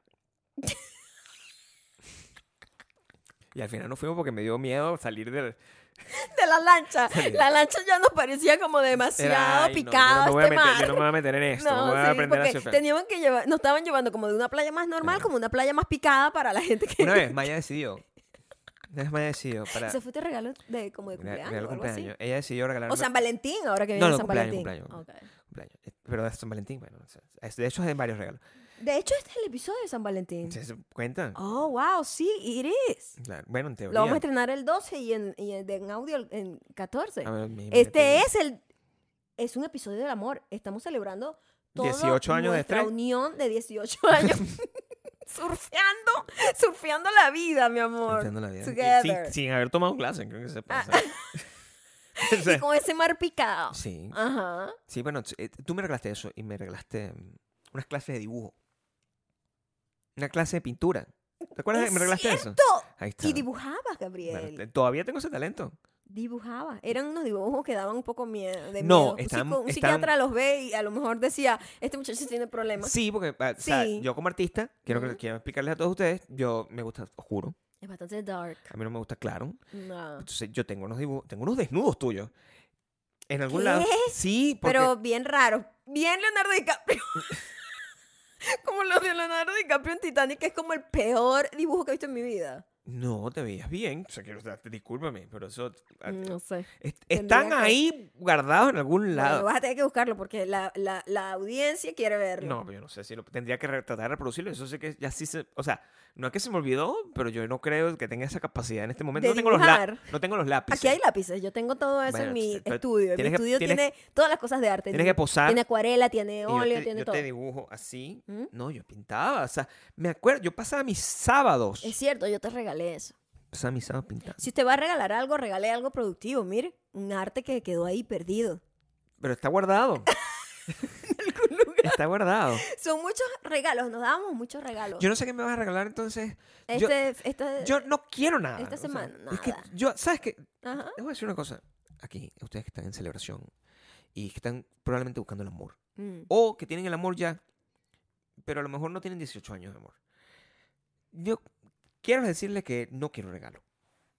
S2: Y al final no fuimos porque me dio miedo salir del,
S1: De la lancha.
S2: Sí.
S1: La lancha ya nos parecía como
S2: Era,
S1: demasiado
S2: "Ay, no,
S1: picado
S2: yo no, me voy a
S1: este
S2: meter-
S1: mar.
S2: yo no me voy a meter en esto.
S1: No,
S2: me voy a
S1: sí,
S2: aprender a
S1: porque
S2: surfear.
S1: tenían que llevar, nos estaban llevando como de una playa más normal,
S2: Claro.
S1: como una playa más picada para la gente que...
S2: Una vez Maya decidió. Una vez Maya decidió para.
S1: Ese fue tu regalo de, como de
S2: una-
S1: cumpleaños
S2: regalo
S1: o algo así.
S2: cumpleaños. Ella decidió regalarme
S1: O San Valentín, ahora que viene
S2: no,
S1: San
S2: cumpleaños,
S1: Valentín.
S2: cumpleaños.
S1: Ok.
S2: cumpleaños. Eh, Pero es San Valentín, bueno. o sea, es- De hecho, es de varios regalos.
S1: De hecho, este es el episodio de San Valentín.
S2: ¿Se se cuenta?
S1: Oh, wow, sí, it is.
S2: Claro, Bueno, en teoría.
S1: Lo vamos a estrenar el 12 y en, y en, en audio el- en 14.
S2: A ver, mi-
S1: Este
S2: mi-
S1: es el es un episodio del amor. Estamos celebrando todo
S2: 18 años de
S1: nuestra
S2: estrés.
S1: unión de 18 años. surfeando, surfeando la vida, mi amor.
S2: Entiendo la vida.
S1: Together. Ah.
S2: Sí, Sin, haber tomado clase, creo que se pasa. O sea,
S1: Y con ese mar picado.
S2: sí,
S1: Ajá.
S2: sí, bueno, t- eh, tú me regalaste eso y me regalaste mm, unas clases de dibujo. Una clase de pintura. ¿Te acuerdas?
S1: Es
S2: que me regalaste eso.
S1: cierto.
S2: Ahí está.
S1: Y dibujabas,
S2: Bueno,
S1: Gabriel.
S2: te- todavía tengo ese talento.
S1: Dibujabas. Eran unos dibujos que daban un poco miedo, de miedo.
S2: No,
S1: Un
S2: estaban-
S1: psico- un
S2: estaban-
S1: psiquiatra los ve y a lo mejor decía, este muchacho tiene problemas.
S2: Sí, porque ah, o sea,
S1: Sí.
S2: yo como artista, quiero, que-
S1: Ujú.
S2: quiero explicarles a todos ustedes, yo me gusta oscuro,
S1: Es bastante dark.
S2: a mí no me gusta claro.
S1: No.
S2: Entonces yo tengo unos dibujos, tengo unos desnudos tuyos. En algún
S1: ¿Qué?
S2: lado. Sí, porque
S1: Pero bien raro. Bien Leonardo DiCaprio. como los de Leonardo DiCaprio en Titanic, que es como el peor dibujo que he visto en mi vida.
S2: no te veías bien. O sea, quiero, o sea, discúlpame, pero eso ah,
S1: No sé.
S2: est-
S1: tendría
S2: están
S1: que-
S2: ahí guardados en algún
S1: Bueno,
S2: lado.
S1: vas a tener que buscarlo porque la, la, la audiencia quiere verlo.
S2: No, pero yo no sé si lo tendría que re- tratar de reproducirlo. Eso sé que ya sí se. O sea, no es que se me olvidó, pero yo no creo que tenga esa capacidad en este momento.
S1: De
S2: No tengo, los lá-
S1: dibujar.
S2: no tengo los lápices.
S1: Aquí hay lápices, yo tengo todo eso
S2: Bueno,
S1: en mi
S2: tú- tú-
S1: estudio. Mi
S2: tienes que-
S1: estudio
S2: tienes-
S1: tiene todas las cosas de arte.
S2: Tienes que posar.
S1: Tiene acuarela, tiene
S2: Y
S1: óleo,
S2: yo te,
S1: tiene
S2: yo
S1: todo.
S2: te dibujo así.
S1: ¿Mm?
S2: No, yo pintaba. O sea, me acuerdo, yo pasaba mis sábados.
S1: Es cierto, yo te regalé eso.
S2: Pasaba mis sábados pintando.
S1: Si usted va a regalar algo, regale algo productivo. Mire, un arte que quedó ahí perdido.
S2: Pero está guardado. está guardado.
S1: Son muchos regalos, nos dábamos muchos regalos.
S2: Yo no sé qué me vas a regalar entonces. yo-
S1: este, esta-
S2: Yo no quiero nada.
S1: Esta
S2: o sea,
S1: semana,
S2: es que
S1: nada.
S2: yo, ¿sabes qué?
S1: Ajá.
S2: Les voy a decir una cosa. Aquí, ustedes que están en celebración y que están probablemente buscando el amor.
S1: Mm.
S2: O que tienen el amor ya, pero a lo mejor no tienen 18 años de amor. Yo quiero decirles que no quiero regalo.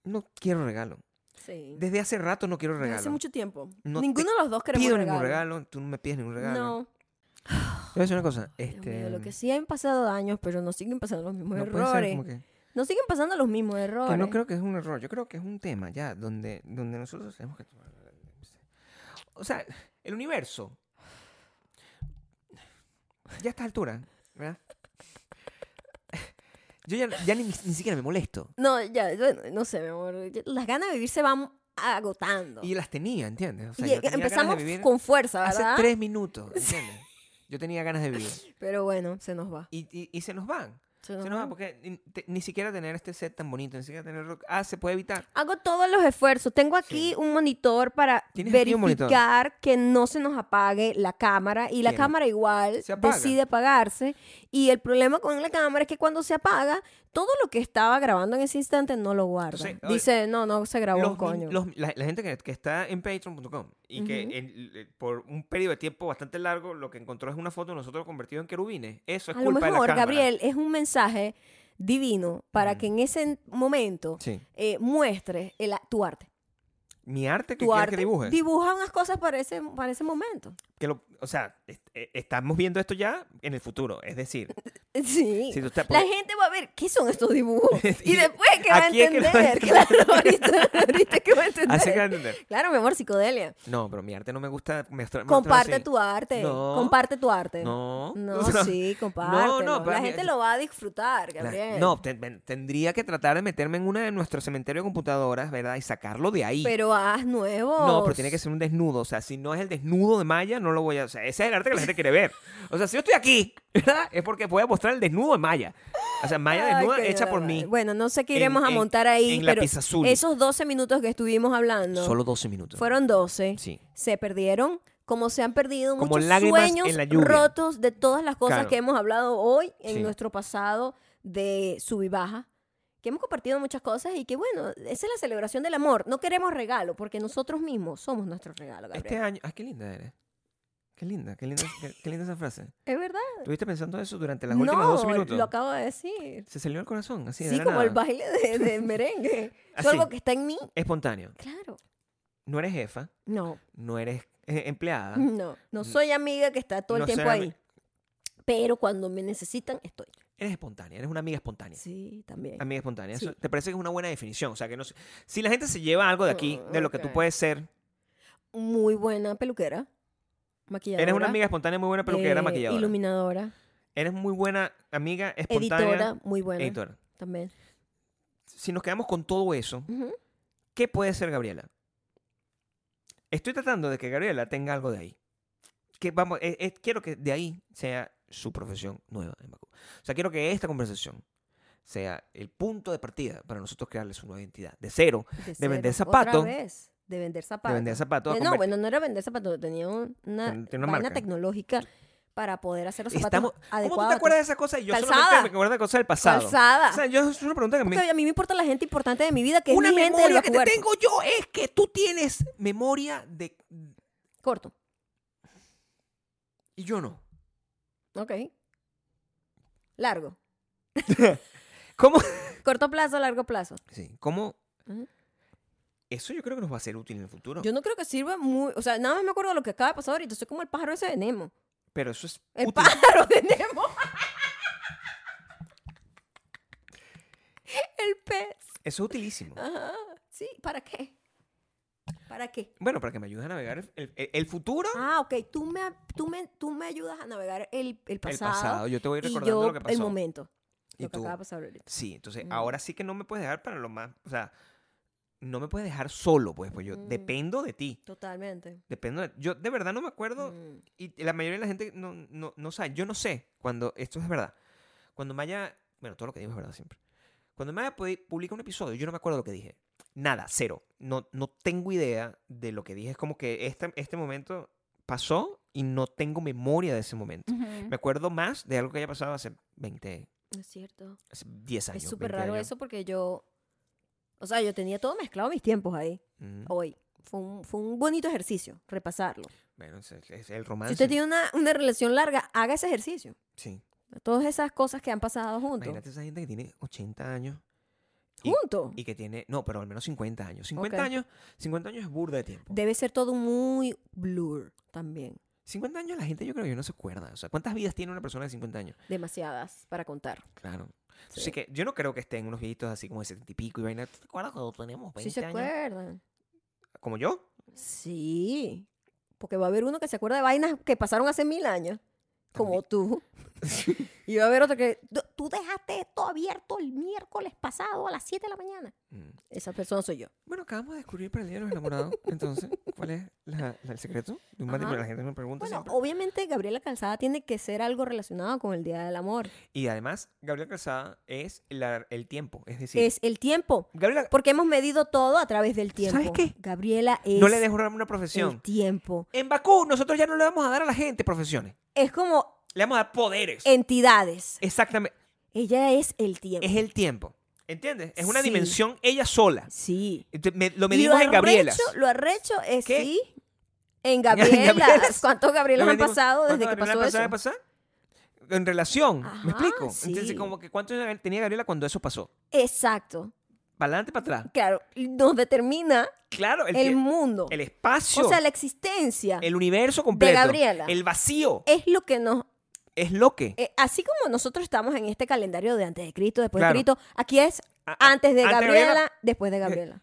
S2: No quiero regalo.
S1: Sí.
S2: Desde hace rato no quiero
S1: Desde
S2: regalo.
S1: hace mucho tiempo.
S2: No te
S1: Ninguno de los dos queremos
S2: pido
S1: regalo.
S2: ningún regalo, tú no me pides ningún regalo.
S1: No.
S2: Te voy a decir una cosa,
S1: Dios mío,
S2: este
S1: lo que sí han pasado daños, pero nos siguen pasando los mismos
S2: no puede ser
S1: errores.
S2: como que,
S1: Nos siguen pasando los mismos
S2: que
S1: errores.
S2: no creo que es un error, yo creo que es un tema ya donde donde nosotros tenemos que tomar O sea, el universo ya a esta altura, ¿verdad? Yo ya, ya ni, ni siquiera me molesto.
S1: No, ya, bueno, no sé, mi amor. Las ganas de vivir se van agotando.
S2: Y las tenía, ¿entiendes? O sea,
S1: Y e,
S2: yo tenía
S1: empezamos
S2: ganas de vivir
S1: con fuerza,
S2: hace
S1: ¿verdad?
S2: tres minutos, ¿entiendes? Yo tenía ganas de vivir.
S1: Pero bueno, se nos va.
S2: Y, y, y se nos van.
S1: Se nos
S2: Se nos va
S1: va.
S2: porque ni, te- ni siquiera tener este set tan bonito, ni siquiera tenerlo. Ah, se puede evitar.
S1: Hago todos los esfuerzos. Tengo aquí un monitor para
S2: ¿Tienes aquí un monitor?
S1: verificar que no se nos apague la cámara y la
S2: Tiene.
S1: cámara igual
S2: Se apaga.
S1: decide apagarse. Y el problema con la cámara es que cuando se apaga, todo lo que estaba grabando en ese instante no lo guarda.
S2: Entonces, oye,
S1: Dice, no, no se grabó un
S2: Los min-
S1: coño.
S2: los- la, la gente que, que está en patreon.com y que
S1: Ujú.
S2: en- eh, por un periodo de tiempo bastante largo lo que encontró es una foto de nosotros convertidos en querubines. Eso es
S1: A lo
S2: culpa de la
S1: mejor,
S2: cámara.
S1: Gabriel, es un mensaje divino para
S2: Mm.
S1: que en ese momento
S2: Sí.
S1: eh, muestres el a- tu arte.
S2: Mi arte que
S1: Tu
S2: quieres
S1: arte
S2: que dibuje.
S1: dibuja unas cosas para ese, para ese momento.
S2: que lo, o sea, est- eh, estamos viendo esto ya en el futuro. Es decir,
S1: Sí.
S2: si tú estás-
S1: La gente va a ver qué son estos dibujos.
S2: Y
S1: Y después que va a
S2: aquí es que va a
S1: entender. Claro, ahorita, ahorita que va a
S2: así que
S1: entender.
S2: entender.
S1: Claro, mi amor, psicodelia.
S2: No, pero mi arte no me gusta. Me estra- me
S1: Comparte
S2: muestran
S1: tu arte.
S2: No.
S1: Comparte tu arte.
S2: así. No.
S1: No,
S2: O sea,
S1: sí, compártelo.
S2: para
S1: la
S2: mí-
S1: gente lo va a disfrutar,
S2: la-
S1: Gabriel.
S2: no, te- ven- tendría que tratar de meterme en una de nuestros cementerios de computadoras, ¿verdad? Y sacarlo de ahí.
S1: Pero haz nuevos.
S2: No, pero tiene que ser un desnudo. O sea, si no es el desnudo de Maya, no lo voy a. O sea, ese es el arte que la gente quiere ver. O sea, si yo estoy aquí, ¿verdad? Es porque voy a mostrar el desnudo de Maya. O sea, Maya
S1: Ay,
S2: desnuda
S1: coño,
S2: hecha
S1: la
S2: por
S1: madre.
S2: mí.
S1: Bueno, no sé qué
S2: En-
S1: iremos a
S2: en-
S1: montar ahí,
S2: en
S1: pero
S2: lápiz azul.
S1: esos 12 minutos que estuvimos hablando,
S2: Solo 12 minutos.
S1: fueron 12,
S2: Sí.
S1: se perdieron, como se han perdido
S2: Como
S1: muchos
S2: lágrimas
S1: sueños
S2: en la lluvia.
S1: rotos de todas las cosas
S2: Claro.
S1: que hemos hablado hoy en
S2: Sí.
S1: nuestro pasado de sub y baja, que hemos compartido muchas cosas y que bueno, esa es la celebración del amor. No queremos regalo, porque nosotros mismos somos nuestro regalo, Gabriel.
S2: Este año. Ay, qué linda eres. Qué linda, qué linda, qué, qué linda esa frase.
S1: ¿Es verdad?
S2: ¿Estuviste pensando eso durante las últimas
S1: No,
S2: 12 minutos?
S1: lo acabo de decir.
S2: Se salió el corazón, así de
S1: Sí,
S2: la
S1: como el
S2: nada.
S1: baile de, de merengue. Es
S2: Así.
S1: algo que está en mí.
S2: Espontáneo.
S1: Claro.
S2: No eres jefa,
S1: No.
S2: no eres eh, empleada.
S1: No, no soy amiga que está todo
S2: Mm. No
S1: el tiempo
S2: soy ami-
S1: ahí. Pero cuando me necesitan, estoy.
S2: Eres espontánea, eres una amiga espontánea.
S1: Sí, también.
S2: Amiga espontánea. Eso-
S1: Sí.
S2: ¿Te parece que es una buena definición? O sea, que no sé- Si la gente se lleva algo de aquí,
S1: Mm,
S2: de lo que tú
S1: ok.
S2: puedes ser,
S1: Muy buena peluquera. Maquilladora.
S2: eres una amiga espontánea, muy buena peluquera,
S1: eh,
S2: maquilladora.
S1: Iluminadora.
S2: Eres muy buena amiga espontánea. e
S1: Editora, muy buena.
S2: editora.
S1: También.
S2: Si nos quedamos con todo eso,
S1: Ujú.
S2: ¿qué puede ser Gabriela? Estoy tratando de que Gabriela tenga algo de ahí. Que vamos, eh, eh, quiero que de ahí sea su profesión nueva en Bakú. O sea, quiero que esta conversación sea el punto de partida para nosotros crearle su nueva identidad. De cero, De vender
S1: cero,
S2: zapatos.
S1: Otra vez. De vender zapatos.
S2: de vender zapatos. a
S1: Eh, No,
S2: convertir-
S1: bueno, no era vender zapatos. Tenía un- una,
S2: Ten- tiene una
S1: vaina
S2: marca.
S1: tecnológica para poder hacer los zapatos
S2: Estamos, ¿Cómo tú
S1: adecuados.
S2: te
S1: a tu
S2: acuerdas de esas cosas? Y yo
S1: Calzada.
S2: solamente me acuerdo de cosas del pasado.
S1: Calzada.
S2: O sea, yo es una pregunta que me...
S1: Porque a mí me importa la gente importante de mi vida, que
S2: Una
S1: es mi gente del
S2: memoria que te
S1: Bacuberto.
S2: tengo yo es que tú tienes memoria de...
S1: Corto.
S2: Y yo no.
S1: Ok. Largo.
S2: ¿Cómo?
S1: Corto plazo, largo plazo.
S2: Sí, ¿cómo?
S1: Ujú.
S2: Eso yo creo que nos va a ser útil en el futuro.
S1: Mm. Yo no creo que sirva muy. O sea, nada más me acuerdo de lo que acaba de pasar ahorita. Soy como el pájaro ese de Nemo.
S2: Pero eso es
S1: El
S2: útil.
S1: pájaro de Nemo. el pez.
S2: Eso es utilísimo.
S1: Ajá. Sí, ¿para qué? ¿Para qué?
S2: Bueno, para que me ayudes a navegar el, el- el futuro.
S1: Ah, ok. Tú me, tú me, tú me ayudas a navegar el, el pasado.
S2: el pasado. Yo te voy
S1: y
S2: recordando
S1: yo
S2: lo que pasó.
S1: el momento.
S2: Y
S1: lo que
S2: tú.
S1: acaba de pasar ahorita.
S2: Sí, entonces
S1: Mm.
S2: ahora sí que no me puedes dejar para lo más... O sea, no me puedes dejar solo, pues, pues yo
S1: Mm.
S2: dependo de ti.
S1: Totalmente.
S2: Dependo de- Yo de verdad no me acuerdo...
S1: Mm.
S2: Y la mayoría de la gente no, no, no sabe. Yo no sé cuando. Esto es verdad. Cuando Maya. Bueno, todo lo que digo es verdad siempre. Cuando Maya pu- publica un episodio, yo no me acuerdo lo que dije. Nada, cero. No, no tengo idea de lo que dije. Es como que este, este momento pasó y no tengo memoria de ese momento. Me acuerdo más de algo que haya pasado hace 20,
S1: No es cierto.
S2: hace 10 años.
S1: Es súper
S2: 20
S1: raro
S2: años.
S1: eso porque yo. O sea, yo tenía todo mezclado mis tiempos ahí,
S2: Mm.
S1: hoy. Fue un, fue un bonito ejercicio, repasarlo.
S2: Bueno, es, es el
S1: Si
S2: romance.
S1: usted tiene una, una relación larga, haga ese ejercicio.
S2: Sí.
S1: Todas esas cosas que han pasado juntos.
S2: Imagínate esa gente que tiene 80 años. y-
S1: Juntos.
S2: Y que tiene, no, pero al menos 50 años. 50
S1: Ok.
S2: años, 50 años es burda de tiempo.
S1: Debe ser todo muy blur también.
S2: 50 años la gente yo creo que no se acuerda. O sea, ¿cuántas vidas tiene una persona de 50 años?
S1: Demasiadas para contar.
S2: Claro. Así
S1: Sí.
S2: que yo no creo que estén unos viejitos así como de 70 y pico y vaina. ¿Tú te acuerdas cuando teníamos 20
S1: ¿Sí se
S2: años?
S1: acuerdan?
S2: Como yo.
S1: Sí. Porque va a haber uno que se acuerda de vainas que pasaron hace mil años, como tú. y va a haber otro que. "Tú- Tú dejaste esto abierto el miércoles pasado a las 7 de la mañana.
S2: Mm.
S1: Esa persona soy yo.
S2: Bueno, acabamos de descubrir para el día de los enamorados. Entonces, ¿cuál es la- la- el secreto de un
S1: Ajá.
S2: matrimonio? La gente me pregunta
S1: Bueno,
S2: siempre.
S1: obviamente Gabriela Calzada tiene que ser algo relacionado con el Día del Amor.
S2: Y además, Gabriela Calzada es la- el tiempo. Es decir,
S1: Es el tiempo.
S2: Gabriela,
S1: Porque hemos medido todo a través del tiempo.
S2: ¿Sabes qué?
S1: Gabriela es
S2: no le dejo una
S1: el
S2: profesión.
S1: tiempo.
S2: En Bakú, nosotros ya no le vamos a dar a la gente profesiones.
S1: Es como
S2: Le vamos a dar poderes.
S1: entidades.
S2: Exactamente.
S1: Ella es el tiempo.
S2: Es el tiempo. ¿Entiendes? Es una
S1: Em, Sí.
S2: dimensión ella sola.
S1: Sí.
S2: Entonces, me- lo
S1: Y
S2: medimos en
S1: arrecho-
S2: Gabrielas.
S1: Lo arrecho es
S2: ¿Qué?
S1: sí. En Gabriela.
S2: Gabrielas.
S1: ¿Cuántos Gabrielas
S2: Yo
S1: han
S2: digo,
S1: pasado desde que
S2: ¿cuánto
S1: pasó
S2: Gabriela
S1: eso?
S2: pasaba a pasar? En relación,
S1: Ajá,
S2: ¿me explico?
S1: sí.
S2: Entonces, como que cuánto tenía Gabriela cuando eso pasó.
S1: Exacto.
S2: Para adelante, para atrás.
S1: Claro, nos determina
S2: Claro, el,
S1: el,
S2: que-
S1: mundo.
S2: el espacio,
S1: o sea, la existencia
S2: el universo completo.
S1: Gabriela.
S2: El vacío.
S1: es lo que nos...
S2: Es lo que.
S1: eh, así como nosotros estamos en este calendario de antes de Cristo, después
S2: Claro.
S1: de Cristo, aquí es
S2: A- a-
S1: antes de
S2: antes de
S1: Gabriela,
S2: Gabriela. Eh,
S1: después de Gabriela.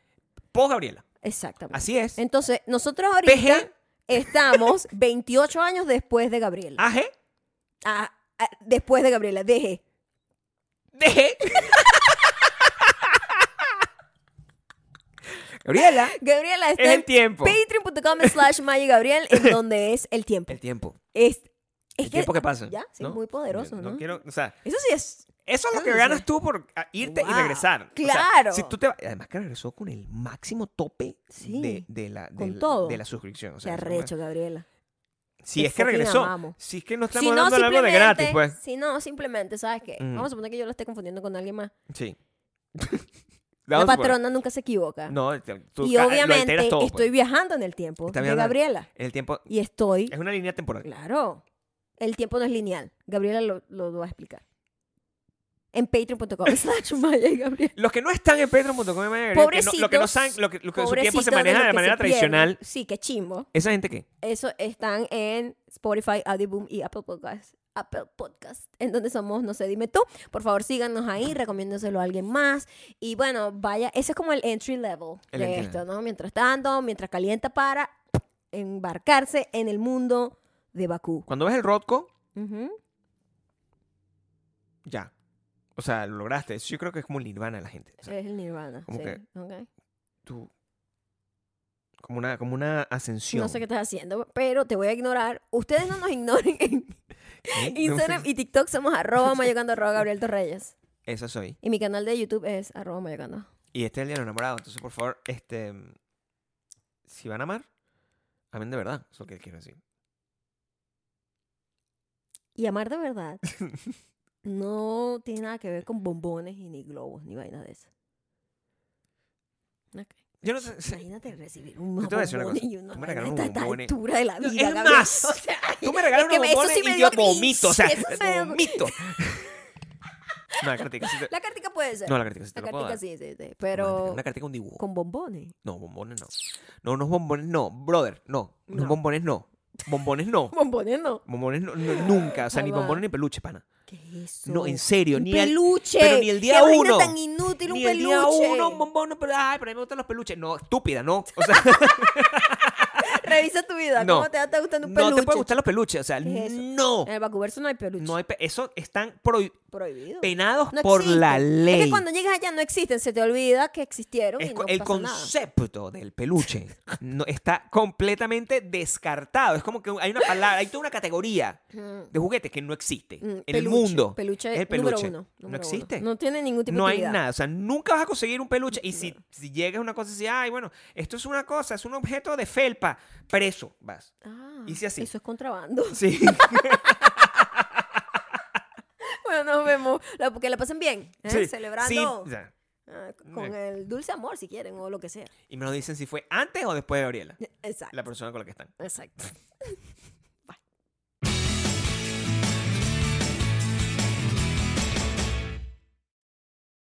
S2: Post Gabriela.
S1: Exactamente.
S2: Así es.
S1: Entonces, nosotros ahorita
S2: PG.
S1: estamos 28 años después de Gabriela.
S2: AG.
S1: Ah, ah, después de Gabriela, deje.
S2: Deje. Gabriela.
S1: Gabriela está
S2: Es el
S1: en
S2: tiempo.
S1: patreon.com slash Maya Gabriel, en donde es el tiempo.
S2: El tiempo.
S1: Es, es ah,
S2: El tiempo que pasa.
S1: Ya, sí,
S2: ¿no?
S1: muy poderoso, ¿no?
S2: quiero, o sea,
S1: Eso sí es.
S2: eso es lo
S1: Eso
S2: que
S1: sí.
S2: ganas tú por ah, irte y
S1: Guau,
S2: regresar. O sea,
S1: claro.
S2: si tú te va- además que regresó con el máximo tope
S1: Sí,
S2: de, de la,
S1: con
S2: del-
S1: todo.
S2: de la suscripción. O
S1: Se
S2: sea, eso,
S1: arrecho, Gabriela.
S2: bueno, Si
S1: Te
S2: es que
S1: fucking
S2: regresó.
S1: amamos.
S2: Si es que no
S1: si
S2: estamos
S1: no,
S2: hablando de algo de
S1: simplemente-
S2: gratis, pues.
S1: Si no, simplemente, ¿sabes qué?
S2: Mm.
S1: Vamos a suponer que yo lo esté confundiendo con alguien más.
S2: pues, Sí.
S1: La
S2: Vamos a-
S1: patrona nunca se equivoca.
S2: No, te- tú
S1: y
S2: ca- lo
S1: obviamente
S2: alteras todo,
S1: estoy
S2: pues.
S1: viajando en el tiempo
S2: Está
S1: de
S2: viajando-
S1: Gabriela.
S2: El tiempo
S1: Y estoy.
S2: es una línea temporal.
S1: Claro. El tiempo no es lineal. Gabriela lo, lo va a explicar. En patreon.com slash Maya y Gabriela.
S2: Los que no están en pedro.com lo que no
S1: Pobrecitos,
S2: saben, lo que, lo que su tiempo
S1: Pobrecitos
S2: se
S1: de
S2: maneja
S1: los
S2: de,
S1: que
S2: manera
S1: se pierden.
S2: tradicional,
S1: Sí, qué chimbo.
S2: ¿esa gente qué?
S1: Eso están en Spotify, Audioboom y Apple Podcast. Apple Podcast, en donde somos, no sé, dime tú. Por favor, síganos ahí, recomiéndoselo a alguien más. Y bueno, vaya, ese es como el entry level
S2: El
S1: de
S2: entry
S1: esto, ¿no? Mientras tanto, mientras calienta para embarcarse en el mundo de Bakú.
S2: Cuando ves el Rodco,
S1: Ujú.
S2: ya. O sea, lo lograste. Eso Yo creo que es como el nirvana de la gente. O sea,
S1: Es el Nirvana.
S2: Como
S1: sí.
S2: que-
S1: Ok.
S2: tú... Como una, como una ascensión.
S1: No sé qué estás haciendo, pero te voy a ignorar. Ustedes no nos ignoren en
S2: ¿Eh?
S1: Instagram y TikTok. Somos arroba mayocando arroba Gabriel Torreyes.
S2: Esa soy.
S1: Y mi canal de YouTube es arroba mayocando.
S2: Y este es el día de los enamorados. Entonces, por favor, este... Si van a amar, amen de verdad. Eso es lo que quiero decir.
S1: Y amar de verdad no tiene nada que ver con bombones y ni globos ni vainas de esas. Ok.
S2: Yo no sé... si-
S1: Imagínate recibir unos
S2: te voy a decir una
S1: bombones
S2: cosa.
S1: y unos
S2: Tú me
S1: vainas
S2: regalaron
S1: a
S2: unos
S1: esta
S2: bombones.
S1: altura de la
S2: No,
S1: vida.
S2: es
S1: Gabriel.
S2: más,
S1: O sea,
S2: Tú me regalas
S1: Es que
S2: unos
S1: me- eso
S2: bombones
S1: sí me
S2: y
S1: dio
S2: yo
S1: cringe,
S2: vomito. O sea,
S1: eso me dio-
S2: vomito. No, la cartica sí te-
S1: la cartica puede ser.
S2: No, la cartica sí te
S1: la
S2: la puedo
S1: cartica
S2: dar.
S1: sí, sí, sí.
S2: Una
S1: Pero
S2: cartica- Una cartica con dibujo.
S1: con bombones.
S2: No, bombones no. No, unos bombones no. Brother, no. Unos
S1: No.
S2: bombones no. Bombones no.
S1: Bombones no.
S2: Bombones no, no, nunca. O sea, ni
S1: Jamás.
S2: bombones ni peluche, pana.
S1: ¿Qué es eso?
S2: No, en serio.
S1: Un
S2: Ni el,
S1: peluche.
S2: pero ni el día
S1: Qué vaina
S2: uno.
S1: tan inútil un
S2: ni el
S1: peluche.
S2: día uno, un bombón, no, pero, ay, pero a mí me gustan los peluches. No, estúpida, no. O sea,
S1: Revisa tu vida.
S2: No.
S1: ¿Cómo te está gustando un
S2: no
S1: peluche?
S2: te pueden gustar los peluches. O sea,
S1: ¿Qué es eso?
S2: no.
S1: En el Vancouverso no hay peluche.
S2: No hay pe- eso están prohi-
S1: Prohibido.
S2: penados
S1: No
S2: por
S1: existen.
S2: la ley.
S1: Es que cuando llegas allá no existen. Se te olvida que existieron
S2: Es
S1: y
S2: co-
S1: no
S2: el
S1: pasa nada.
S2: concepto del peluche no, está completamente descartado. Es como que hay una palabra, hay toda una categoría
S1: Mm,
S2: de juguetes que no existe
S1: mm,
S2: en el
S1: peluche,
S2: mundo.
S1: Peluche,
S2: Es el peluche.
S1: número uno.
S2: No
S1: número
S2: existe.
S1: uno. No tiene ningún tipo
S2: No
S1: de
S2: hay
S1: utilidad.
S2: nada, o sea, nunca vas a conseguir un peluche. Y si, si llegas a una cosa así, ay, bueno, esto es una cosa, es un objeto de felpa, preso vas.
S1: Ah,
S2: Y si así.
S1: Eso es contrabando.
S2: Sí.
S1: bueno, nos vemos. La- que la pasen bien. ¿eh?
S2: Sí. Sí,
S1: Celebrando
S2: o sea,
S1: ah, con el dulce amor, si quieren, o lo que sea.
S2: y me lo dicen si fue antes o después de Gabriela,
S1: Exacto.
S2: la persona con la que están.
S1: Exacto.